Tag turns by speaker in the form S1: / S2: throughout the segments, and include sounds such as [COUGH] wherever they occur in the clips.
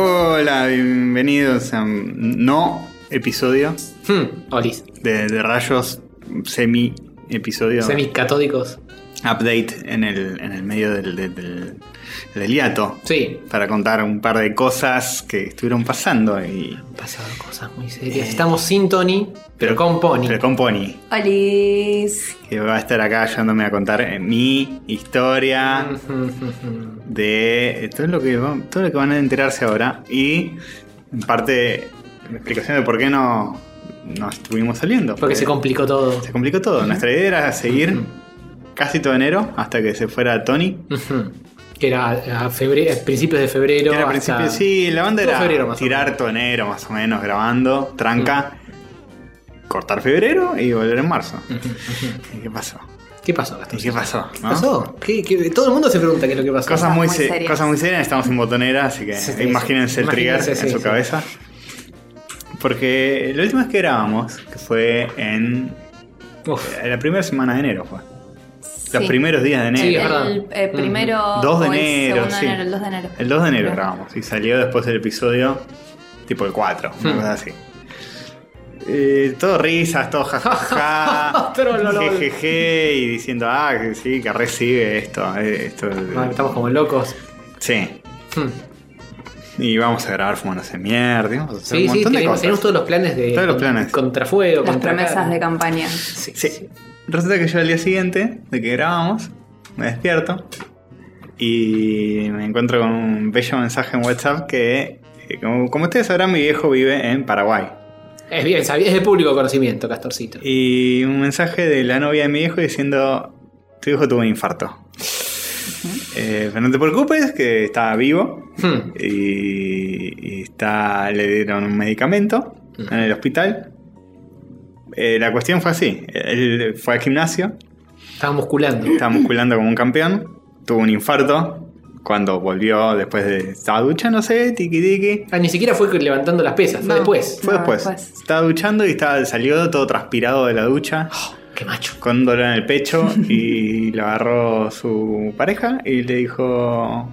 S1: Hola, bienvenidos a un no episodio
S2: Hmm, olis.
S1: de, de Rayos, semi episodio.
S2: Semicatódicos.
S1: Update en el, en el medio del, del, del- del hiato.
S2: Sí.
S1: Para contar un par de cosas que estuvieron pasando y.
S2: Han pasado cosas muy serias. Eh, Estamos sin Tony, pero con Pony.
S1: Pero con Pony,
S3: Olis.
S1: que va a estar acá ayudándome a contar eh, mi historia.
S2: Mm.
S1: de eh, todo lo que va- todo lo que van a enterarse ahora y en parte la explicación de por qué no, no estuvimos saliendo.
S2: [LAUGHS] Porque se complicó todo.
S1: se complicó todo. Nuestra idea era seguir casi todo enero hasta que se fuera Tony.
S2: Ujú. [LAUGHS] Que era a, febre- a principios de febrero.
S1: Que era
S2: hasta-
S1: principio, sí, la banda
S2: todo
S1: era
S2: febrero, más o
S1: tirar
S2: menos.
S1: todo enero más o menos grabando, tranca, cortar febrero y volver en marzo. ¿Y qué pasó?
S2: ¿Qué pasó,
S1: ¿Y
S2: Gastón?
S1: qué pasó?
S2: ¿Qué
S1: no?
S2: pasó? ¿Qué- qué- todo el mundo se pregunta qué es lo que pasó.
S1: Cosas muy,
S3: muy
S1: se-
S3: serias.
S1: cosas muy serias, estamos en botonera, así que
S2: Sí, sí,
S1: imagínense
S2: sí.
S1: el trigger
S2: Imagínense,
S1: en
S2: sí,
S1: su
S2: sí.
S1: cabeza. Porque la última vez que grabamos, que fue en
S2: Uf.
S1: en la primera semana de enero, fue. Los
S3: Sí.
S1: primeros días de
S2: Sí, es
S1: enero.
S2: verdad.
S3: El eh,
S2: Ujú.
S3: primero.
S1: 2 de
S3: o el
S1: enero,
S3: segundo
S1: sí.
S3: de enero, el 2 de enero.
S1: el 2 de enero
S3: Pero-
S1: grabamos y salió después del episodio tipo el 4, una
S2: Hmm.
S1: cosa así. Eh, todo risas, todo
S2: [LAUGHS]
S1: jajaja,
S2: Trololol.
S1: jejeje, y diciendo, ah, que sí, que recibe esto. eh, esto
S2: Bueno, ah, estamos como locos.
S1: Sí,
S2: Hmm.
S1: Y vamos a grabar fumándose mierda, y vamos a hacer
S2: Sí,
S1: un
S2: sí,
S1: montón de
S2: tenemos,
S1: cosas.
S2: tenemos todos los planes de
S1: Todos los planes.
S2: contrafuego,
S3: Las
S2: contra
S3: promesas de campaña.
S2: Sí,
S1: Sí.
S2: sí.
S1: Resulta que yo al día siguiente de que grabamos, me despierto y me encuentro con un bello mensaje en WhatsApp que, eh, como, como ustedes sabrán, mi viejo vive en Paraguay.
S2: Es bien, sabía- es de público conocimiento, Castorcito.
S1: Y un mensaje de la novia de mi viejo diciendo, tu hijo tuvo un infarto. Eh, pero no te preocupes, que está vivo
S2: Hmm.
S1: y, y está, le dieron un medicamento en el hospital. Eh, la cuestión fue así, él fue al gimnasio,
S2: Estaba musculando.
S1: estaba musculando como un campeón, tuvo un infarto, cuando volvió después de... Estaba duchándose, tiki tiki.
S2: Ah, ni siquiera fue levantando las pesas, fue
S1: No,
S2: después.
S1: Fue
S3: No,
S1: después.
S3: después.
S1: Estaba duchando y estaba, salió todo transpirado de la ducha,
S2: Ah, Qué macho.
S1: con un dolor en el pecho, y lo agarró su pareja y le dijo...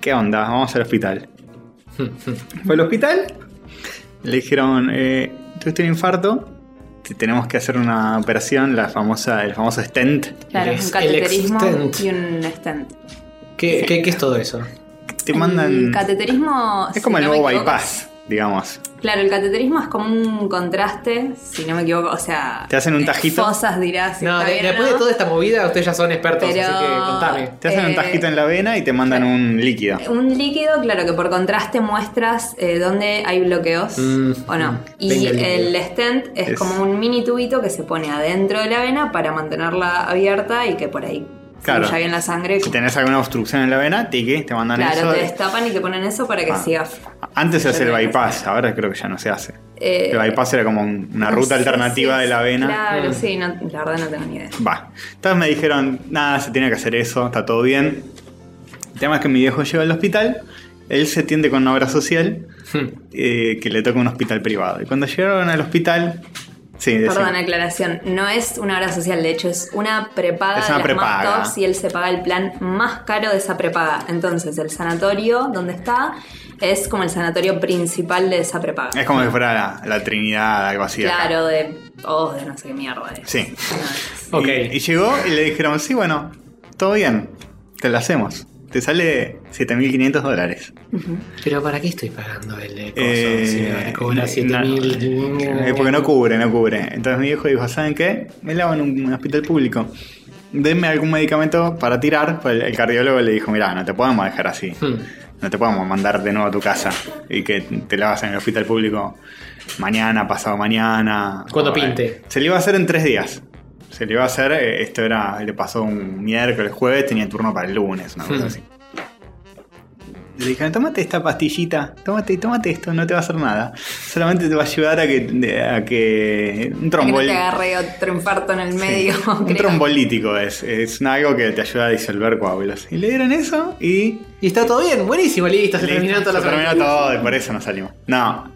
S1: ¿Qué onda? Vamos al hospital. Fue al hospital. Le dijeron, eh, tuviste un infarto. Te tenemos que hacer una operación, la famosa, el famoso stent.
S3: Claro,
S2: El
S3: es un
S2: ex- el
S3: cateterismo
S2: extent.
S3: y un stent.
S2: ¿Qué, qué- qué es todo eso?
S1: Te mandan.
S3: El cateterismo.
S1: Es como
S3: si
S1: el
S3: no me
S1: nuevo
S3: equivoco-
S1: bypass, digamos.
S3: Claro, el cateterismo es como un contraste, si no me equivoco. O sea.
S1: Te hacen un
S3: eh,
S1: tajito.
S3: Fosas dirás. si
S2: no,
S3: está
S2: de-
S3: bien o
S2: después
S3: no.
S2: de toda esta movida, ustedes ya son expertos,
S3: Pero-
S2: así que contame.
S1: Te hacen un
S3: Eh,
S1: tajito en la vena y te mandan un líquido.
S3: Un líquido, claro, que por contraste muestras eh, dónde hay bloqueos
S2: Mm,
S3: o no.
S2: mm,
S3: Y
S2: venga el líquido.
S3: el stent es,
S1: Es-
S3: como un mini tubito que se pone adentro de la vena para mantenerla abierta y que por ahí
S1: Claro.
S3: fluya bien la sangre.
S1: Si tenés alguna obstrucción en la vena, tiki, te mandan
S3: claro, te
S1: eso.
S3: destapan y te ponen eso para que
S1: Ah.
S3: siga.
S1: Antes se hace el
S3: Yo creo que
S1: bypass, ahora creo que ya no se hace.
S3: eh,
S1: El bypass era como un- una
S3: no [LAUGHS]
S1: ruta
S3: sé
S1: alternativa
S3: si
S1: de
S3: es-
S1: la vena.
S3: Claro,
S2: Mm.
S3: sí, no- la verdad no tengo ni idea.
S1: Va. Entonces me dijeron, nada, se tiene que hacer eso, está todo bien. El tema es que mi viejo llega al hospital, él se tiende con una obra social
S2: Hmm.
S1: eh, que le toca un hospital privado. Y cuando llegaron al hospital, sí, decime.
S3: Perdón, eh. aclaración. No es una obra social, de hecho, es una prepaga
S1: Es
S3: de
S1: una
S3: las más
S1: prepaga.
S3: tops y él se paga el plan más caro de esa prepaga. Entonces, el sanatorio donde está es como el sanatorio principal de esa prepaga.
S1: es como si fuera la, la Trinidad, algo así. de acá.
S3: claro, de. Oh, de no sé qué mierda es.
S1: Sí.
S3: No, es-
S2: Ok.
S1: Y, y llegó y le dijeron, sí, bueno, todo bien, te lo hacemos. Te sale 7.500 dólares.
S2: Pero ¿para qué estoy pagando el eh, coso?
S1: Eh,
S2: si me van a cobrar
S1: eh,
S2: 7000.
S1: Eh, porque no cubre, no cubre. Entonces mi viejo dijo, ¿saben qué? Me lavo en un hospital público. Denme algún medicamento para tirar. Pues el- el cardiólogo le dijo, mirá, no te podemos dejar así.
S2: Hmm.
S1: No te podemos mandar de nuevo a tu casa y que te lavas en el hospital público mañana, pasado mañana.
S2: Cuando
S1: O, eh,
S2: pinte.
S1: Se le iba a hacer en tres días. Se le iba a hacer, eh, esto era, le pasó un miércoles, jueves, tenía turno para el lunes, una cosa
S2: Hmm.
S1: así. Le dijeron, tómate esta pastillita, tómate, tómate esto, no te va a hacer nada. Solamente te va a ayudar a que, de- a que un
S3: para que no
S1: trombol...
S3: te agarre otro infarto en el
S1: Sí,
S3: medio. [LAUGHS]
S1: un
S3: creo.
S1: trombolítico es, es algo que te ayuda a disolver coágulos. Y le dieron eso y
S2: Y está todo bien, buenísimo, listo, se
S1: Listo,
S2: terminaron todas
S1: se
S2: las
S1: terminó todo y por eso no salimos. No,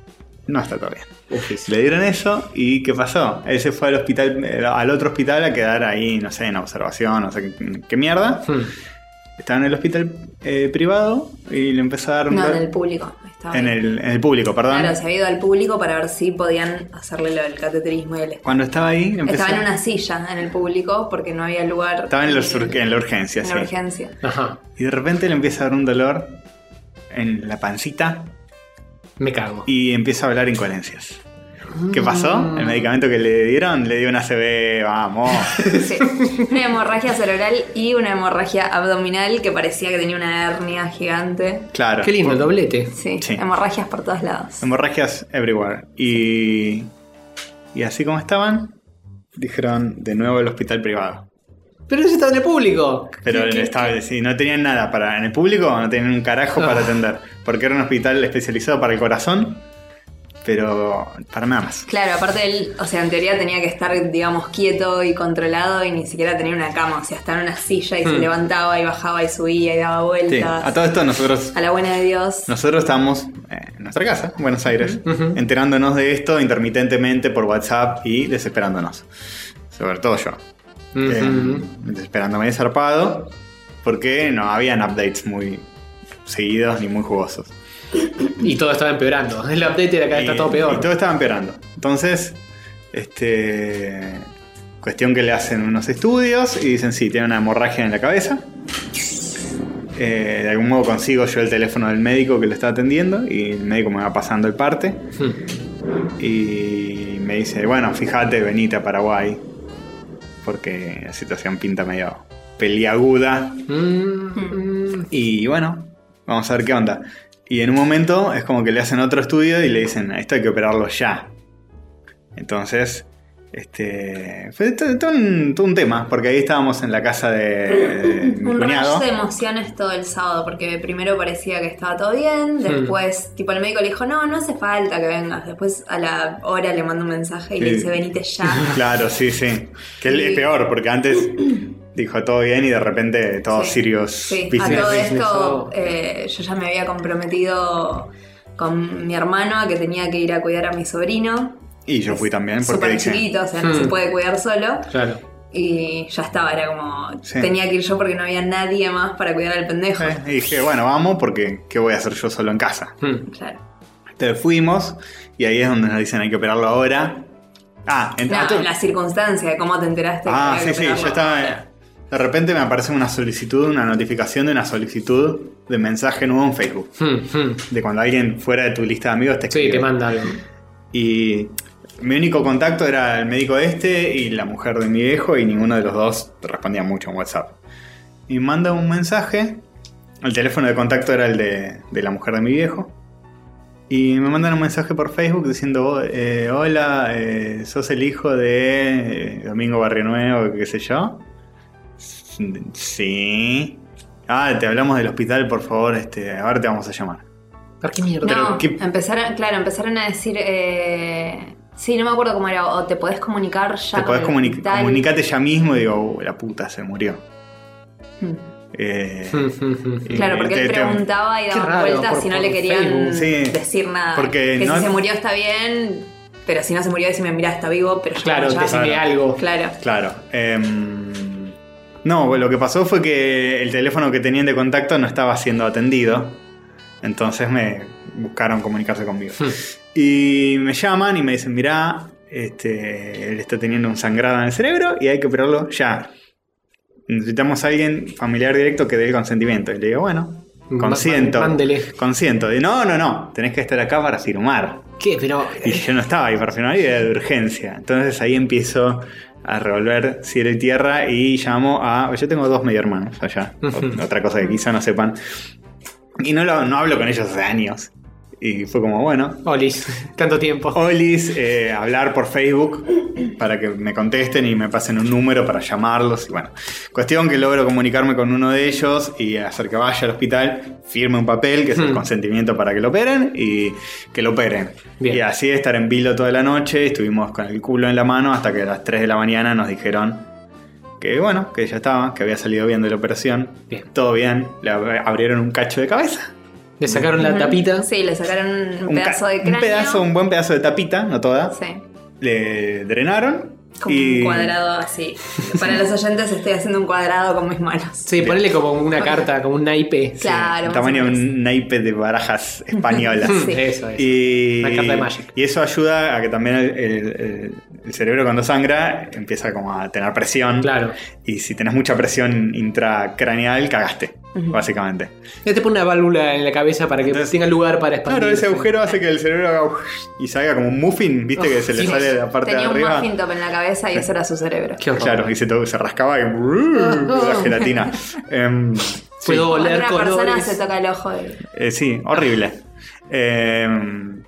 S1: no está todo bien.
S2: Uf,
S1: Le dieron eso y ¿qué pasó? Él se fue al hospital, eh, al otro hospital a quedar ahí, no sé, en observación, no sé qué, qué mierda.
S2: Hmm.
S1: Estaba en el hospital eh, privado y le empezó a dar un
S3: No,
S1: do-
S3: del público. estaba
S1: En
S3: ahí.
S1: el, en el público, perdón.
S3: Claro, se había ido al público para ver si podían hacerle lo del cateterismo y el...
S1: Cuando estaba ahí, empezó-
S3: Estaba en una silla en el público porque no había lugar.
S1: Estaba en, los ur- en la urgencia,
S3: en
S1: sí.
S3: la urgencia.
S2: Ajá.
S1: Y de repente le empieza a dar un dolor en la pancita
S2: Me cago.
S1: y empieza a hablar incoherencias. ¿Qué pasó? El medicamento que le dieron le dio una CB, vamos.
S3: Sí. Una hemorragia cerebral y una hemorragia abdominal que parecía que tenía una hernia gigante.
S1: Claro.
S2: Qué lindo el doblete.
S3: Sí,
S1: Sí.
S3: hemorragias por todos lados.
S1: Hemorragias everywhere. Y, y así como estaban, dijeron de nuevo al hospital privado.
S2: Pero eso está en el público.
S1: Pero
S2: ¿Qué-
S1: en
S2: qué-
S1: el estado- sí, no tenían nada para. En el público no tenían un carajo para
S2: Ah.
S1: atender. Porque era un hospital especializado para el corazón, pero para nada más.
S3: Claro, aparte él, o sea, en teoría tenía que estar, digamos, quieto y controlado y ni siquiera tenía una cama, o sea, estaba en una silla y se
S2: Hmm.
S3: levantaba y bajaba y subía y daba
S1: Sí,
S3: vueltas.
S1: a todo esto nosotros,
S3: A la buena de Dios.
S1: nosotros estábamos eh, en nuestra casa, en Buenos Aires,
S2: Ujú.
S1: enterándonos de esto intermitentemente por WhatsApp y desesperándonos. Sobre todo yo.
S2: Ujú.
S1: Eh,
S2: hmm.
S1: desesperándome zarpado porque no habían updates muy seguidos ni muy jugosos.
S2: Y todo estaba empeorando. El update era cada vez
S1: Y-
S2: está todo peor.
S1: Y todo estaba empeorando. Entonces, este. Cuestión que le hacen unos estudios y dicen: Sí, tiene una hemorragia en la cabeza. Eh, de algún modo consigo yo el teléfono del médico que lo está atendiendo y el médico me va pasando el parte
S2: Hmm.
S1: y me dice: Bueno, fíjate, venite a Paraguay porque la situación pinta medio peliaguda.
S2: Mm,
S3: Hmm.
S2: mm.
S1: Y bueno, vamos a ver qué onda. Y en un momento es como que le hacen otro estudio y le dicen, esto hay que operarlo ya. Entonces, este. Fue todo, todo un, todo un tema, porque ahí estábamos en la casa de, de mi
S3: Un
S1: cuñado.
S3: rush de emociones todo el sábado, porque primero parecía que estaba todo
S1: Hmm.
S3: bien, después, tipo, el médico le dijo, no, no hace falta que vengas. Después, a la hora le manda un mensaje y le
S1: Sí.
S3: dice, venite ya.
S1: [LAUGHS] Claro, sí, sí. Que es peor, porque antes dijo todo bien y de repente todo
S3: Sí.
S1: serios
S3: Sí, a
S1: business.
S3: todo
S2: business
S3: esto,
S2: hour.
S3: eh, yo ya me había comprometido con mi hermano a que tenía que ir a cuidar a mi sobrino.
S1: Y yo fui también, porque
S3: Súper
S1: dije.
S3: chiquito, o sea, no
S2: Hmm.
S3: se puede cuidar solo.
S2: Claro.
S3: Y ya estaba, era como.
S1: Sí.
S3: Tenía que ir yo porque no había nadie más para cuidar al pendejo.
S1: eh, y dije, bueno, vamos, porque ¿qué voy a hacer yo solo en casa?
S2: Hmm.
S3: Claro.
S1: Entonces fuimos y ahí es donde nos dicen hay que operarlo ahora. Ah, en-
S3: No,
S1: ah, tú-
S3: la circunstancia de cómo te enteraste. que
S1: Ah,
S3: había
S1: sí,
S3: que
S1: sí, yo
S3: operarlo.
S1: estaba... De repente me aparece una solicitud, una notificación de una solicitud de mensaje nuevo en Facebook.
S2: Hmm, hmm.
S1: De cuando alguien fuera de tu lista de amigos te escribe.
S2: Sí, te manda algo.
S1: Y mi único contacto era el médico este y la mujer de mi viejo y ninguno de los dos respondía mucho en WhatsApp. Y manda un mensaje, el teléfono de contacto era el de, de la mujer de mi viejo. Y me mandan un mensaje por Facebook diciendo, "Oh, eh, hola, eh, sos el hijo de eh, Domingo Barrio Nuevo, qué sé yo. Sí. Ah, te hablamos del hospital, por favor, este, ahora te vamos a llamar.
S2: ¿Para qué mierda?
S1: Pero,
S3: No,
S1: ¿qué-
S3: empezaron, claro, empezaron a decir. eh, sí, no me acuerdo cómo era. O te podés comunicar ya.
S1: Te
S3: con
S1: podés
S3: el
S1: comunicar,
S3: hospital.
S1: comunicate ya mismo y digo, "Uh, la puta se murió.
S3: Mm.
S1: Eh,
S2: Hmm, hmm, hmm.
S1: y
S3: Claro, porque
S1: te-
S3: él
S1: te-
S3: preguntaba y
S2: Qué
S3: daba
S2: raro,
S3: vueltas
S2: por-
S3: si no
S2: por
S3: le querían
S2: Facebook.
S1: Sí.
S3: decir nada.
S1: Porque
S3: que
S1: no-
S3: si se murió está bien, pero si no se murió, decime, mirá, está vivo, pero yo
S2: [LAUGHS] Claro,
S3: ya.
S2: decime
S1: Claro.
S2: algo.
S3: Claro.
S1: Claro. em, no, lo que pasó fue que el teléfono que tenían de contacto no estaba siendo atendido. Entonces me buscaron comunicarse conmigo.
S2: [LAUGHS] Hmm.
S1: Y me llaman y me dicen, mirá, este, él está teniendo un sangrado en el cerebro y hay que operarlo ya. Necesitamos a alguien familiar directo que dé el consentimiento. Y le digo, bueno,
S2: Ma-
S1: consiento.
S2: ma- mándele.
S1: Consiento. Y, no, no, no, tenés que estar acá para firmar.
S2: ¿Qué? Pero.
S1: Y yo no estaba ahí para firmar y era de urgencia. Entonces ahí empiezo a revolver cielo y tierra y llamo a... Yo tengo dos medio hermanos allá.
S2: Ujú.
S1: o- Otra cosa que quizá no sepan. Y no, lo- no hablo con ellos hace años. Y fue como, bueno,
S2: Olis, Oh, tanto tiempo.
S1: Olis, eh, hablar por Facebook para que me contesten y me pasen un número para llamarlos. Y bueno, cuestión que logro comunicarme con uno de ellos y hacer que vaya al hospital, firme un papel que es el
S2: Hmm.
S1: consentimiento para que lo operen y que lo operen.
S2: Bien.
S1: Y así estar en vilo toda la noche, estuvimos con el culo en la mano hasta que a las 3 de la mañana nos dijeron que bueno, que ya estaba, que había salido bien de la operación.
S2: Bien.
S1: Todo bien, le ab- abrieron un cacho de cabeza.
S2: Le sacaron la tapita.
S3: Sí, le sacaron un,
S1: ca-
S3: pedazo de cráneo.
S1: Un pedazo, un buen pedazo de tapita, no toda
S3: Sí.
S1: le drenaron
S3: Como
S1: Y-
S3: un cuadrado así. Para los oyentes estoy haciendo un cuadrado con mis manos.
S2: Sí, ponele como una carta, como un naipe. Sí.
S3: [LAUGHS] Claro. más o
S1: tamaño de
S3: menos.
S1: un naipe de
S3: [LAUGHS]
S1: barajas españolas.
S2: Mm,
S3: Sí.
S2: Eso es.
S1: Y,
S2: Una carta de Magic.
S1: y eso ayuda a que también el, el- el- el cerebro cuando sangra empieza como a tener presión.
S2: Claro.
S1: Y si tenés mucha presión intracraneal, cagaste,
S3: Ujú.
S1: básicamente.
S2: Ya te pone una válvula en la cabeza para que
S1: Entonces-
S2: tenga lugar para expandir.
S1: Claro, ese agujero hace que el cerebro haga uff y salga como un muffin, viste que se le
S2: sí.
S1: sale la parte de
S3: Tenía un
S1: arriba.
S3: muffin top en la cabeza y eso era su cerebro.
S2: Qué horror.
S1: Claro, y se, to- se rascaba y
S3: [LAUGHS]
S1: brrr, la gelatina. Em,
S2: Puedo oler
S3: Otra persona
S2: colores.
S3: se toca el ojo. y-
S1: eh, sí, horrible. Em,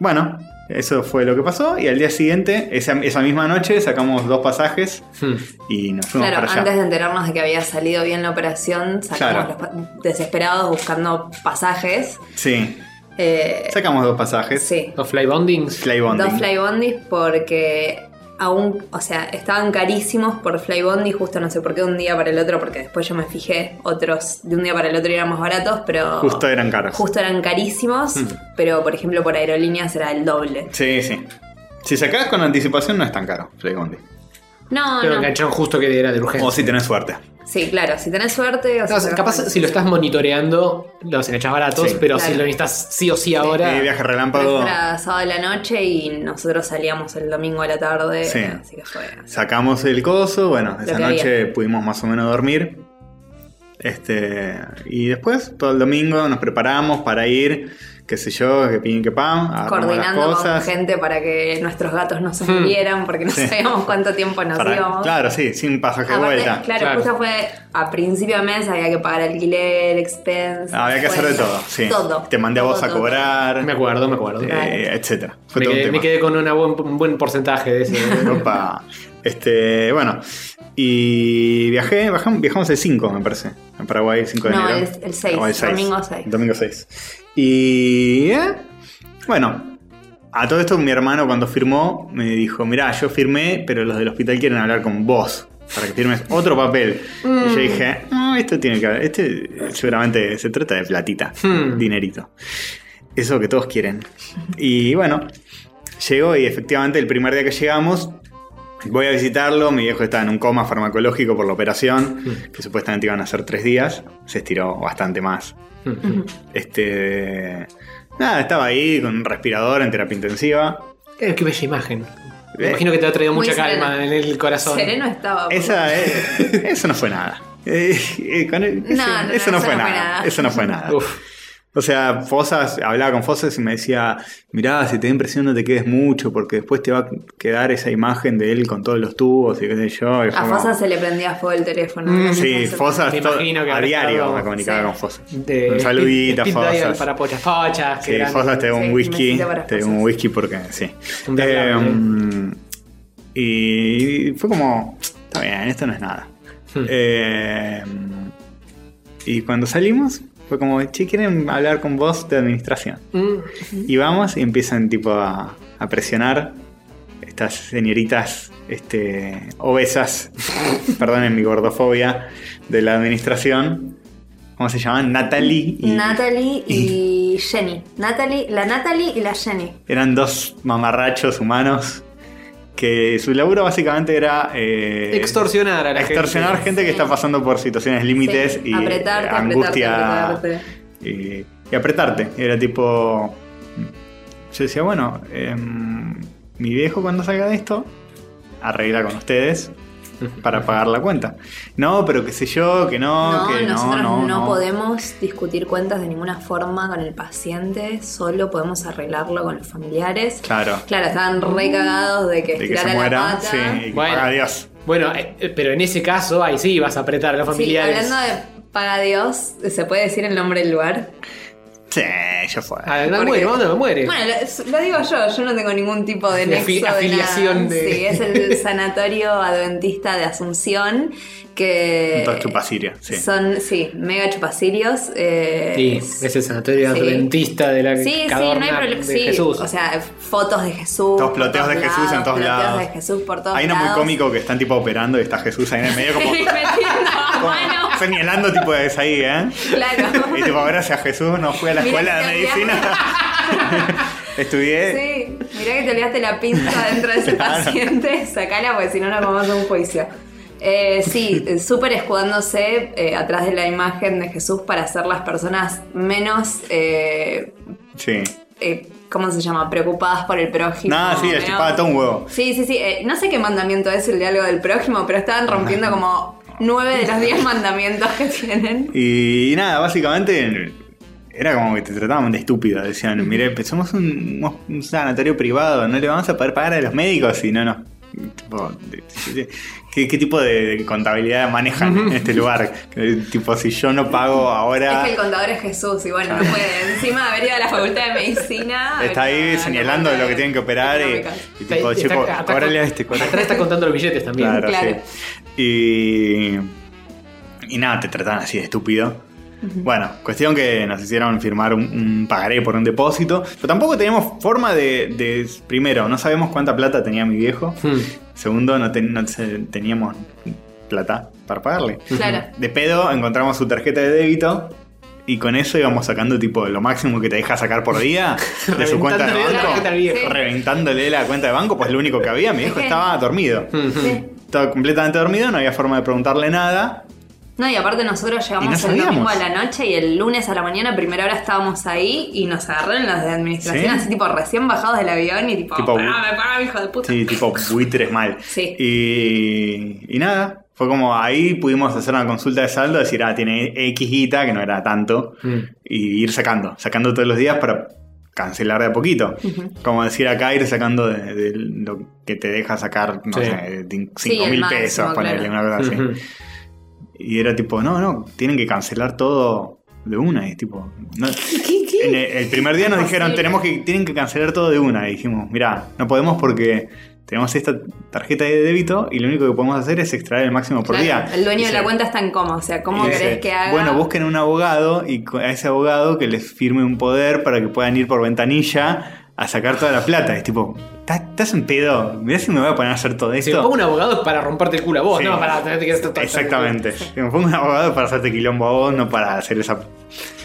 S1: bueno, eso fue lo que pasó. Y al día siguiente, esa, esa misma noche, sacamos dos pasajes
S2: Hmm.
S1: y nos fuimos
S3: Claro,
S1: para allá.
S3: antes de enterarnos de que había salido bien la operación, sacamos
S1: Claro.
S3: los pa- desesperados buscando pasajes.
S1: Sí,
S3: Eh,
S1: sacamos dos pasajes.
S3: sí,
S2: Los flybondings.
S1: Flybonding.
S3: dos flybondis porque aún, o sea, estaban carísimos por flybondi, justo no sé por qué un día para el otro, porque después yo me fijé, otros de un día para el otro eran más baratos, pero
S1: Justo eran caros. Mm.
S3: justo eran carísimos, pero por ejemplo por aerolíneas era el doble.
S1: Sí, sí. Si sacás con anticipación, no es tan caro, Flybondi.
S3: No,
S2: Pero
S3: no.
S2: engancharon justo que era de urgencia.
S1: O si tenés suerte.
S3: Sí, claro, si tenés suerte,
S2: No,
S3: o
S2: o sea,
S3: sacás
S2: capaz
S3: con-
S2: si lo estás monitoreando, los enganchas baratos,
S1: Sí.
S2: pero si
S3: Claro.
S2: lo necesitas sí o sí ahora.
S1: Eh, viaje relámpago.
S3: Era sábado de la noche y nosotros salíamos el domingo a la tarde,
S1: Sí.
S3: así que fue.
S1: Sacamos el coso, bueno, esa
S3: que
S1: noche pudimos más o menos dormir. Este, y después, todo el domingo, nos preparamos para ir, qué sé yo, que pin, que pam, agarramos las
S3: Coordinando con
S1: cosas.
S3: gente para que nuestros gatos no se murieran, porque no
S1: Sí.
S3: sabíamos cuánto tiempo nos
S1: Para-
S3: íbamos.
S1: claro, sí, sin pasaje de
S3: Aparte,
S1: vuelta.
S3: Claro,
S2: Claro.
S3: justo fue a principio de mes, había que pagar alquiler, expense.
S1: Había que hacer de todo, sí.
S3: Todo.
S1: Te mandé a vos
S3: Todo,
S1: a
S3: todo.
S1: cobrar,
S2: Me acuerdo, me acuerdo.
S3: Claro.
S1: eh, etcétera. Fue
S2: Me
S1: todo un
S2: quedé,
S1: tema.
S2: me quedé con una buen- un buen porcentaje de
S3: [LAUGHS]
S2: ese.
S1: Opa. Este, bueno, y viajé, bajam- viajamos el 5, me parece, en Paraguay, el 5 de
S3: No,
S1: enero.
S3: el- el seis,
S1: O
S3: domingo seis.
S1: Domingo 6. Y, eh, bueno, a todo esto mi hermano cuando firmó me dijo, mirá, yo firmé, pero los del hospital quieren hablar con vos. Para que firmes otro papel. Y yo dije, "No, esto tiene que haber. Este seguramente se trata de platita,
S2: Hmm.
S1: dinerito. Eso que todos quieren. Y bueno, llegó y efectivamente el primer día que llegamos, voy a visitarlo, mi viejo estaba en un coma farmacológico por la operación, que supuestamente iban a ser tres días, se estiró bastante más.
S2: Hmm.
S1: Este... Nada, estaba ahí con un respirador en terapia intensiva.
S2: Eh, qué bella imagen. Me
S1: Eh.
S2: imagino que te ha traído
S3: Muy
S2: mucha calma
S3: sereno.
S2: en el corazón.
S3: Sereno estaba. porque-
S1: Esa, eh, eso no fue nada. Eh, eh, con el- ese-
S3: No, no, no,
S1: eso no, fue, nada. Eso no fue nada.
S2: Uf,
S1: O sea, Fosas, hablaba con Fosas y me decía, mirá, si te da impresión no te quedes mucho, porque después te va a quedar esa imagen de él con todos los tubos y qué sé yo. Y fue
S3: A
S1: como-
S3: Fosa se le prendía fuego el teléfono.
S2: Mm.
S3: [LAUGHS] No sé
S1: Sí,
S3: cómo se-
S1: Fosas
S2: Me
S1: todo-
S2: imagino que
S1: a
S2: habrá
S1: diario
S2: estado-
S1: me comunicaba
S3: sí.
S1: con Fosas.
S2: de-
S1: un saludito a
S2: speed- speed dial
S1: Fosas.
S2: para pochas pochas. qué
S1: Sí,
S2: grande.
S1: Fosas te da un
S3: Sí,
S1: whisky,
S3: necesito para
S1: te da un
S3: Fosas.
S1: whisky porque sí.
S2: Un desagradable.
S1: mm, Eh, y fue como, está bien, esto no es nada.
S2: Hmm.
S1: Eh, y cuando salimos fue como, che, quieren hablar con vos de administración.
S2: Mm,
S1: Y vamos y empiezan tipo a, a presionar estas señoritas este, obesas, perdonen mi gordofobia, de la administración. ¿Cómo se llaman? Natalie y
S3: Natalie y Jenny. Natalie, la Natalie y la Jenny.
S1: eran dos mamarrachos humanos que su laburo básicamente era eh,
S2: Extorsionar a la
S1: extorsionar gente,
S2: gente.
S1: que está pasando por situaciones límites
S3: Sí,
S1: y
S3: apretarte,
S1: angustia
S3: apretarte, apretarte.
S1: y, y apretarte. Era tipo. Yo decía, bueno, em, mi viejo cuando salga de esto, arregla con ustedes
S2: [LAUGHS]
S1: para pagar la cuenta. No, pero qué sé yo, que no,
S3: No,
S1: que no,
S3: nosotros no,
S1: no, no.
S3: podemos discutir cuentas de ninguna forma con el paciente, solo podemos arreglarlo con los familiares.
S1: Claro,
S3: Claro, estaban re cagados de que
S1: de que se
S3: estirara la
S1: muera,
S3: pata.
S1: sí, y que
S2: Bueno.
S1: paga Dios.
S2: Bueno, eh, eh, pero en ese caso, ahí sí vas a apretar a los
S3: Sí,
S2: familiares.
S3: hablando de paga Dios, ¿se puede decir el nombre del lugar?
S1: Sí, ya fue.
S2: Ah, no
S3: Porque-
S2: muere, ¿dónde me muere?
S3: Bueno, lo, lo digo yo, yo no tengo ningún tipo
S2: De
S3: de nexo
S2: afi-
S3: de nada.
S2: afiliación de-
S3: Sí, es el sanatorio adventista de Asunción que
S1: Dos chupasiria, sí.
S3: son, sí, mega chupacirios. eh,
S2: Sí, es el sanatorio
S3: sí.
S2: adventista de la
S3: Sí, sí, no
S2: cadorna
S3: hay problema.
S2: de
S3: Sí,
S2: Jesús.
S3: o sea, fotos de Jesús.
S1: Todos
S3: por
S1: ploteos de
S3: todos
S1: Jesús en
S3: lados,
S1: todos
S3: ploteos
S1: lados.
S3: de Jesús por todos
S1: Hay uno
S3: lados.
S1: muy
S3: [LAUGHS]
S1: cómico que están tipo operando y está Jesús ahí en el medio como,
S3: Metiendo
S1: [LAUGHS]
S3: la
S1: como
S3: mano,
S1: señalando tipo de
S3: [LAUGHS]
S1: ahí, ¿eh?
S3: claro.
S1: [LAUGHS] Y tipo, gracias Jesús, no fui a la
S3: Mira
S1: escuela de
S3: que había-
S1: medicina. [LAUGHS] Estudié.
S3: Sí, mirá que te olvidaste la pinza dentro de ese
S1: Claro.
S3: paciente, [LAUGHS] sacala porque si no, no vamos a un juicio. Eh, sí, eh, súper escudándose eh, atrás de la imagen de Jesús para hacer las personas menos, eh,
S1: Sí.
S3: eh, ¿cómo se llama?, preocupadas por el prójimo.
S1: Nada, sí, el
S3: menos-
S1: chipaba todo un huevo.
S3: Sí, sí, sí. eh, no sé qué mandamiento es el de algo del prójimo, pero estaban rompiendo como nueve de
S1: [LAUGHS]
S3: los diez mandamientos que tienen.
S1: Y, nada, básicamente era como que te trataban de estúpido. Decían, mire, somos un, un sanatorio privado, no le vamos a poder pagar a los médicos y no nos... tipo, ¿Qué, qué tipo de contabilidad manejan en este lugar? Eh, Tipo, si yo no pago ahora...
S3: Es que el contador es Jesús y bueno, no puede. Encima haber ido a la facultad de medicina.
S1: [LAUGHS] Está ahí
S3: habría-
S1: señalando
S3: la
S1: lo que tienen que operar y,
S3: económica.
S1: y tipo,
S2: Está- está-
S1: chico,
S2: está-
S1: cóbrale a este, cóbrale a este.
S2: Atrás está contando los billetes también.
S1: Claro,
S3: Claro.
S1: sí. Y. Y nada, te tratan así de estúpido. Bueno, cuestión que nos hicieron firmar un, un pagaré por un depósito. Pero tampoco teníamos forma de, de- Primero, no sabemos cuánta plata tenía mi viejo.
S2: Hmm.
S1: Segundo, no, ten- no se- teníamos plata para pagarle.
S3: Claro.
S1: De pedo encontramos su tarjeta de débito. Y con eso íbamos sacando tipo lo máximo que te deja sacar por
S2: [LAUGHS]
S1: día de su cuenta de
S2: Reventándole la
S1: banco.
S2: tarjeta al viejo.
S3: Sí.
S1: Reventándole la cuenta de banco, pues lo único que había,
S2: [LAUGHS]
S1: mi viejo
S3: que-
S1: estaba dormido.
S2: Hmm, hmm.
S3: Sí.
S1: Estaba completamente dormido, no había forma de preguntarle nada.
S3: No, y aparte nosotros
S1: Y no
S3: llegamos el
S1: sabíamos.
S3: domingo a la noche y el lunes a la mañana, a primera hora, estábamos ahí y nos agarraron las de administración,
S1: Sí.
S3: así tipo recién bajados del avión y tipo,
S1: Tipo,
S3: pará, me pará, hijo de puta.
S1: Sí, tipo buitres mal.
S3: Sí.
S1: Y, y nada, fue como ahí pudimos hacer una consulta de saldo, decir, ah, tiene X guita, que no era tanto,
S2: Mm.
S1: y ir sacando, sacando todos los días para cancelar de a poquito. Como decir acá, ir sacando de, de lo que te deja sacar, no
S2: Sí.
S1: sé, 5
S3: Sí, el
S1: mil
S3: máximo,
S1: pesos, ponerle
S3: claro.
S1: una cosa así.
S2: Hmm, hmm.
S1: Y era tipo, no, no, tienen que cancelar todo de una. Y es tipo, no. En el, el primer día nos dijeron,
S3: Imposible.
S1: tenemos que, tienen que cancelar todo de una. Y dijimos, mirá, no podemos porque tenemos esta tarjeta de débito y lo único que podemos hacer es extraer el máximo por
S3: Claro,
S1: día.
S3: El dueño
S1: Y
S3: de
S1: se-
S3: la cuenta está en coma, o sea, ¿cómo
S1: y
S3: querés
S1: dice,
S3: que haga?
S1: Bueno, busquen un abogado y co- a ese abogado que les firme un poder para que puedan ir por ventanilla a sacar toda la plata. Y es tipo, "¿Estás- estás en pedo. Mirá si me voy a poner a hacer todo
S2: Si me
S1: esto.
S2: pongo un abogado es para romperte el culo a vos,
S1: Sí.
S2: no para tenerte que hacer-
S1: Exactamente. Si Me pongo un abogado para hacerte quilombo a vos, no para hacer esa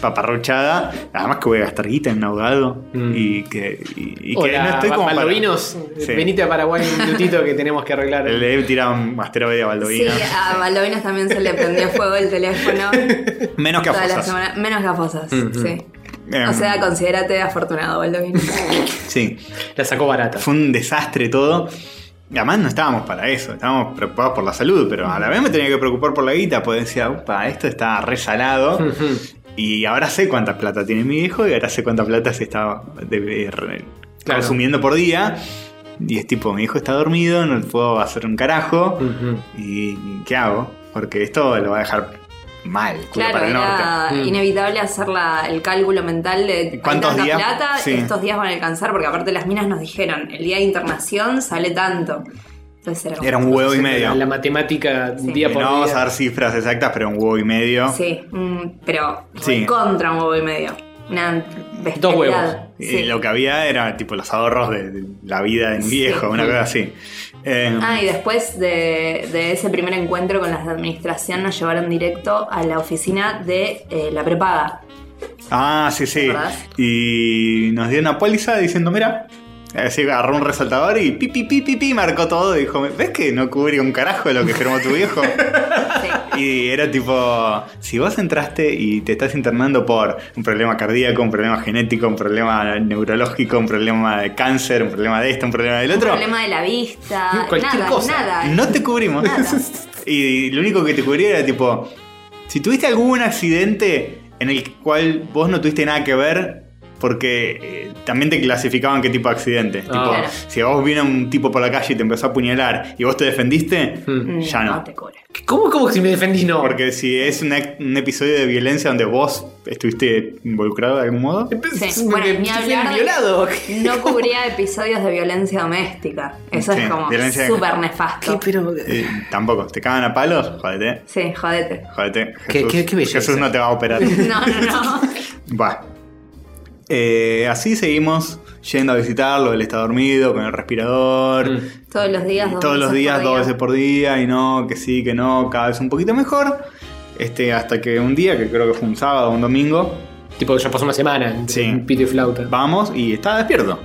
S1: paparruchada. Además que voy a gastar guita en un abogado.
S2: Mm.
S1: Y que, y, y que
S2: Hola,
S1: no estoy como para-
S2: Baldovinos,
S1: Sí.
S2: venite a Paraguay un minutito que tenemos que arreglar. el-
S1: Le tirar un asteroide a
S3: Sí,
S1: Baldovino.
S3: a Baldovinos también se le prendió fuego
S1: [LAUGHS]
S3: el teléfono
S1: Menos que a
S3: toda la
S1: Fosas.
S3: semana. Menos gafosas,
S2: Ujú.
S3: sí.
S1: Em,
S3: O sea, considérate
S1: [LAUGHS]
S3: afortunado, Baldovino.
S1: Sí.
S2: La sacó barata.
S1: Fue un desastre todo. Y Además no estábamos para eso, estábamos preocupados por la salud, pero a la vez me tenía que preocupar por la guita, porque decía, upa, esto está
S2: [LAUGHS]
S1: resalado.
S2: Ujú.
S1: Y ahora sé cuánta plata tiene mi hijo y ahora sé cuánta plata se está de- de- re-
S2: Claro.
S1: consumiendo por día. Y es tipo, mi hijo está dormido, no le puedo hacer un carajo.
S2: Ujú.
S1: ¿Y qué hago? Porque esto lo va a dejar mal, culo
S3: Claro,
S1: para el norte.
S3: era
S2: norte. Mm.
S3: inevitable hacer la- el cálculo mental de
S1: ¿Cuántos
S3: tanta
S1: días?
S3: plata,
S1: Sí.
S3: estos días van a alcanzar, porque aparte las minas nos dijeron, el día de internación sale tanto. Entonces era como-
S1: Era un huevo y
S2: La,
S1: medio.
S2: la matemática
S3: Sí.
S2: día
S1: Eh,
S2: por
S1: no vamos
S2: día.
S1: a dar cifras exactas, pero un huevo y medio.
S3: Sí, mm, pero
S1: Sí.
S3: contra un huevo y medio. Una
S2: Dos huevos.
S3: bestialidad.
S1: Y
S3: Sí.
S1: Lo que había era tipo los ahorros de, de la vida de mi
S3: Sí.
S1: viejo, una cosa así. Eh,
S3: Ah, y después de, de ese primer encuentro con las de administración nos llevaron directo a la oficina de eh, la prepaga.
S1: ah, sí, sí.
S3: ¿Verdad?
S1: Y nos dio una póliza diciendo, mira, así agarró un resaltador y pi, pi, pi, pi, pi, marcó todo. y Dijo, ¿ves que no cubre un carajo lo que firmó tu viejo?
S3: Sí.
S1: Y era tipo, si vos entraste y te estás internando por un problema cardíaco, un problema genético, un problema neurológico, un problema de cáncer, un problema de esto, un problema del otro,
S3: Un problema de la vista,
S2: Cualquier
S3: nada,
S2: cosa.
S3: nada.
S1: no te cubrimos.
S3: Nada.
S1: Y lo único que te cubría era tipo, si tuviste algún accidente en el cual vos no tuviste nada que ver, porque eh, también te clasificaban qué tipo de accidente. Tipo,
S2: Claro.
S1: si a vos vino un tipo por la calle y te empezó a apuñalar y vos te defendiste,
S2: Hmm.
S1: ya no.
S3: Mm, te cobra.
S2: ¿Cómo, ¿Cómo que si me defendís no?
S1: Porque si es un, ac- un episodio de violencia donde vos estuviste involucrado de algún
S3: [LAUGHS]
S1: modo.
S3: Sí,
S2: Me-
S3: bueno,
S2: me-
S3: ni
S2: fui
S3: hablar de-
S2: violado. [LAUGHS]
S3: No cubría episodios de violencia doméstica. Eso
S1: Sí,
S3: es como
S1: violencia-
S3: súper nefasto.
S2: Pero...
S1: eh, tampoco, te cagan a palos, jódete,
S3: Sí, jodete.
S1: jódete. Jesús,
S2: Qué- qué- qué belleza.
S1: Jesús no te va a operar.
S3: [LAUGHS]
S1: [LAUGHS]
S3: No, no, no.
S1: Va. Eh, así seguimos yendo a visitarlo, él está dormido con el respirador.
S2: Mm.
S3: Todos los días, dos
S1: Todos los
S3: veces
S1: días,
S3: por
S1: dos
S3: día.
S1: veces por día, y no, que sí, que no, cada vez un poquito mejor. Este, hasta que un día, que creo que fue un sábado o un domingo,
S2: Tipo, ya pasó una semana. entre
S1: Sí.
S2: un Pito y flauta.
S1: Vamos y estaba despierto.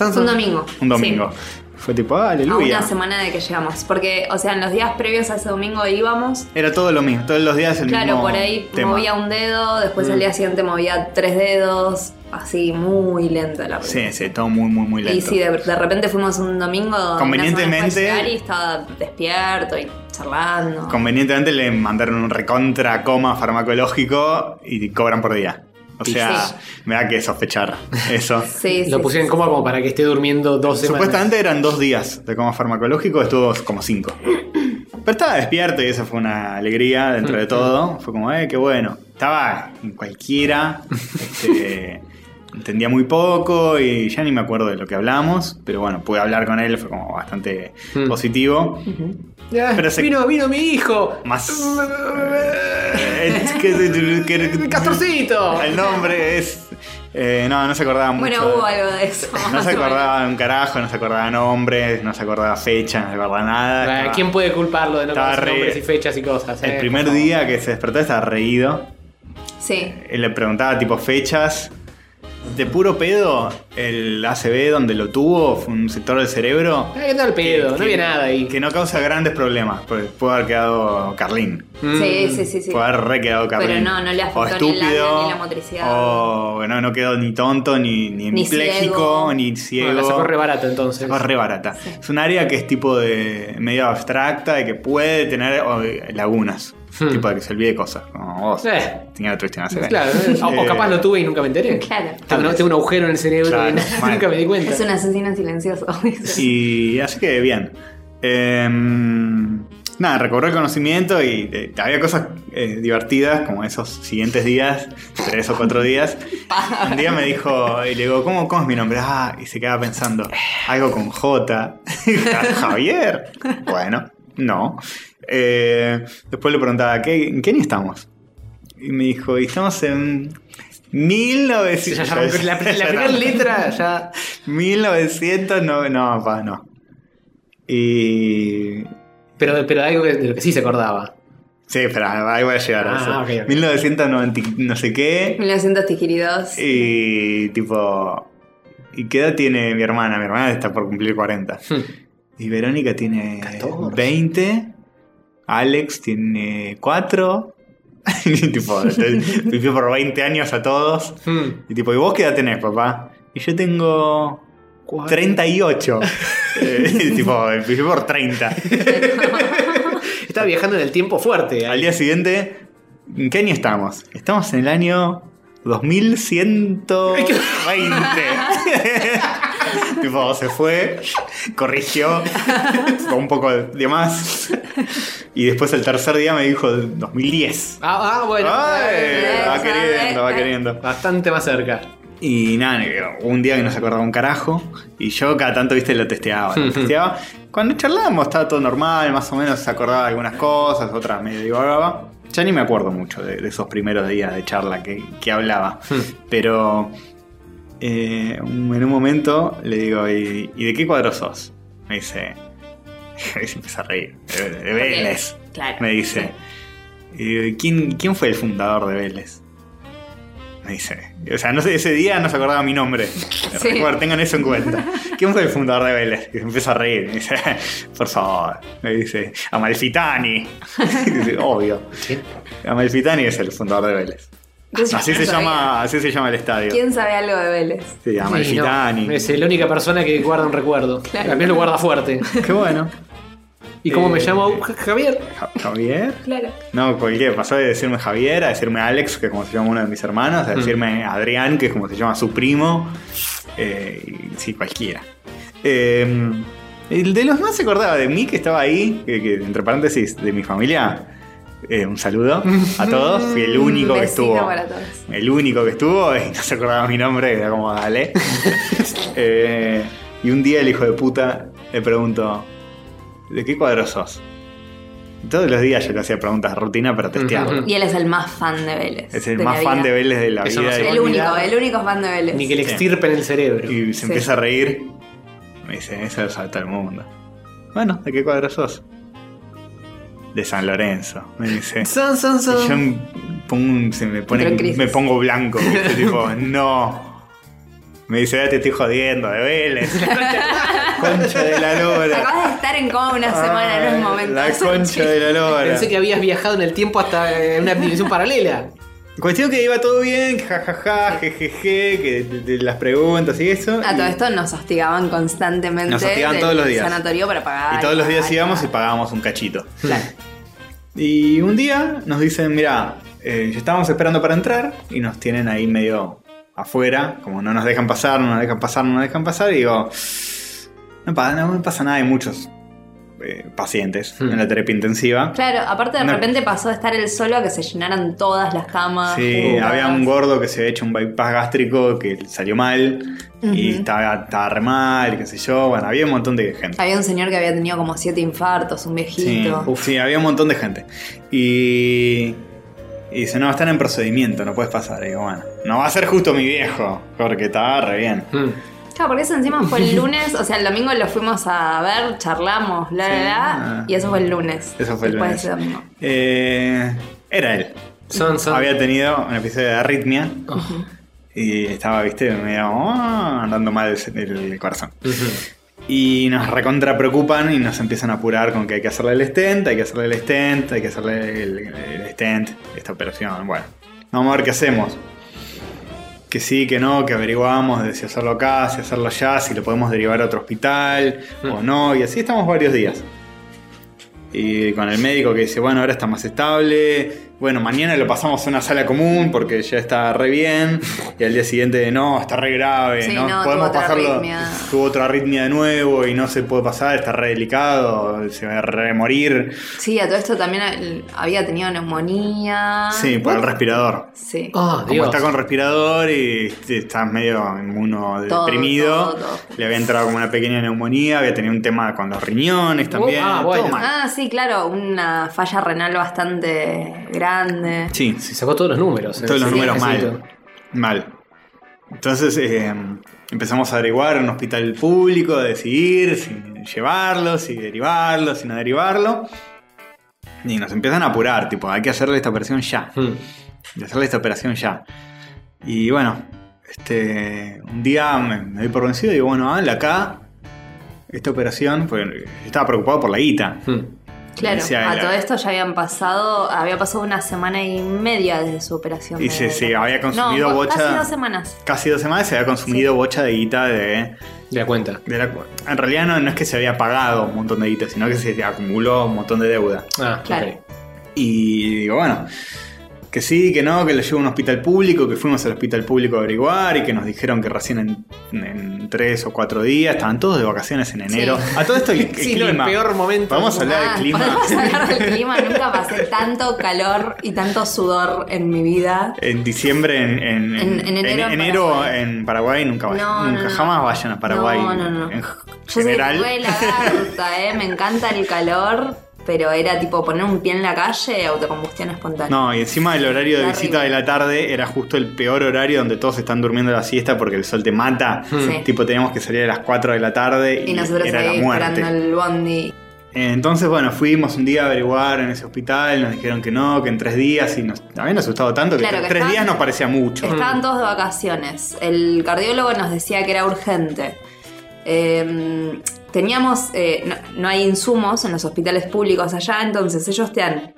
S3: Un domingo.
S1: Un domingo. Fue tipo, "Ah,
S3: Sí, a
S1: aleluya.
S3: una semana de que llegamos. Porque, o sea, en los días previos a ese domingo íbamos.
S1: Era todo lo mismo, todos los días el
S3: Claro,
S1: mismo
S3: por ahí
S1: tema.
S3: movía un dedo, después
S2: Mm.
S3: al día siguiente movía tres dedos. Así, muy lenta la película.
S1: Sí, sí, todo muy, muy, muy lento.
S3: Y sí, de, de repente fuimos un domingo. una semana
S1: Convenientemente-
S3: después de llegar Y estaba despierto y charlando.
S1: Convenientemente le mandaron un recontra coma farmacológico y cobran por día. O
S2: Sí.
S1: sea,
S3: Sí.
S1: me da que sospechar eso.
S3: Sí, sí,
S2: Lo pusieron en coma como para que esté durmiendo [LAUGHS] dos semanas.
S1: Supuestamente eran dos días de coma farmacológico, estuvo como cinco. Pero estaba despierto y eso fue una alegría dentro de todo. Fue como, eh, qué bueno. Estaba en cualquiera. este, [LAUGHS] entendía muy poco y ya ni me acuerdo de lo que hablamos. Pero bueno, pude hablar con él, fue como bastante
S2: Mm.
S1: positivo.
S2: Ah,
S1: Pero se-
S2: Vino, vino mi hijo. [LAUGHS]
S1: Más. Eh, es que- que-
S2: Castorcito.
S1: El nombre es. eh, no, no se acordaba mucho.
S3: Bueno,
S1: de-
S3: hubo algo de eso.
S1: [LAUGHS] No se acordaba un carajo, no se acordaba nombres, no se acordaba fecha, no se acordaba nada.
S2: Ah,
S1: Estaba-
S2: ¿Quién puede culparlo de no
S1: Estaba
S2: conocer
S1: re-
S2: nombres y fechas y cosas? eh?
S1: El primer
S2: Por favor.
S1: día que se despertó estaba reído.
S3: Sí.
S1: Él le preguntaba tipo fechas. De puro pedo, el ACB donde lo tuvo fue un sector del cerebro
S2: Ah, ¿Qué tal pedo? No
S1: que-
S2: había nada ahí.
S1: que no causa grandes problemas. Porque puede haber quedado Carlín.
S2: Mm.
S3: Sí, sí, sí, sí.
S1: Puede haber re quedado Carlín.
S3: Pero no, no le afectó
S1: O
S3: ni el
S1: estúpido,
S3: labio ni la motricidad.
S1: O bueno, no quedó ni tonto, ni, ni,
S3: Ni
S1: hemipléjico,
S3: ciego.
S1: ni
S2: Bueno,
S1: ciego.
S2: la sacó re barato entonces.
S1: Es re barata. Es un área que es tipo de medio abstracta, de que puede tener oh, lagunas.
S2: Hmm.
S1: Tipo de que se olvide cosas. Como vos.
S2: Eh.
S1: Tenía otro sistema CB.
S2: Claro, o- o
S1: Eh,
S2: capaz lo tuve y nunca me enteré.
S3: [LAUGHS] Claro.
S2: Tengo, no- tengo un agujero en el cerebro
S1: Claro,
S2: y no-
S1: mal.
S2: [LAUGHS] nunca me di cuenta.
S3: Es un asesino silencioso. [LAUGHS]
S1: Y así que bien. Eh, nada, recobró el conocimiento y eh, había cosas eh, divertidas, como esos siguientes días, tres o cuatro días. Un día me dijo, y le digo, ¿cómo, cómo es mi nombre? Ah, y se quedaba pensando, algo con J. [LAUGHS] "Ah, Javier. Bueno, no. Eh, después le preguntaba, ¿qué, ¿en qué año estamos? Y me dijo, y estamos en
S2: Sí,
S1: 1900.
S2: ya- ya- la
S1: [LAUGHS]
S2: la primera letra ya.
S1: 1900, no, no, pa, no. Y.
S2: Pero, pero algo que- de lo que sí se acordaba.
S1: Sí, espera, ahí voy a llegar a
S2: Ah,
S1: eso.
S2: ok, ok.
S1: 1990, y no sé qué.
S3: 1922.
S1: Y tipo. ¿Y qué edad tiene mi hermana? Mi hermana está por cumplir 40.
S2: [LAUGHS] Hmm.
S1: Y Verónica tiene
S2: 14.
S1: 20. Alex tiene 4. [LAUGHS] y
S2: [LAUGHS]
S1: tipo, te- vivió por 20 años a todos.
S2: Hmm.
S1: Y tipo, ¿y vos qué edad tenés, papá? Y yo tengo 38. Eh, [LAUGHS] tipo, empecé por 30.
S2: Estaba viajando en el tiempo fuerte.
S1: Al
S2: ahí.
S1: día siguiente, ¿en qué año estamos? Estamos en el año 2120. tipo, se fue, corrigió, tipo, un poco de más. Y después el tercer día me dijo 2010.
S2: Ah, ah, bueno.
S1: Ay, va
S3: eh,
S1: queriendo, va
S3: eh.
S1: queriendo.
S2: Bastante más cerca.
S1: Y nada, un día que no se acordaba un carajo. Y yo cada tanto, viste, lo testeaba. Lo testeaba. Cuando charlábamos estaba todo normal, más o menos se acordaba de algunas cosas, otras medio divagaba. Ya ni me acuerdo mucho de, de esos primeros días de charla que, que hablaba.
S2: Hmm.
S1: Pero eh, un- en un momento le digo, ¿y, y de qué cuadro sos? Me dice... [LAUGHS] y se empieza a reír. De, de
S3: Porque-
S1: Vélez.
S3: Claro.
S1: Me dice. Y digo, "¿Y ¿quién, ¿Quién fue el fundador de Vélez? Me dice. O sea, no sé, ese día no se acordaba mi nombre. Recuerden, tengan eso en cuenta. ¿Quién fue el fundador de Vélez? Y se empieza a reír. Me dice, [LAUGHS] por favor. Me dice, Amalfitani. [LAUGHS] Y dice, Obvio. Amalfitani es el fundador de Vélez.
S3: Yo ya
S1: Así
S3: no
S1: se,
S3: sabía.
S1: llama, así se llama el estadio.
S3: ¿Quién sabe algo de Vélez?
S1: Sí,
S2: Sí, no,
S1: Amalfitani.
S2: es eh, la única persona que guarda un recuerdo.
S3: Claro.
S2: También lo guarda
S1: [LAUGHS]
S2: fuerte.
S1: Qué bueno.
S2: ¿Y cómo
S1: Eh,
S2: me llamo? Ja- Javier.
S1: Ja- Javier.
S3: Claro.
S1: No, cualquier. Pasó de decirme Javier a decirme Alex, que es como se llama uno de mis hermanos,
S3: Mm.
S1: a decirme Adrián, que es como se llama su primo. Eh, y- sí, cualquiera. Eh, el de los más se acordaba de mí, que estaba ahí, que, que, entre paréntesis, de mi familia. Eh, un saludo a todos. Fui el único que
S3: Besito
S1: estuvo.
S3: para todos.
S1: El único que estuvo y no se acordaba mi nombre, era como dale. Eh, y un día el hijo de puta le preguntó, ¿de qué cuadro sos? Todos los días yo le hacía preguntas de rutina para testearlo.
S2: Ujú.
S3: Y él es el más fan de Vélez.
S1: Es el
S3: de la
S1: más fan
S3: vida.
S1: de Vélez de la
S2: Eso no
S1: vida.
S2: se
S1: y-
S3: El único, el único fan de Vélez.
S2: Ni que le
S1: Sí.
S2: extirpen el cerebro.
S1: Y se
S3: Sí.
S1: empieza a reír. Me dice, eso es todo el mundo. Bueno, ¿de qué cuadro sos? De San Lorenzo, me dice.
S2: San, san,
S1: Y yo
S2: san.
S1: em- pongo un- se me pone,
S3: Entró en crisis.
S1: me pongo blanco.
S3: [LAUGHS]
S1: ¿viste? tipo, no. Me dice, ya te estoy jodiendo, de
S3: [LAUGHS]
S1: Vélez. concha de la lora. Ah,
S3: Acabas de estar en coma una semana, no es momento.
S1: La concha de la lora.
S2: Pensé que habías viajado en el tiempo hasta eh, una dimensión paralela.
S1: Cuestión que iba todo bien, jajaja, jejeje, que de- de las preguntas y eso.
S3: A
S1: y-
S3: Ah, todo esto nos hostigaban constantemente.
S1: Nos hostigaban
S3: del
S1: todos los días.
S3: Sanatorio para pagar.
S1: Y todos los días
S3: pagar,
S1: íbamos y Hmm.
S3: pagar.
S1: pagábamos un cachito.
S3: Claro.
S1: Y un día nos dicen, mira, ya estábamos esperando para entrar y nos tienen ahí medio afuera, como no nos dejan pasar, no nos dejan pasar, no nos dejan pasar. Y digo, no pasa, no pasa nada, hay muchos eh, pacientes
S2: Hmm.
S1: en la terapia intensiva.
S3: Claro, aparte de
S1: No.
S3: repente pasó de estar el solo a que se llenaran todas las camas.
S1: Sí,
S3: juntas.
S1: había un gordo que se había hecho un bypass gástrico que salió mal y
S3: Ujú.
S1: estaba, estaba re mal, qué sé yo. Bueno, había un montón de gente.
S3: Había un señor que había tenido como siete infartos, un
S1: Sí,
S3: viejito.
S1: uf, sí, había un montón de gente. Y, y dice, no, están en procedimiento, no puedes pasar. Y digo, bueno, no va a ser justo mi viejo, porque estaba re bien.
S2: Mm.
S3: Claro, porque eso encima fue
S1: [LAUGHS]
S3: el lunes, o sea, el domingo lo fuimos a ver, charlamos, bla,
S1: Sí. Ah.
S3: bla, bla, y eso fue el lunes.
S1: Eso fue el
S3: Después
S1: lunes.
S3: de ese domingo.
S1: Eh, era él.
S2: Son, son.
S1: Había tenido un episodio de arritmia
S2: Oh.
S1: y estaba, viste, medio ah, andando mal el, el corazón.
S2: Ujú.
S1: Y nos recontra preocupan y nos empiezan a apurar con que hay que hacerle el stent, hay que hacerle el stent, hay que hacerle el, el stent, esta operación. Bueno, vamos a ver qué hacemos. Que sí, que no, que averiguamos de si hacerlo acá, si hacerlo allá, si lo podemos derivar a otro hospital o
S2: Mm.
S1: no. Y así estamos varios días. Y con el médico que dice, bueno, ahora está más estable. Bueno, mañana lo pasamos a una sala común porque ya está re bien. Y al día siguiente, no, está re grave.
S3: Sí,
S1: no,
S3: no,
S1: podemos
S3: tuvo otra
S1: pasarlo.
S3: arritmia.
S1: Tuvo otra arritmia de nuevo y no se puede pasar, está re delicado, se va a re morir.
S3: Sí, a todo esto también el- había tenido neumonía.
S1: sí, por el respirador.
S3: Sí.
S2: Oh,
S1: Como
S2: Dios.
S1: está con respirador y estás medio
S3: Todo,
S1: inmunodeprimido,
S3: todo, todo.
S1: le había entrado como una pequeña neumonía, había tenido un tema con los riñones también.
S2: ah,
S1: todo
S2: bueno.
S1: mal.
S3: Uh, Ah, sí, claro, una falla renal bastante grande.
S1: Sí,
S2: Se sacó todos los números. eh.
S1: Todos los
S2: Sí,
S1: números
S2: Jesús.
S1: mal. Mal. Entonces eh, empezamos a averiguar en un hospital público, a decidir si llevarlo, si derivarlo, si no derivarlo. Y nos empiezan a apurar, tipo, hay que hacerle esta operación ya.
S2: Mm.
S1: De hacerle esta operación ya. Y bueno, este, un día me, me doy por vencido y digo, bueno, háganla acá. Esta operación, pues yo estaba preocupado por la guita.
S2: Mm.
S3: Claro,
S1: Decía eh.
S3: a
S1: ella.
S3: todo esto ya habían pasado, había pasado una semana y media desde su operación.
S1: Y
S3: de-
S1: sí, sí,
S3: de-
S1: había consumido
S3: no,
S1: bocha-
S3: Casi dos semanas.
S1: Casi dos semanas se había consumido bocha de guita de
S2: De la cuenta.
S1: de la cu- en realidad no, no es que se había pagado un montón de guita, sino que se acumuló un montón de deuda.
S2: Ah,
S3: Claro.
S2: ok.
S1: Y digo, bueno, que sí, que no, que lo llevo a un hospital público, que fuimos al hospital público a averiguar y que nos dijeron que recién en, en tres o cuatro días, estaban todos de vacaciones en enero.
S3: Sí.
S1: A todo esto el, el
S2: [LAUGHS] Sí, no,
S1: clima.
S2: el peor momento.
S1: Vamos a hablar
S3: Ah,
S1: del clima.
S3: Podemos hablar
S1: [LAUGHS]
S3: del clima. Nunca pasé tanto calor y tanto sudor en mi vida.
S1: En diciembre, en, en,
S3: En- en enero en
S1: enero
S3: Paraguay.
S1: en Paraguay, nunca vayan.
S3: No, no,
S1: nunca,
S3: no.
S1: jamás vayan a Paraguay.
S3: No, no, no.
S1: En
S3: Yo soy
S1: general.
S3: re lagarta, eh. Me encanta el calor, pero era tipo poner un pie en la calle, autocombustión
S1: [LAUGHS]
S3: espontánea.
S1: No, y encima el horario de
S3: Está
S1: visita de
S3: horrible.
S1: la tarde era justo el peor horario donde todos están durmiendo la siesta porque el sol te mata.
S3: Sí.
S1: [LAUGHS] Tipo, teníamos que salir a las 4 de la tarde y,
S3: y nosotros
S1: era la
S3: ahí
S1: muerte.
S3: esperando el bondi.
S1: Entonces, bueno, fuimos un día a averiguar en ese hospital, nos dijeron que no, que en tres días, y nos habían asustado tanto que,
S3: Claro,
S1: tres
S3: que estaban-
S1: días nos parecía mucho.
S3: Estaban todos de vacaciones. El cardiólogo nos decía que era urgente. Eh, teníamos, eh, no, no hay insumos en los hospitales públicos allá, entonces ellos te dan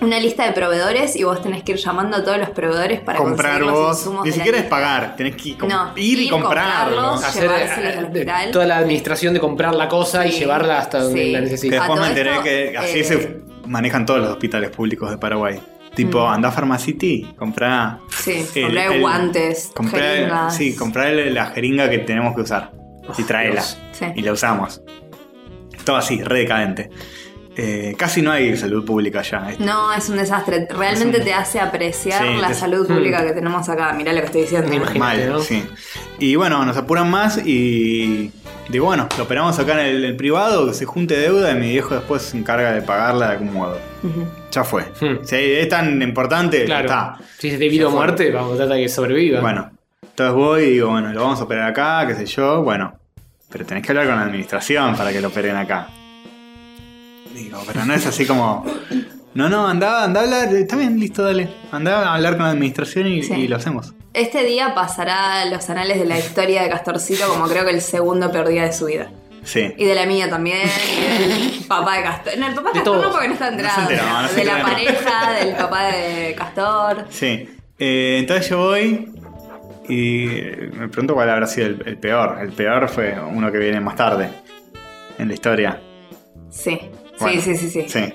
S3: una lista de proveedores y vos tenés que ir llamando a todos los proveedores para
S1: comprar
S3: conseguir los
S1: vos,
S3: insumos.
S1: ni
S3: de la
S1: siquiera es
S3: lista.
S1: pagar, tenés que ir, com-
S3: No,
S1: ir y
S3: ir,
S1: comprarlos.
S3: comprarlos. Llevárselos
S2: eh,
S3: al
S2: de-
S3: hospital.
S2: toda la administración de comprar la cosa y
S3: Sí.
S2: llevarla hasta donde
S3: Sí.
S2: la
S1: Que
S2: necesitas.
S3: Ah,
S1: después
S3: todo
S1: me enteré
S3: esto,
S1: que así
S3: eh,
S1: se manejan todos los hospitales públicos de Paraguay. Tipo,
S3: Mm.
S1: andá a Pharmacity, comprá.
S3: Sí,
S1: el-
S3: comprar
S1: el-
S3: guantes,
S1: Comprá,
S3: jeringas.
S1: sí, comprá el- la jeringa que tenemos que usar. Y
S2: Oh,
S1: traela.
S2: Dios.
S3: Sí.
S1: Y la usamos. Todo así, re decadente. Eh, casi no hay salud pública allá.
S3: No, es un desastre. Realmente
S1: Es un-
S3: te hace apreciar
S1: Sí, Hmm.
S3: la
S1: te-
S3: salud pública que tenemos acá. Mirá lo que estoy diciendo.
S2: Me imagino.
S1: Mal,
S2: Imagínate, ¿no?
S1: sí. Y bueno, nos apuran más y digo, bueno, lo operamos acá en el, el privado, que se junte deuda y mi viejo después se encarga de pagarla de algún modo.
S3: Ujú.
S1: Ya fue.
S2: Hmm.
S1: Si es tan importante, ya
S2: Claro.
S1: está.
S2: Si es debido a muerte, vamos a tratar de que sobreviva.
S1: Bueno, entonces voy y digo, bueno, lo vamos a operar acá, qué sé yo, bueno. Pero tenés que hablar con la administración para que lo operen acá. Digo, pero no es así como, No, no, andaba, andá a hablar. Está bien, listo, dale. Andá a hablar con la administración y,
S3: Sí.
S1: y lo hacemos.
S3: Este día pasará a los anales de la historia de Castorcito como creo que el segundo peor día de su vida.
S1: Sí.
S3: Y de la mía también. y del papá de Castor. No, el papá
S2: De
S3: de Castor no
S2: todos.
S3: porque no está entrado.
S1: enteró, no se
S3: de la
S1: enteró.
S3: pareja, del papá de Castor.
S1: Sí. Eh, entonces yo voy y me pregunto cuál habrá sido el, el peor. El peor fue uno que viene más tarde en la historia.
S3: Sí.
S1: Bueno,
S3: sí, sí, sí, sí.
S1: Sí.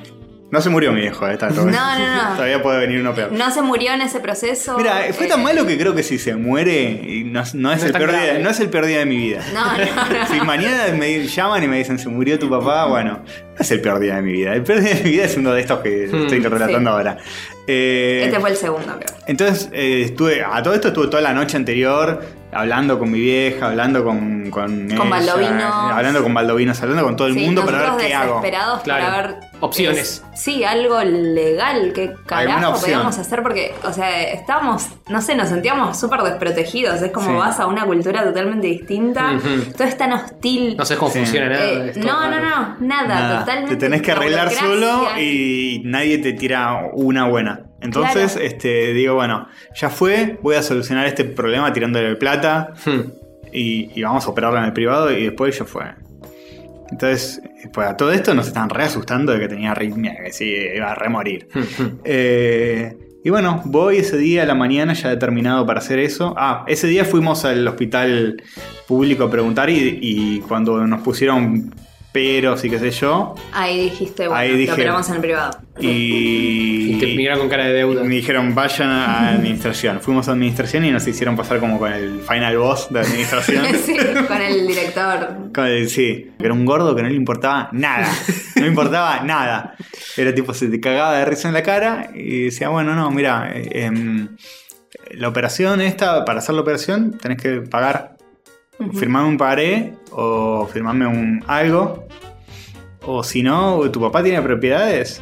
S1: No se murió mi viejo, eh, está todo bien.
S3: No, no,
S1: [LAUGHS]
S3: no.
S1: Todavía puede venir uno peor.
S3: No se murió en ese proceso.
S1: Mira, fue
S3: eh,
S1: tan malo que creo que si se muere, y no, no es
S2: No
S1: el
S2: es tan
S1: peor día,
S2: grave.
S1: no es el peor día de mi vida.
S3: No, no, no. [LAUGHS]
S1: Si mañana me llaman y me dicen se murió tu papá, bueno, no es el peor día de mi vida. El peor día de mi vida es uno de estos que
S2: Hmm,
S1: estoy relatando
S3: sí.
S1: ahora. Eh,
S3: Este fue el segundo, creo.
S1: Entonces, eh, estuve, a todo esto estuve toda la noche anterior hablando con mi vieja, hablando con. Con, ella,
S3: Baldovinos.
S1: Hablando con Baldovinos, hablando con todo el
S3: Sí,
S1: mundo para
S3: nosotros
S1: ver qué hago.
S3: desesperados para
S2: Claro.
S3: ver
S2: Opciones.
S3: es- sí, algo legal, qué carajo
S1: opción.
S3: podíamos hacer porque, o sea, estábamos, no sé, nos sentíamos súper desprotegidos. Es como
S1: Sí.
S3: vas a una cultura totalmente distinta,
S2: Ujú.
S3: todo es tan hostil.
S2: No sé cómo
S1: Sí.
S2: funciona nada.
S3: Eh,
S2: es todo
S3: no, no,
S2: raro.
S3: no, nada,
S1: Nada,
S3: totalmente.
S1: Te tenés que arreglar
S3: burocracia.
S1: solo y nadie te tira una buena. Entonces,
S3: Claro.
S1: este, digo, bueno, ya fue, voy a solucionar este problema tirándole plata
S2: Hmm.
S1: y, y vamos a operarla en el privado y después ya fue. Entonces, pues a todo esto nos están re asustando de que tenía arritmia, que sí, iba a remorir.
S2: Hmm, hmm.
S1: Eh, y bueno, voy ese día a la mañana ya determinado para hacer eso. Ah, ese día fuimos al hospital público a preguntar y, y cuando nos pusieron peros y qué sé yo,
S3: Ahí dijiste, bueno,
S1: Ahí
S3: lo
S1: dije-
S3: operamos en el privado.
S1: y,
S2: Y te miraron con cara de deuda.
S1: y me dijeron vayan a administración. Fuimos a administración y nos hicieron pasar como con el final boss de administración.
S3: [LAUGHS] [LAUGHS] sí, con el director.
S1: Con el- sí, que era un gordo que no le importaba nada. No le
S3: [LAUGHS]
S1: importaba nada. Era tipo, se te cagaba de risa en la cara y decía, bueno, no, mira, eh, em, la operación esta, para hacer la operación, tenés que pagar, firmarme un pagaré o firmarme un algo. O si no, tu papá tiene propiedades.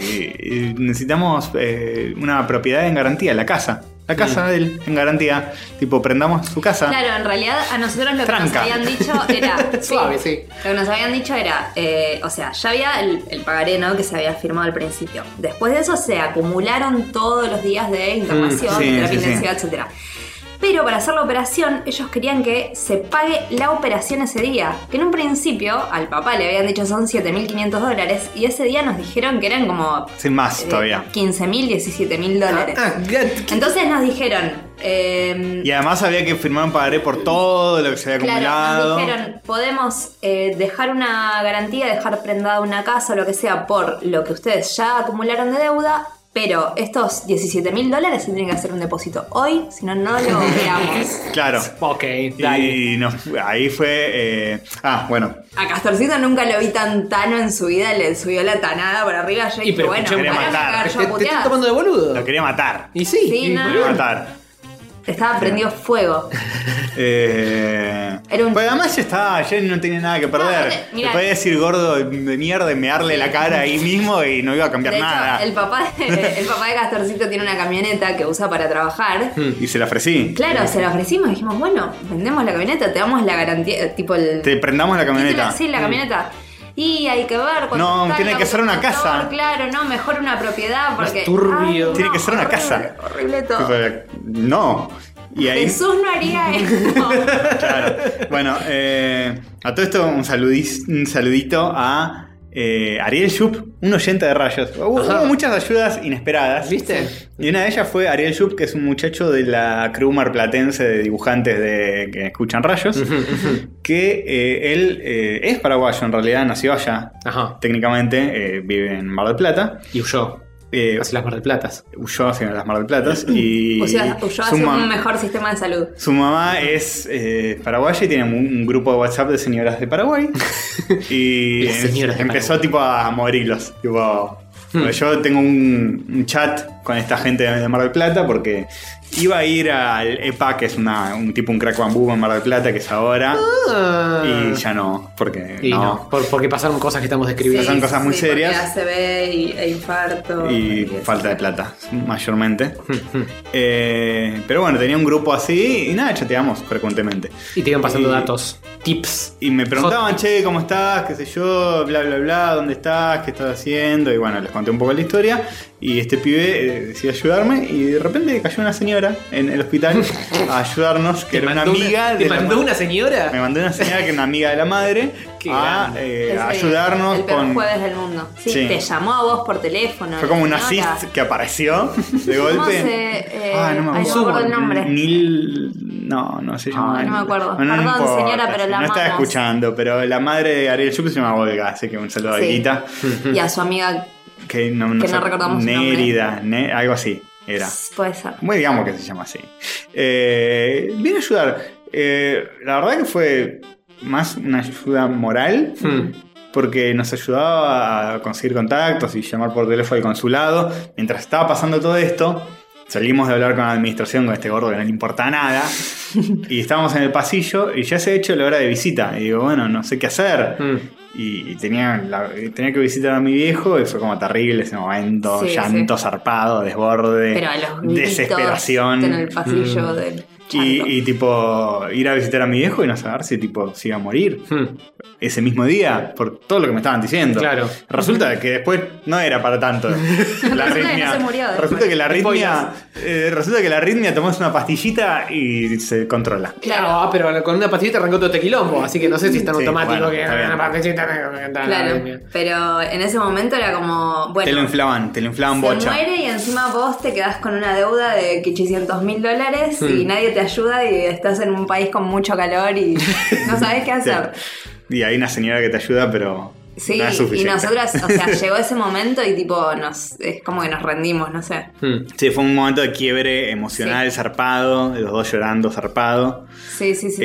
S1: Y, y necesitamos eh, una propiedad en garantía, la casa. La casa de él en garantía. Tipo, prendamos su casa.
S3: Claro, en realidad a nosotros lo que nos
S1: Tranca.
S3: habían dicho era.
S1: [LAUGHS]
S3: sí,
S2: Suave, sí.
S3: Lo que nos habían dicho era, eh, o sea, ya había el, el pagaré, ¿no? Que se había firmado al principio. Después de eso se acumularon todos los días de información,
S1: Mm, sí,
S3: de terapia
S1: sí, sí.
S3: intensiva, etcétera. Pero para hacer la operación, ellos querían que se pague la operación ese día. Que en un principio al papá le habían dicho son 7.500 dólares y ese día nos dijeron que eran como
S1: Sin más
S3: eh,
S1: todavía. Ah, eh,
S3: 15.000, 17.000 dólares. Entonces nos dijeron, eh,
S1: Y además había que firmar un pagaré por todo lo que se había
S3: Claro,
S1: acumulado.
S3: nos dijeron, podemos eh, dejar una garantía, dejar prendada una casa o lo que sea por lo que ustedes ya acumularon de deuda, pero estos 17 mil dólares se tienen que hacer un depósito hoy, si no,
S2: [LAUGHS]
S3: no lo operamos.
S1: Claro.
S2: Ok, dale.
S1: Y nos- ahí fue. eh, ah, bueno.
S3: A Castorcito nunca lo vi tan tano en su vida, le subió la tanada por arriba. Yo
S2: Y
S3: dije,
S2: pero
S3: bueno,
S2: escuchame,
S3: ahora me voy a
S1: matar.
S3: cagar Ah, yo
S2: te,
S3: a
S2: te están
S3: puteadas.
S2: tomando de boludo.
S1: Lo quería matar.
S2: Y sí.
S3: Sí,
S2: y
S3: no.
S1: Lo quería
S2: boludo.
S1: matar.
S3: Estaba
S2: [LAUGHS]
S3: prendido fuego.
S1: Eh,
S3: Era un-
S1: pues además ya estaba, ya no tenía nada que perder.
S3: No, no,
S1: Le
S3: mirá.
S1: podía decir gordo de mierda y mearle la cara ahí mismo y no iba a cambiar
S3: De hecho,
S1: nada.
S3: el papá, de, el papá de Castorcito tiene una camioneta que usa para trabajar.
S2: Hmm.
S1: Y se la ofrecí.
S3: Claro, se la ofrecimos, dijimos, bueno, vendemos la camioneta, te damos la garantía, eh, tipo el...
S1: Te prendamos la camioneta. Mm.
S3: Sí, la camioneta. Y hay que ver cuánto
S1: No,
S3: está el
S1: tiene que ser una
S3: autoconductor,
S1: casa.
S3: Claro, no, mejor una propiedad
S2: Más
S3: porque.
S2: turbio.
S1: Tiene que ser una
S3: horrible,
S1: casa.
S3: Horrible todo.
S1: Tipo, No. Y ahí.
S3: Jesús no
S1: [LAUGHS]
S3: haría eso.
S1: Claro. [LAUGHS] Bueno, eh, a todo esto un, saludis- un saludito a eh, Ariel Schupp, un oyente de rayos. Hubo,
S2: Ajá.
S1: hubo muchas ayudas inesperadas.
S2: ¿Viste?
S1: Y una de ellas fue Ariel Schupp, que es un muchacho de la crew marplatense de dibujantes de, que escuchan rayos, que eh, él eh, es paraguayo, en realidad nació allá.
S2: Ajá.
S1: Técnicamente eh, vive en Mar del Plata.
S2: Y huyó.
S1: Eh,
S2: Hacia las Mar del Platas.
S1: huyó hacia las Mar del Plata. Y
S3: [CLEARS THROAT] O sea, yo
S1: su
S3: hace
S1: mam-
S3: un mejor sistema de salud.
S1: su mamá es eh, paraguaya y tiene un, un grupo de WhatsApp de señoras de
S2: [LAUGHS]
S1: Paraguay. y
S2: Las señoras de
S1: empezó
S2: Paraguay.
S1: tipo a morirlos. Tipo,
S2: Hmm.
S1: yo tengo un, un chat con esta gente de Mar del Plata porque iba a ir al EPA, que es una, un tipo, un crack bambú en Mar del Plata, que es ahora,
S2: Ah.
S1: y ya no, porque
S2: Y
S1: no.
S2: no, por- porque pasaron cosas que estamos describiendo.
S1: son cosas muy
S3: porque
S1: serias.
S3: ACV y, e infarto.
S1: Y
S3: eso.
S1: falta de plata, mayormente.
S2: Hmm,
S1: Eh, pero bueno, tenía un grupo así y nada, chateamos frecuentemente.
S2: Y te iban pasando
S1: Y-
S2: datos, tips.
S1: Y me preguntaban, che, ¿cómo estás? ¿Qué sé yo? Bla, bla, bla, ¿dónde estás? ¿Qué estás haciendo? Y bueno, les conté un poco la historia. Y este pibe eh, decidió ayudarme. Y de repente cayó una señora en el
S2: [LAUGHS]
S1: hospital a ayudarnos, que
S2: Te
S1: era una
S2: mandó
S1: amiga
S2: ¿Te
S1: de la
S2: mandó
S1: ma-
S2: una señora?
S1: Me mandó una señora que era una amiga de la madre
S2: [LAUGHS] Qué
S1: a
S2: grande.
S1: eh,
S3: Es el-
S1: ayudarnos
S3: el peor
S1: con.
S3: jueves del mundo. Sí,
S1: Sí.
S3: te llamó a vos por teléfono.
S1: Fue como un
S3: la señora.
S1: assist que
S3: [LAUGHS]
S1: apareció de
S3: ¿Cómo
S1: golpe.
S3: se, eh,
S1: ah, no me
S3: ay,
S1: acuerdo.
S2: no me
S3: acuerdo el nombre.
S1: Nil. No, no se llama.
S3: Ay, no me acuerdo.
S1: no
S3: Perdón,
S1: importa,
S3: señora, pero la
S1: No estaba
S3: amamos.
S1: escuchando, pero la madre de Ariel Yuk se llama Olga, así que un saludo
S3: Sí.
S1: a Olguita.
S2: Mm,
S3: y a su amiga
S1: Que no, no
S3: Que no
S1: sé,
S3: recordamos su nombre.
S1: Nérida, Ne- algo así era. Eh,
S3: puede ser.
S1: Bueno, digamos que se llama así. Eh, viene a ayudar. Eh, la verdad que fue más una ayuda moral
S2: Hmm.
S1: porque nos ayudaba a conseguir contactos y llamar por teléfono al consulado. Mientras estaba pasando todo esto, salimos de hablar con la administración, con este gordo que no le importa
S3: [LAUGHS]
S1: nada, y estábamos en el pasillo y ya se ha hecho la hora de visita. Y digo, bueno, no sé qué hacer.
S3: Mm.
S2: Hmm.
S1: Y, y tenía, la- tenía que visitar a mi viejo y fue como terrible ese momento,
S3: Sí,
S1: llanto zarpado, desborde,
S3: Pero a los gritos
S1: desesperación.
S3: En el pasillo
S2: Mm.
S3: del.
S1: Y,
S3: llanto.
S1: y, tipo ir a visitar a mi viejo y no saber si tipo se iba a morir
S2: Hmm.
S1: ese mismo día por todo lo que me estaban diciendo.
S2: Claro.
S1: Resulta que después no era para tanto. La
S3: Resulta que no
S1: arritmia.
S3: se murió después.
S1: Resulta que la arritmia. eh, resulta que la arritmia tomás una pastillita y se controla.
S3: Claro.
S2: Claro, pero con una pastillita arrancó todo este quilombo, así que no sé si es tan
S1: Sí,
S2: automático
S1: bueno,
S2: que
S1: está bien.
S2: una pastillita arranca-
S3: Claro, pero en ese momento era como,
S1: te lo
S3: bueno,
S1: inflaban, te lo inflaban
S3: se
S1: bocha.
S3: muere y encima vos te quedás con una deuda de 800 mil dólares y
S2: Mm.
S3: nadie te ayuda y estás en un país con mucho calor y no sabes
S1: [LAUGHS]
S3: qué
S1: Sí.
S3: hacer.
S1: Y hay una señora que te ayuda, pero.
S3: Sí,
S1: no es
S3: y
S1: suficiente.
S3: nosotras, o
S1: [LAUGHS]
S3: sea, llegó ese momento y tipo, nos, es como que nos rendimos, no sé.
S2: Hmm.
S1: Sí, fue un momento de quiebre emocional, zarpado, los dos llorando, zarpado.
S3: Sí, sí, sí. sí.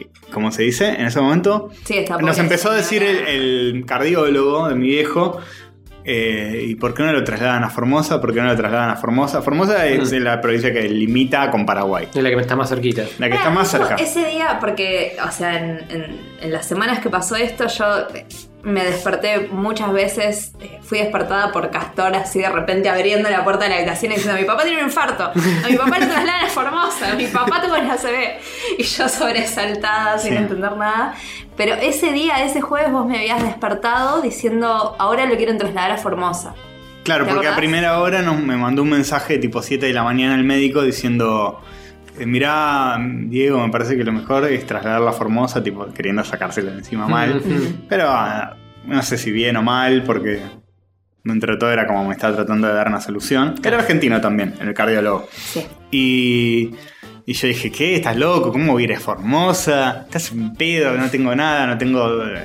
S1: y. ¿Cómo se dice? En ese momento.
S3: Sí, está
S1: Nos
S3: pobre
S1: empezó a decir el,
S3: señora.
S1: el cardiólogo de mi viejo. eh, ¿Y por qué no lo trasladan a Formosa? ¿Por qué no lo trasladan a Formosa? Formosa es la provincia que limita con Paraguay.
S2: Es la que me está más cerquita.
S1: La que
S3: Pará,
S1: está más
S3: yo
S1: cerca.
S3: Ese día, porque, o sea, en, en- en las semanas que pasó esto, yo me desperté muchas veces, eh, fui despertada por Castor así de repente abriendo la puerta de la habitación y diciendo, mi papá tiene un infarto, a mi papá le trasladan a Formosa, a mi papá tuvo el ACV. Y yo sobresaltada, sin
S1: Sí.
S3: entender nada. Pero ese día, ese jueves, vos me habías despertado diciendo, ahora lo quieren trasladar a Formosa.
S1: Claro,
S3: ¿Te
S1: porque a
S3: acordás?
S1: primera hora nos, me mandó un mensaje tipo 7 de la mañana el médico diciendo: eh, Mirá, Diego, me parece que lo mejor es trasladarla a Formosa, tipo queriendo sacársela de encima mal.
S2: Ujú.
S1: Pero ah, no sé si bien o mal, porque dentro de todo era como me estaba tratando de dar una solución. Era argentino también, el cardiólogo.
S3: Sí.
S1: Y, y yo dije, ¿qué? ¿Estás loco? ¿Cómo voy a ir a Formosa? Estás en pedo, no tengo nada, no tengo... eh,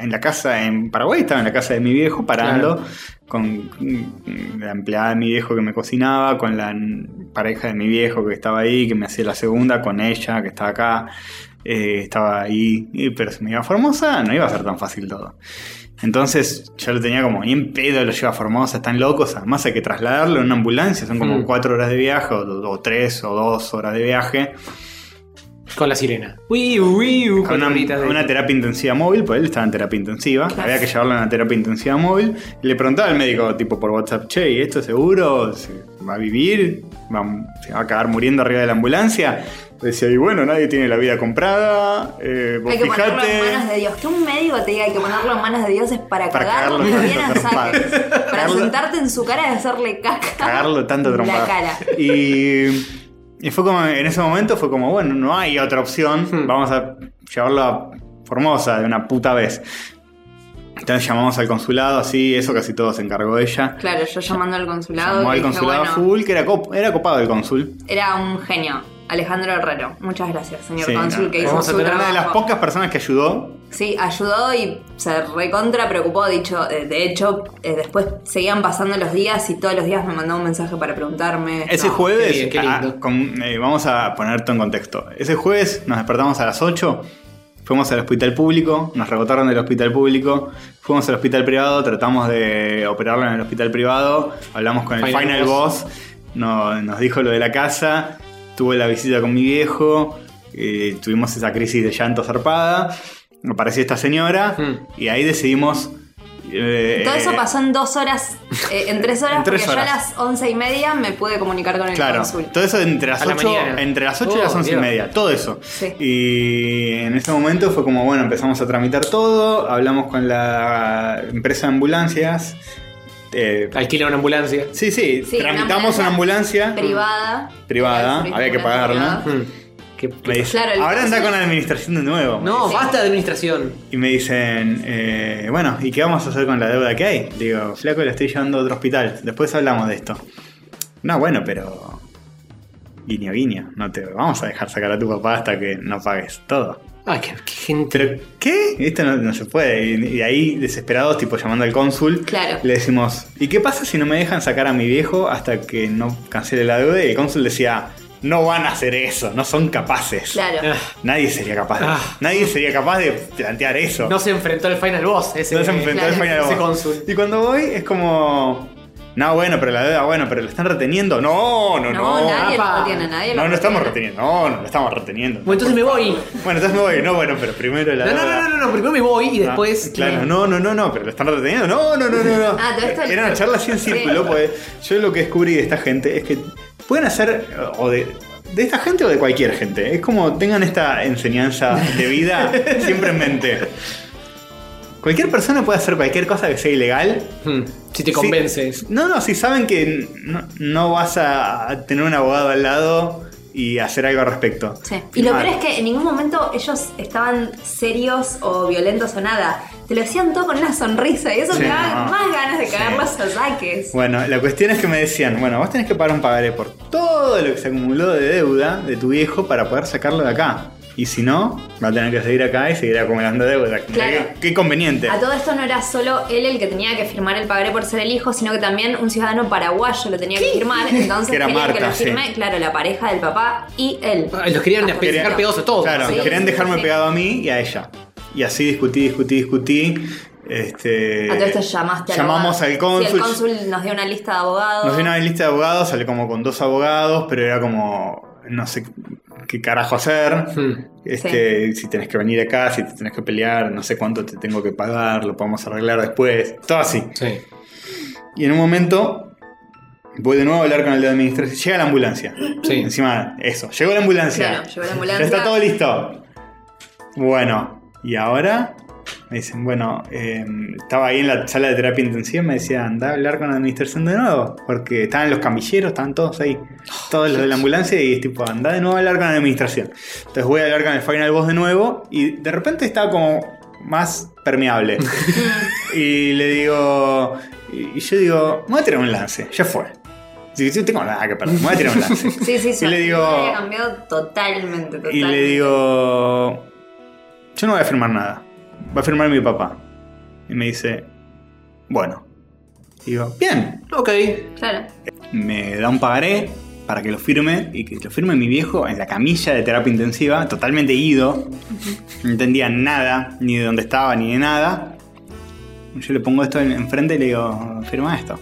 S1: En la casa, en Paraguay estaba en la casa de mi viejo parando con mm, la empleada de mi viejo que me cocinaba, con la n- pareja de mi viejo que estaba ahí, que me hacía la segunda, con ella que estaba acá, eh, estaba ahí, Y- pero si me iba a Formosa no iba a ser tan fácil todo. Entonces yo lo tenía como, ni en pedo lo lleva a Formosa, están locos, además hay que trasladarlo en una ambulancia, son como
S2: Mm.
S1: cuatro horas de viaje, o, o tres o dos horas de viaje,
S2: Con la sirena. Uy, uy, uy,
S1: con una,
S2: coloritas de-
S1: una terapia intensiva móvil, pues él estaba en terapia intensiva, había que llevarlo a una terapia intensiva móvil, y le preguntaba al médico tipo por WhatsApp, che, ¿y esto seguro? ¿Se ¿Va a vivir? ¿Va, a- ¿Se va a acabar muriendo arriba de la ambulancia? Decía, y bueno, nadie tiene la vida comprada, eh, vos
S3: Hay que
S1: fijate...
S3: ponerlo en manos de Dios. Que un médico te diga hay que ponerlo en manos de Dios es para,
S1: Para
S3: cagarlo,
S1: cagarlo
S3: bien
S1: tanto
S3: a
S1: trompadas.
S3: saques. Para
S1: Cagarlo-
S3: sentarte en su cara y hacerle caca.
S1: cagarlo tanto
S3: en
S1: trompado.
S3: [LAUGHS] La cara.
S1: Y, y fue como, en ese momento fue como, bueno, no hay otra opción,
S2: Hmm.
S1: vamos a llevarlo a Formosa de una puta vez. Entonces llamamos al consulado, así, eso casi todo se encargó ella.
S3: Claro, yo llamando al consulado.
S1: Llamó al
S3: dije,
S1: consulado
S3: Ah, bueno,
S1: full, que era, cop- era copado el cónsul.
S3: Era un genio. Alejandro Herrero. Muchas gracias, señor
S1: Sí,
S3: cónsul,
S1: no,
S3: que hizo
S2: vamos a
S3: su
S2: tener
S1: Era una de las
S3: trabajo.
S1: pocas personas que ayudó.
S3: Sí, ayudó y se recontra preocupó. Dicho, eh, de hecho, eh, después seguían pasando los días y todos los días me mandó un mensaje para preguntarme.
S1: Ese
S3: No.
S1: jueves,
S2: qué bien, qué lindo.
S1: ah, con- eh, vamos a poner todo en contexto. Ese jueves nos despertamos a las 8 Fuimos al hospital público, nos rebotaron del hospital público, fuimos al hospital privado, tratamos de operarlo en el hospital privado, hablamos con el
S2: Final
S1: final, boss, no- nos dijo lo de la casa, tuve la visita con mi viejo, eh, tuvimos esa crisis de llanto zarpada, apareció esta señora
S2: Mm.
S1: y ahí decidimos... eh,
S3: Todo eso pasó en dos horas, eh, en tres
S1: [LAUGHS]
S3: horas,
S1: En tres
S3: porque yo a
S1: horas.
S3: las once y media me pude comunicar con el
S1: Claro,
S3: cónsul.
S1: todo eso entre las
S2: A la
S1: 8,
S2: mañana.
S1: entre las 8 y
S2: Oh,
S1: las 11 y
S2: Dios.
S1: media, todo eso.
S3: Sí.
S1: Y en ese momento fue como, bueno, empezamos a tramitar todo, hablamos con la empresa de ambulancias. eh,
S2: Alquila una ambulancia.
S1: sí, sí,
S3: Sí,
S1: tramitamos una ambulancia,
S3: Privada.
S1: Privada,
S3: Era el
S1: había que
S3: turismo
S1: pagarla.
S3: privado.
S2: Mm. ¿Qué- qué
S1: Me dice,
S3: Claro, el
S1: ahora anda
S3: cónsul-
S1: con la administración de nuevo.
S2: pasa? No,
S3: Sí.
S2: basta de administración.
S1: Y me dicen, eh, bueno, ¿y qué vamos a hacer con la deuda que hay? Digo, flaco, la estoy llevando a otro hospital. Después hablamos de esto. No, bueno, pero. Guiño, guiño. No te vamos a dejar sacar a tu papá hasta que no pagues todo.
S2: Ay, qué, qué gente.
S1: Pero, ¿qué? Esto no, no se puede. Y, y ahí, desesperados, tipo llamando al cónsul,
S3: Claro.
S1: le decimos, ¿y qué pasa si no me dejan sacar a mi viejo hasta que no cancele la deuda? Y el cónsul decía, no van a hacer eso, no son capaces.
S3: Claro.
S2: Ah,
S1: Nadie sería capaz. de-
S2: Ah.
S1: Nadie sería capaz de plantear eso.
S2: no se enfrentó al final boss. Ese,
S1: No se enfrentó al
S3: claro,
S1: final
S2: ese
S1: boss.
S2: cónsul.
S1: Y cuando voy es como. No, bueno, pero la deuda, bueno, pero lo están reteniendo. No, no, no.
S3: No, nadie
S2: apa.
S3: lo retiene, nadie lo
S1: no, no estamos
S3: retiene.
S1: reteniendo. No, no lo estamos reteniendo.
S2: Bueno, entonces me voy.
S1: Bueno, entonces me voy. No, bueno, pero primero la
S2: No, no,
S1: deuda.
S2: no, no, no, primero me voy y después. eh,
S1: Ah, claro, no, no, no, no, pero lo están reteniendo. No, no, no, no. no.
S3: eh, Ah, todo esto-
S1: Era una charla así en
S3: Sí.
S1: círculo, pues. Yo lo que descubrí de esta gente es que pueden hacer. eh, O de, de esta gente o de cualquier gente. Es como tengan esta enseñanza de
S3: [LAUGHS]
S1: vida siempre en mente. Cualquier persona puede hacer cualquier cosa que sea ilegal.
S2: Hmm, Si te convences.
S1: Si- no, no, si saben que no, no vas a tener un abogado al lado y hacer algo al respecto. Ah.
S3: Sí. Y lo
S1: Firmar.
S3: peor es que en ningún momento ellos estaban serios o violentos o nada. Te lo hacían todo con una sonrisa y eso
S1: Sí,
S3: te daba
S1: no.
S3: más ganas de
S1: Sí.
S3: cagarlos a saques.
S1: Bueno, la cuestión es que me decían, bueno, vos tenés que pagar un pagaré por todo lo que se acumuló de deuda de tu viejo para poder sacarlo de acá. Y si no, va a tener que seguir acá y seguir acumulando deuda.
S3: Claro.
S1: Qué, qué conveniente.
S3: A todo esto no era solo él el que tenía que firmar el pagaré por ser el hijo, sino que también un ciudadano paraguayo lo tenía que firmar. Entonces
S1: Que era
S3: querían que lo
S1: Marta, sí.
S3: firme, claro, la pareja del papá y él.
S2: Ay, los querían
S1: Querían-
S2: dejar pegados a todos.
S1: Claro,
S3: Sí,
S1: querían
S3: sí,
S1: dejarme
S3: sí.
S1: pegado a mí y a ella. Y así discutí, discutí, discutí. Este,
S3: a todo esto llamaste al
S1: Llamamos
S3: abogado.
S1: al cónsul.
S3: Sí, el cónsul nos dio una lista de abogados.
S1: Nos dio una lista de abogados, salió como con dos abogados, pero era como, no sé qué carajo hacer.
S2: Hmm.
S1: Este, Si tenés que venir acá, si te tenés que pelear, no sé cuánto te tengo que pagar, lo podemos arreglar después, todo así.
S2: Sí.
S1: Y en un momento voy de nuevo a hablar con el de administración. Llega la ambulancia.
S2: Sí.
S1: Encima, eso, llegó la ambulancia.
S3: Claro, llegó la
S1: Ya
S3: ambulancia.
S1: está todo listo. Bueno, y ahora me dicen, bueno, eh, estaba ahí en la sala de terapia intensiva y me decían, anda a hablar con la administración de nuevo, porque estaban los camilleros, estaban todos ahí, todos los de la ambulancia y es tipo, anda de nuevo a hablar con la administración. Entonces voy a hablar con el final boss de nuevo y de repente estaba como más permeable. y le digo, y yo digo, me voy a tirar un lance, ya fue. Digo, Yo tengo nada que perder, me voy a tirar un lance.
S3: Sí, sí,
S1: Y
S3: sí.
S1: le digo-
S3: Había cambiado totalmente, totalmente.
S1: Y le digo, yo no voy a firmar nada. Va a firmar mi papá. Y me dice, bueno. Digo, bien.
S2: Ok.
S3: Claro.
S1: Me da un pagaré para que lo firme y que lo firme mi viejo en la camilla de terapia intensiva, totalmente ido. No entendía nada, ni de dónde estaba, ni de nada. Yo le pongo esto en- enfrente y le digo, firma esto.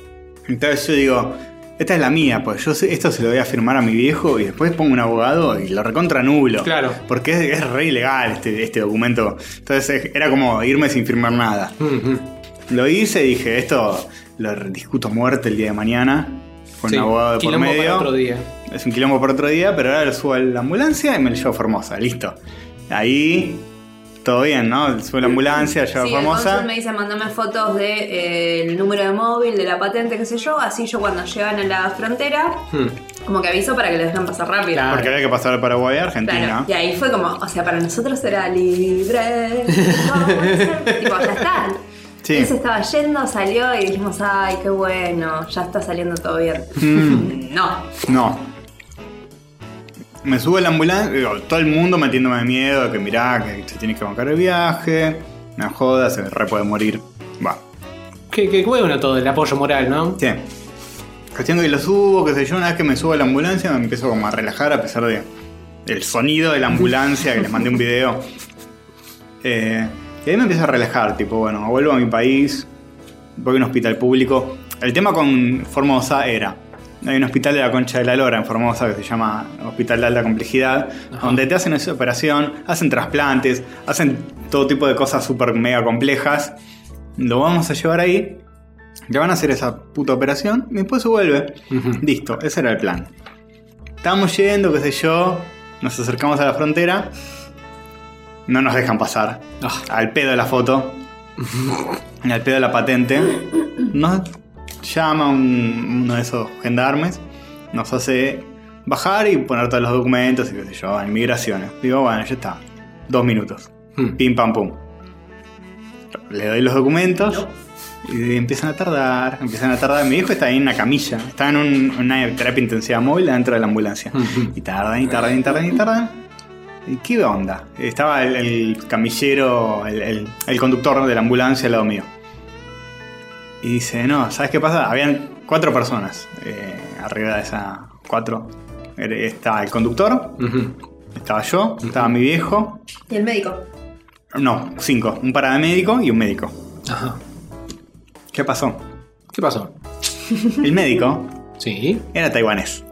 S1: Entonces yo digo, esta es la mía, pues yo sé- esto se lo voy a firmar a mi viejo y después pongo un abogado y lo recontra nulo.
S2: Claro.
S1: Porque es, es re ilegal este, este documento. Entonces eh, era como irme sin firmar nada.
S2: Mm, mm.
S1: Lo hice, dije, esto lo discuto a muerte el día de mañana. Con
S2: Sí.
S1: un abogado de por
S2: Quilombo
S1: medio.
S2: para otro día.
S1: Es un quilombo por otro día, pero ahora lo subo a la ambulancia y me lo llevo a Formosa, listo. Ahí, todo bien, ¿no? Subo a la ambulancia, llevo
S3: sí,
S1: a
S3: el
S1: Formosa.
S3: cónsul me dice, mandame fotos del de, eh, el número de móvil, de la patente, qué sé yo. Así yo cuando llegan a la frontera,
S2: Hmm.
S3: como que aviso para que lo dejan pasar rápido.
S2: Claro.
S1: Porque había que pasar a Paraguay a Argentina.
S3: Claro, y ahí fue como, o sea, para nosotros
S1: [LAUGHS]
S3: era libre. vamos a ser- tipo, ya está.
S1: Sí.
S3: Él se estaba yendo, salió y dijimos, ay, qué bueno, ya está saliendo todo bien.
S1: Mm.
S3: [LAUGHS] No.
S1: No. Me subo a la ambulancia, digo, todo el mundo metiéndome de miedo, que mirá, que te tienes que bancar el viaje, no jodas, se re puede morir. Va.
S2: Qué, qué bueno todo el apoyo moral, ¿no?
S1: Sí. Cuestión que lo subo, qué sé yo, una vez que me subo a la ambulancia me empiezo como a relajar a pesar de el sonido de la ambulancia, que les mandé un video. Eh, y ahí me empiezo a relajar, tipo, bueno, vuelvo a mi país, voy a un hospital público. El tema con Formosa era, hay un hospital de la Concha de la Lora en Formosa que se llama Hospital de Alta Complejidad,
S2: Ajá.
S1: donde te hacen esa operación, hacen trasplantes, hacen todo tipo de cosas súper mega complejas. Lo vamos a llevar ahí, le van a hacer esa puta operación y después se vuelve.
S2: Ujú.
S1: Listo, ese era el plan. Estamos yendo, qué sé yo, nos acercamos a la frontera, no nos dejan pasar.
S2: Ah,
S1: Al pedo de la foto. al pedo de la patente. Nos llama un- uno de esos gendarmes. Nos hace bajar y poner todos los documentos y qué sé yo, en migraciones. Digo, bueno, ya está. Dos minutos.
S2: hmm.
S1: Pim pam pum. Le doy los documentos. Y empiezan a tardar, empiezan a tardar. Mi hijo está ahí en una camilla, está en un- una terapia intensiva móvil dentro de la ambulancia.
S2: Ujú.
S1: Y tardan, y tardan, y tardan, y tardan. ¿Y qué onda? Estaba el, el camillero, el, el- el conductor de la ambulancia al lado mío. Y dice, no, ¿sabes qué pasa? Habían cuatro personas eh, arriba de esa... Cuatro. Era- Estaba el conductor,
S2: Hmm, Ujú.
S1: estaba yo, estaba mi viejo.
S3: Y el médico.
S1: No, cinco. Un paramédico y un médico.
S2: Ajá.
S1: ¿Qué pasó?
S2: ¿Qué pasó?
S1: El médico
S2: Sí.
S1: era taiwanés.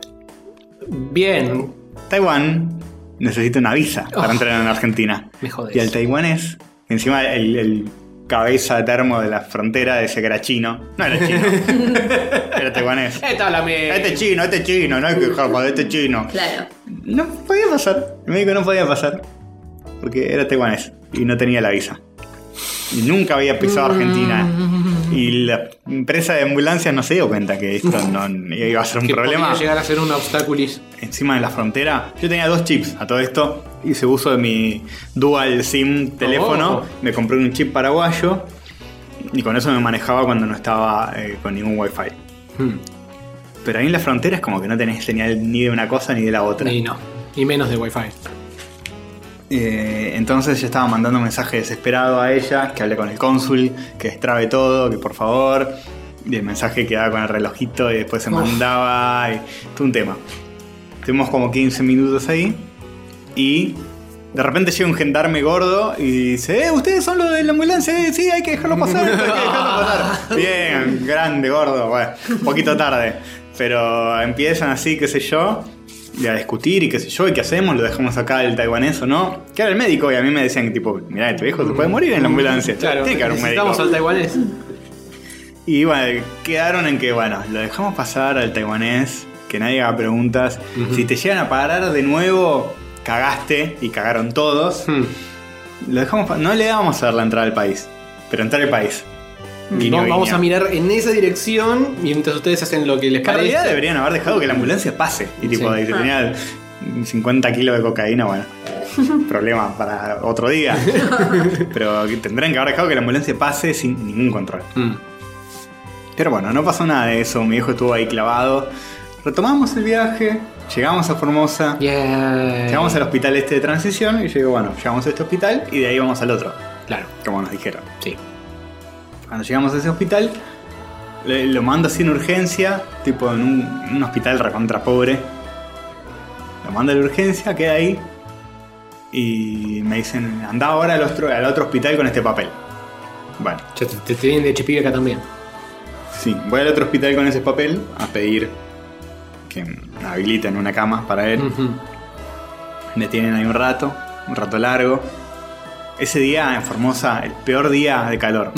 S2: Bien.
S1: Taiwán necesita una visa para
S2: Oh.
S1: entrar en Argentina.
S2: Me jodes.
S1: Y el taiwanés, encima el, el cabeza de termo de la frontera decía que era chino. No era
S2: [LAUGHS]
S1: chino. era taiwanés.
S2: Esta la me...
S1: Este es chino, este es chino, no hay que dejar joder, este es chino.
S3: Claro.
S1: No podía pasar. El médico no podía pasar. Porque era taiwanés y no tenía la visa. Y nunca había
S2: Mm.
S1: pisado Argentina. Y la empresa de ambulancias no se dio cuenta que esto no iba a ser un
S2: que
S1: problema.
S2: podría llegar a ser un obstáculis.
S1: encima de la frontera. Yo tenía dos chips a todo esto. Hice uso de mi dual SIM teléfono.
S2: Oh.
S1: Me compré un chip paraguayo. Y con eso me manejaba cuando no estaba eh, con ningún wifi.
S2: Hmm.
S1: Pero ahí en la frontera es como que no tenés señal ni de una cosa ni de la otra.
S2: Y no. Y menos de wifi.
S1: Eh, entonces yo estaba mandando un mensaje desesperado a ella, que hable con el cónsul, que destrabe todo, que por favor. Y el mensaje quedaba con el relojito y después se
S2: Uf.
S1: mandaba. Y, todo un tema. Tuvimos como 15 minutos ahí. Y de repente llega un gendarme gordo y dice: ¡Eh, ustedes son los de la ambulancia! eh, sí, hay que dejarlo pasar, hay que dejarlo pasar. Bien, grande, gordo. Bueno, un poquito tarde. Pero empiezan así, qué sé yo, y a discutir y qué sé yo, ¿y qué hacemos? ¿Lo dejamos acá el taiwanés o no? Que era el médico y a mí me decían que tipo, mirá, tu viejo se puede morir en la ambulancia. Tiene que haber un médico.
S2: necesitamos al taiwanés.
S1: Y bueno, quedaron en que, bueno, lo dejamos pasar al taiwanés, que nadie haga preguntas.
S2: Ujú.
S1: Si te llegan a parar de nuevo, cagaste y cagaron todos.
S2: Hmm.
S1: Lo dejamos pa- no le damos a dar la entrada al país, pero entrar al país. Guiño,
S2: Mm, Vamos- Vamos
S1: guiño.
S2: a mirar en esa dirección mientras ustedes hacen lo que les
S1: Que en realidad
S2: parece.
S1: deberían haber dejado que la ambulancia pase. Y tipo,
S2: Sí.
S1: y tenía 50 kilos de cocaína,
S2: [LAUGHS]
S1: bueno. Problema para otro día. Pero tendrían que haber dejado que la ambulancia pase sin ningún control.
S2: Hmm.
S1: Pero bueno, no pasó nada de eso. Mi hijo estuvo ahí clavado. Retomamos el viaje, llegamos a Formosa.
S2: Bien.
S1: Llegamos al hospital este de transición y yo digo, bueno, llegamos a este hospital y de ahí vamos al otro,
S2: Claro,
S1: como nos dijeron.
S2: sí.
S1: Cuando llegamos a ese hospital, le- lo mando así en urgencia, tipo en un, un hospital recontra pobre. Lo mando a la urgencia, queda ahí. Y me dicen, anda ahora al otro, al otro hospital con este papel. Bueno,
S2: Ya te, te tienen de chipibe acá también.
S1: sí, voy al otro hospital con ese papel a pedir que habiliten una cama para él.
S2: Ujú.
S1: Me tienen ahí un rato, un rato largo. Ese día en Formosa, el peor día de calor.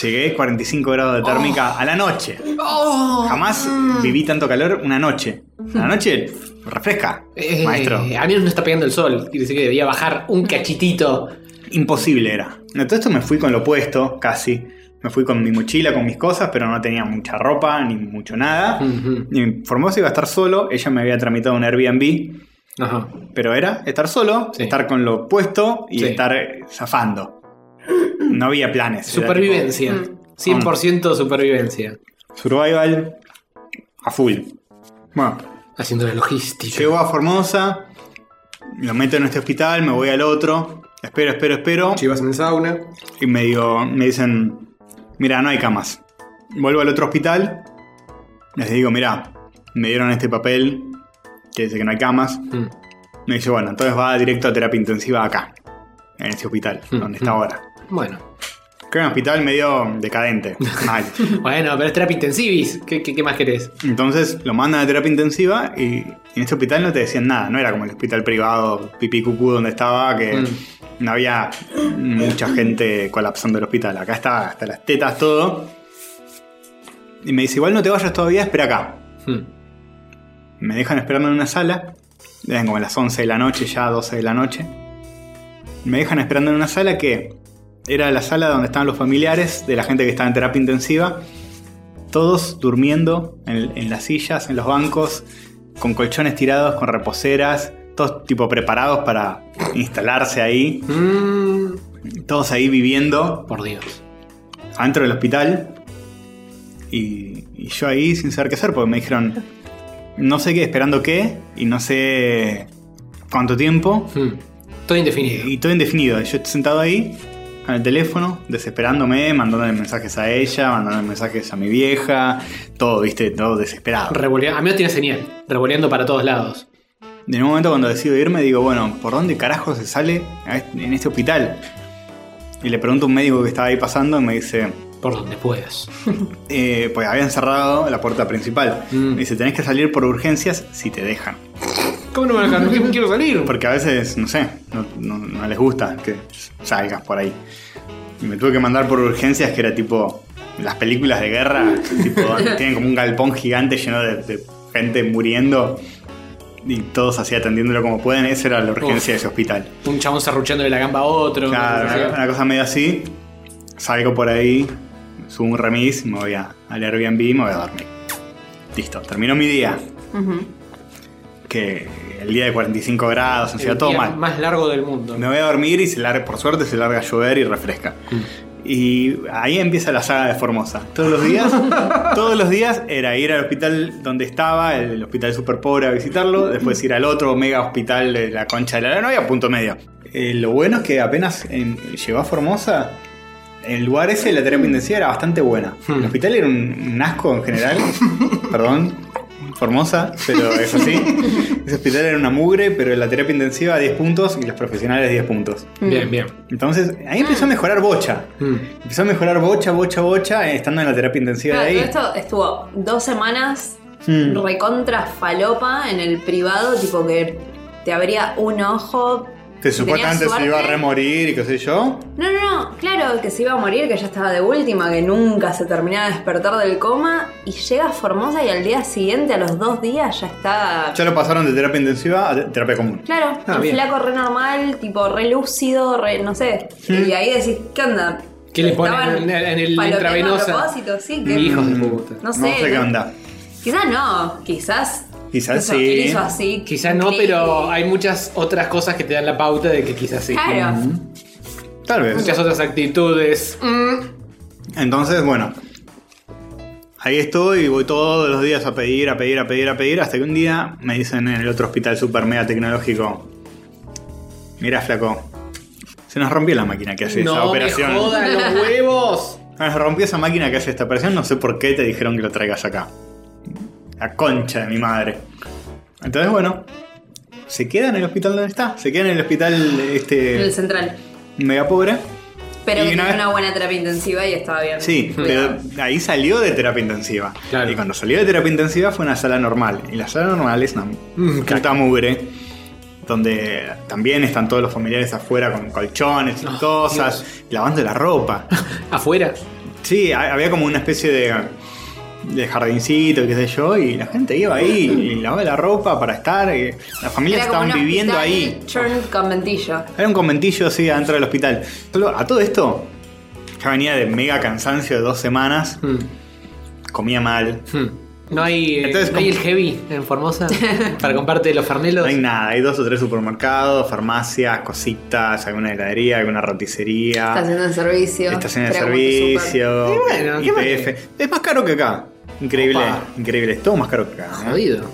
S1: Llegué 45 grados de térmica a la noche. Jamás viví tanto calor una noche. La noche refresca,
S2: Eh,
S1: maestro.
S2: A mí no está pegando el sol. Quiere decir que debía bajar un cachitito.
S1: Imposible era. De todo esto me fui con lo opuesto, casi. Me fui con mi mochila, con mis cosas, pero no tenía mucha ropa ni mucho nada.
S2: Ujú.
S1: Y en Formosa iba a estar solo. Ella me había tramitado un Airbnb.
S2: Ajá.
S1: Pero era estar solo,
S2: Sí.
S1: estar con lo puesto y
S2: Sí.
S1: estar eh, zafando. No había planes. era
S2: Supervivencia.
S3: tipo-
S1: Mm.
S2: 100% supervivencia.
S1: tipo survival a full. Bueno,
S2: Haciendo la logística.
S1: llego a Formosa, lo meto en este hospital, me voy al otro, espero, espero, espero.
S2: Chivas en el sauna.
S1: Y me, digo- me dicen, mira, no hay camas. Vuelvo al otro hospital, les digo, mira, me dieron este papel que dice que no hay camas.
S2: Mm.
S1: Me dice, bueno, entonces va directo a terapia intensiva acá. en ese hospital,
S2: Mm,
S1: donde está
S2: mm.
S1: ahora.
S2: Bueno.
S1: Que era un hospital medio
S2: [LAUGHS]
S1: decadente, mal.
S2: Bueno, pero es terapia intensivis. ¿Qué, qué- qué más querés?
S1: Entonces lo mandan a terapia intensiva y en este hospital no te decían nada, no era como el hospital privado pipí cucú donde estaba, que no había mucha gente colapsando el hospital. Acá está hasta las tetas todo. Y me dice, igual no te vayas todavía, espera acá.
S2: Mm.
S1: Me dejan esperando en una sala. Eran como las 11 de la noche, ya 12 de la noche. Me dejan esperando en una sala que era la sala donde estaban los familiares de la gente que estaba en terapia intensiva. Todos durmiendo en, en las sillas, en los bancos, con colchones tirados, con reposeras, todos tipo preparados para instalarse ahí.
S2: Mm,
S1: Todos ahí viviendo
S2: por Dios.
S1: adentro del hospital. Y, y yo ahí sin saber qué hacer, porque me dijeron, no sé qué, esperando qué, y no sé cuánto tiempo.
S2: Mm. Todo indefinido.
S1: Y todo indefinido. Y Yo sentado ahí, con el teléfono, desesperándome, mandándole mensajes a ella, mandándole mensajes a mi vieja, todo, viste, todo desesperado.
S2: Revolea- a mí no tiene señal. Revoleando para todos lados.
S1: De un momento cuando decido irme digo, bueno, ¿por dónde carajo se sale a este- en este hospital? Y le pregunto a un médico que estaba ahí pasando y me dice,
S2: Por donde puedas.
S1: Eh, pues habían cerrado la puerta principal.
S2: Mm.
S1: Dice, tenés que salir por urgencias si te dejan.
S2: ¿Cómo no me dejan? No quiero salir.
S1: Porque a veces, no sé, no, no- no les gusta que salgas por ahí. Y me tuve que mandar por urgencias que era tipo las películas de guerra, [LAUGHS] tipo, donde tienen como un galpón gigante lleno de, de gente muriendo y todos así atendiéndolo como pueden. Esa era la urgencia de ese hospital.
S2: Un chabón serruchándole la gamba a otro.
S1: Claro, una,
S2: una cosa así.
S1: una cosa medio así. Salgo por ahí, subo un remis, me voy a, al Airbnb y me voy a dormir. Listo, terminó mi día.
S3: Ujú.
S1: Que el día de 45 grados, o sea,
S2: El
S1: todo
S2: día
S1: mal.
S2: más largo del mundo.
S1: Me voy a dormir y se larga, por suerte se larga a llover y refresca.
S2: Mm.
S1: Y ahí empieza la saga de Formosa. Todos los
S2: [LAUGHS]
S1: días, todos los días era ir al hospital donde estaba, el, el hospital super pobre a visitarlo, después ir al otro mega hospital de la concha de la lora, no había punto medio. Eh, lo bueno es que apenas em, llegó a Formosa, el lugar ese de la terapia intensiva era bastante buena. El hospital era un, un asco en general, perdón, Formosa, pero es así. Ese hospital era una mugre, pero la terapia intensiva 10 puntos y los profesionales 10 puntos.
S3: Mm.
S2: Bien, bien.
S1: Entonces, ahí empezó a mejorar bocha.
S2: Mm.
S1: Empezó a mejorar bocha, bocha, bocha, eh, estando en la terapia intensiva
S3: Claro,
S1: de ahí.
S3: todo esto estuvo dos semanas
S1: Mm.
S3: recontra falopa en el privado, tipo que te abría un ojo.
S1: Que
S3: si
S1: supuestamente
S3: tenías
S1: se iba a
S3: suerte.
S1: remorir y qué sé yo.
S3: No, no, no, claro, que se iba a morir, que ya estaba de última, que nunca se terminaba de despertar del coma. Y llega a Formosa y al día siguiente, a los dos días, ya está.
S1: Ya lo pasaron de terapia intensiva a te- terapia común.
S3: Claro,
S2: Ah,
S3: un
S2: bien.
S3: flaco re normal, tipo re lúcido, re, no sé.
S1: Hmm.
S3: Y ahí decís, ¿qué onda?
S2: ¿Qué le ponen
S3: Estaban
S2: en el- en el
S3: paloteando
S2: intravenosa?
S3: a propósito, sí, que-
S2: Hijos
S1: Mm.
S2: de puta.
S3: No sé.
S1: No sé qué onda.
S3: Quizás no, quizás.
S1: Quizás
S3: hizo-
S1: sí.
S3: él hizo así.
S2: Quizás no,
S3: clic,
S2: pero hay muchas otras cosas que te dan la pauta de que quizás sí. Hmm.
S3: Claro.
S1: Tal vez.
S2: Muchas otras actitudes.
S1: Entonces, bueno. Ahí estoy y voy todos los días a pedir, a pedir, a pedir, a pedir, hasta que un día me dicen en el otro hospital super mega tecnológico. Mira, flaco. Se nos rompió la máquina que hace esa
S2: no me
S1: operación.
S2: jodan los huevos.
S1: Nos rompió esa máquina que hace esta operación, no sé por qué te dijeron que lo traigas acá. La concha de mi madre. Entonces, bueno. Se queda en el hospital donde está. Se queda en el hospital
S3: En el
S1: este
S3: central.
S1: mega pobre.
S3: Pero
S1: Y
S3: que
S1: una
S3: tenía
S1: vez-
S3: una buena terapia intensiva y estaba bien.
S1: Sí, pero
S3: Cuidado.
S1: ahí salió de terapia intensiva.
S2: Claro.
S1: Y cuando salió de terapia intensiva fue una sala normal. Y la sala normal es una
S2: Mm,
S1: puta mugre. Donde también están todos los familiares afuera con colchones y
S2: Oh,
S1: cosas, lavando la
S2: [LAUGHS]
S1: ropa.
S2: Afuera.
S1: Sí, ha- había como una especie de, de jardincito, qué sé yo, y la gente iba ahí y lavaba la ropa para estar. y las familias
S3: Era como
S1: estaban
S3: un
S1: viviendo
S3: hospital
S1: ahí. Ah.
S3: Turned conventillo.
S1: Era un conventillo así adentro del hospital. Solo- A todo esto, ya venía de mega cansancio de dos semanas,
S2: Mm,
S1: comía mal.
S2: mm. No hay, eh,
S1: Entonces,
S2: no hay el
S1: ¿cómo?
S2: heavy en [LAUGHS] Formosa para comprarte los
S1: No
S2: farnelos.
S1: hay nada, hay dos o tres supermercados, farmacias, cositas, alguna heladería, alguna roticería,
S3: Estación de servicio.
S1: estaciones de
S3: Trago de súper.
S1: servicio,
S2: Y bueno, ¿qué más
S1: IPF. Es más caro que acá. Increíble,
S2: Opa.
S1: increíble, es todo más caro que acá. ¿eh?
S2: Jodido.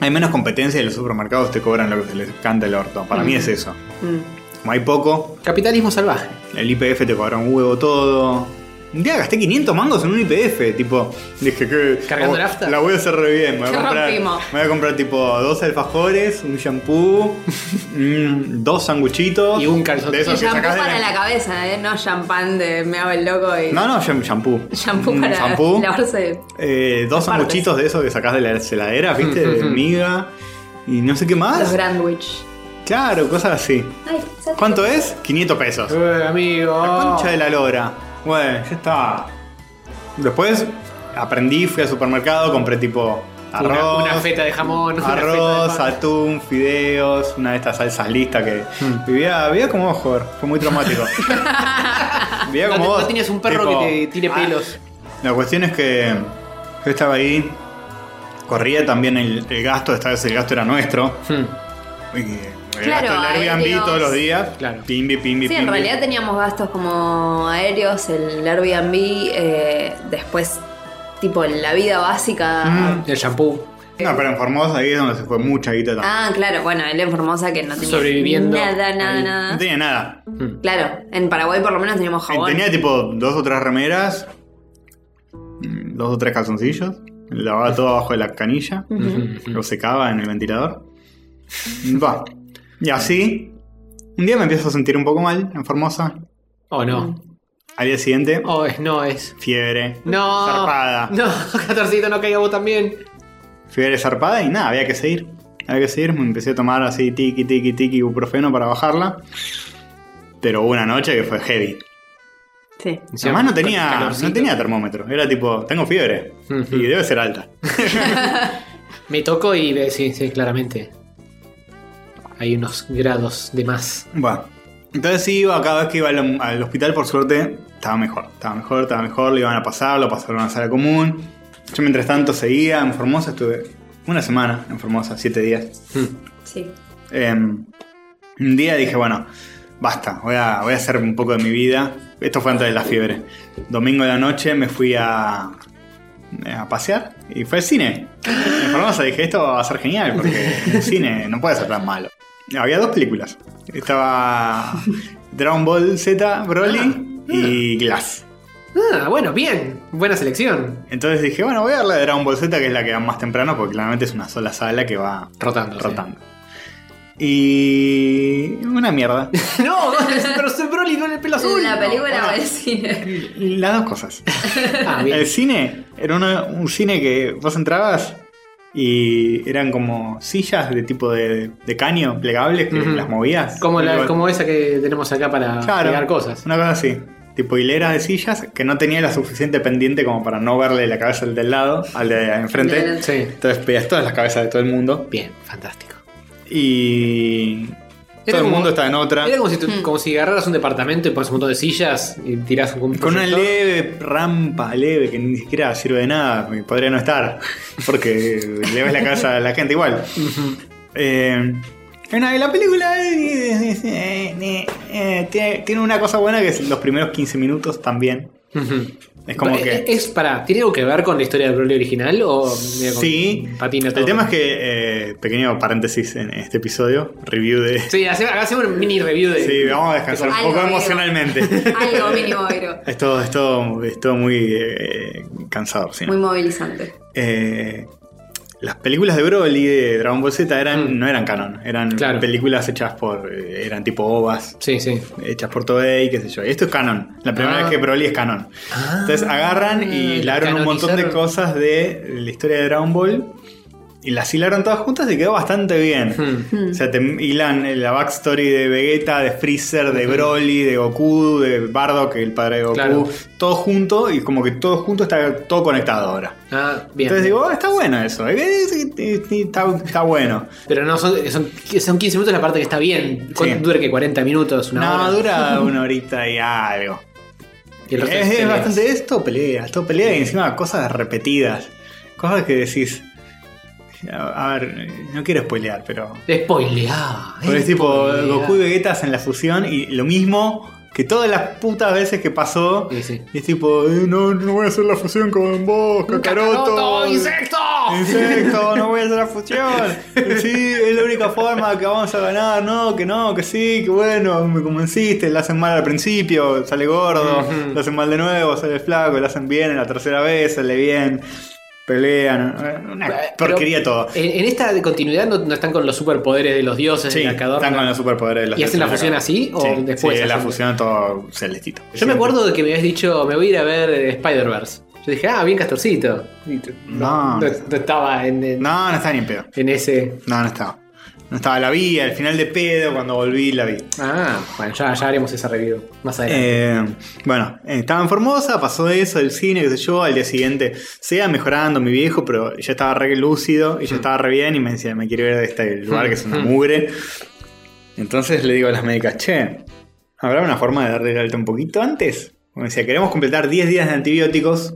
S1: Hay menos competencia y los supermercados te cobran lo que se les canta el orto. Para mí es eso.
S3: Mm.
S1: Como hay poco,
S2: Capitalismo salvaje.
S1: el IPF te cobra un huevo todo. Un día gasté 500 mangos en un IPF, tipo, dije que.
S2: Cargando
S1: oh,
S2: el after.
S1: La voy a hacer re bien. Me
S2: [LAUGHS]
S1: voy a
S3: Qué
S1: comprar.
S3: rompimos.
S1: Me voy a comprar tipo dos alfajores, un shampoo,
S2: [LAUGHS]
S1: mm, dos sanguchitos.
S2: Y un calzón.
S1: De esos
S3: Y
S1: que
S3: shampoo
S1: sacás de
S3: para la cabeza, ¿eh? no champán de me hago el loco y.
S1: No, no, sham- shampoo.
S3: [LAUGHS] Shampoo
S1: Mm,
S3: para
S1: shampoo.
S3: [LAUGHS] lavarse.
S1: Eh, dos
S3: Las partes.
S1: sanguchitos de esos que sacás de la heladera, ¿viste?
S2: Mm, [LAUGHS]
S1: De
S2: mm, mm.
S1: miga. Y no sé qué
S3: Los
S1: más.
S3: Grandwich.
S1: Claro, cosas así.
S3: Ay, ¿sabes
S1: ¿Cuánto
S3: qué?
S1: es? 500 pesos.
S2: Eh, amigo.
S1: La concha de la lora. Bueno, ya está. Después aprendí, fui al supermercado, compré tipo
S2: Una-
S1: arroz,
S2: Una, feta de jamón. una
S1: arroz,
S2: feta de pan.
S1: atún, fideos, una de estas salsas listas que
S2: Hmm.
S1: vivía, vivía como vos, Jorge. Fue muy
S2: [LAUGHS]
S1: traumático. vivía
S2: No
S1: como
S2: te-
S1: vos.
S2: no tenías un perro
S1: tipo,
S2: que te tire
S1: ah,
S2: pelos.
S1: la cuestión es que yo estaba ahí, corría también el, el gasto, esta vez el gasto era nuestro.
S2: Hmm,
S1: Y El
S3: Claro,
S1: gasto del Airbnb
S3: aéreos.
S1: todos los días.
S2: Claro.
S1: Pimbi, pimbi,
S3: Sí, en
S1: pimbi.
S3: realidad teníamos gastos como aéreos, el Airbnb, eh, después, tipo, la vida básica.
S1: Mm.
S2: El shampoo.
S1: No, pero en Formosa ahí es donde se fue mucha guita también.
S3: Ah, claro, bueno, él en Formosa que no tenía
S2: Sobreviviendo
S3: nada, nada,
S2: ahí.
S1: No
S3: nada.
S1: tenía nada.
S2: Hmm.
S3: Claro, en Paraguay por lo menos teníamos jabón.
S1: Tenía tipo dos o tres remeras, mm, dos o tres calzoncillos, lavaba todo abajo de la canilla,
S2: Ujú,
S1: lo secaba en el ventilador. Va. Y así, un día me empiezo a sentir un poco mal en Formosa.
S2: Oh, no.
S1: Al día siguiente,
S2: Oh, es, no es.
S1: fiebre.
S2: No.
S1: Zarpada.
S2: [LAUGHS] No, Catorcito, no caiga vos también.
S1: Fiebre zarpada y nada, había que seguir. Había que seguir, me empecé a tomar así tiki, tiki, tiki, ibuprofeno para bajarla. Pero hubo una noche que fue heavy.
S3: Sí.
S2: Sí,
S1: Además no
S2: con
S1: tenía,
S2: calorcito.
S1: no tenía termómetro, era tipo, tengo fiebre
S2: Ujú.
S1: y debe ser alta.
S2: Me tocó y ve- sí, sí, claramente. Hay unos grados de más.
S1: Bueno, entonces iba, cada vez que iba al, al hospital, por suerte, estaba mejor, estaba mejor, estaba mejor, le iban a pasar, lo pasaron a una sala común. Yo mientras tanto seguía en Formosa, estuve una semana en Formosa, siete días.
S2: Hmm.
S3: Sí.
S1: Eh, un día dije, bueno, basta, voy a, voy a hacer un poco de mi vida. Esto fue antes de la fiebre. Domingo de la noche me fui a, a pasear y fue al cine. En Formosa dije, esto va a ser genial porque el cine no puede ser tan malo. Había dos películas. Estaba Dragon Ball Z, Broly y Glass.
S2: Ah, bueno, bien. Buena selección.
S1: Entonces dije, bueno, voy a ver la de Dragon Ball Z, que es la que dan más temprano, porque claramente es una sola sala que va
S2: Rotando.
S1: [LAUGHS]
S2: sí.
S1: rotando. Y una mierda.
S2: no, pero se Broly no en el pelo azul.
S3: Uh, la película
S1: bueno.
S3: o el [LAUGHS] cine.
S1: Las dos cosas.
S2: Ah, bien.
S1: El cine era una- un cine que vos entrabas y eran como sillas de tipo de, de caño plegables que
S2: Ujú.
S1: las movías.
S2: Como, la-
S1: Y vos-
S2: como esa que tenemos acá para
S1: Claro,
S2: pegar cosas.
S1: Una cosa así. Tipo hileras de sillas que no tenía la suficiente pendiente como para no verle la cabeza al del lado, al de enfrente.
S3: Del-
S2: Sí.
S1: Entonces veías todas las cabezas de todo el mundo.
S2: Bien, fantástico.
S1: Y. todo el
S2: como-
S1: mundo está en otra.
S2: Era como si, tú-
S3: Hmm.
S2: como si agarraras un departamento y pones un montón de sillas y tiras un
S1: Con una
S2: proyector.
S1: leve rampa, leve, que ni siquiera sirve de nada, que podría no estar, porque le ves la casa a la gente
S2: [LAUGHS]
S1: igual. Eh, bueno, y la película eh, eh, eh, eh, tiene, tiene una cosa buena que es los primeros 15 minutos también.
S2: Ujú.
S1: Es como
S2: Eh,
S1: que...
S2: Es para. ¿Tiene algo que ver con la historia del Broly original? O medio con-
S1: sí,
S2: patina todo?
S1: el tema es que, eh, pequeño paréntesis en este episodio, review de...
S2: Sí, hace- acá hacemos un mini review de.
S1: Sí, vamos a descansar un
S3: Algo
S1: poco
S3: veo.
S1: emocionalmente.
S3: [LAUGHS] Algo mínimo, pero
S1: [LAUGHS] Es todo, es todo- es todo muy eh, cansado. sí.
S3: muy movilizante.
S1: Eh, las películas de Broly de Dragon Ball Z eran,
S2: Mm.
S1: no eran canon, eran
S2: Claro.
S1: películas hechas por. eh, eran tipo ovas,
S2: Sí, sí.
S1: hechas por Toei, qué sé yo. Esto es canon, la primera
S2: Ah.
S1: vez que Broly es canon. Entonces agarran y hilaron un montón de
S2: canonizaron.
S1: cosas de la historia de Dragon Ball y las hilaron todas juntas y quedó bastante bien.
S2: Hmm.
S1: O sea, te hilan eh, la backstory de Vegeta, de Freezer, de Broly, de Goku, de Bardock, el padre de Goku,
S2: Hmm. Claro.
S1: todo junto y como que todo junto está todo conectado ahora.
S2: Ah, bien.
S1: Entonces digo, "Ah, está bueno eso. Eh, eh, eh, eh, Está, está bueno.
S2: Pero no, son, son, son 15 minutos la parte que está bien. ¿Cuánto
S1: Sí.
S2: dura que 40 minutos? Una
S1: No,
S2: hora? [LAUGHS]
S1: dura una horita y algo.
S2: Y el
S1: Es,
S2: resto es
S1: es
S2: peleas.
S1: bastante esto, peleas, todo pelea y encima cosas repetidas. Cosas que decís. A, a ver, eh, no quiero spoilear, pero.
S2: Spoileá.
S1: Pero es tipo,
S2: spoileá.
S1: Goku y Vegeta hacen la fusión y lo mismo que todas las putas veces que pasó.
S2: Sí, sí.
S1: Y es tipo, "Eh, no, no voy a hacer la fusión con vos, Kakaroto.
S2: insecto!
S1: Insecto, no voy a hacer la fusión. Sí, es la única forma que vamos a ganar. No, que no, que sí, que bueno, me convenciste. Le hacen mal al principio, sale gordo.
S2: Ujú.
S1: Le hacen mal de nuevo, sale flaco. Le hacen bien en la tercera vez, sale bien. Pelean. eh, Una
S2: Pero
S1: porquería todo.
S2: En, en esta de continuidad no, no están con los superpoderes de los dioses
S1: Sí,
S2: de la Cadorna.
S1: están con los superpoderes. de los
S2: ¿Y hacen la
S1: dioses de
S2: fusión así o
S1: Sí,
S2: después?
S1: Sí, la
S2: hacen-
S1: fusión todo celestito.
S2: Yo me acuerdo de que me habías dicho, me voy a ir a ver eh, Spider-Verse. Yo dije, ah, bien Castorcito. Y t-
S1: No.
S2: No, no estaba en, en-
S1: No, no estaba ni en pedo.
S2: en ese.
S1: No, no estaba. No estaba, la vi, al final de pedo, cuando volví la vi.
S2: Ah, bueno, ya, ya haremos esa review más adelante.
S1: Eh, bueno, eh, estaba en Formosa, pasó eso, el cine, qué sé yo, al día siguiente sea mejorando mi viejo, pero ya estaba re lúcido
S2: Hmm.
S1: y ya estaba re bien y me decía, me quiero ver de este lugar que es una
S2: Mm.
S1: mugre. Entonces le digo a las médicas, che, ¿habrá una forma de darle el alta un poquito antes? Me decía, queremos completar 10 días de antibióticos,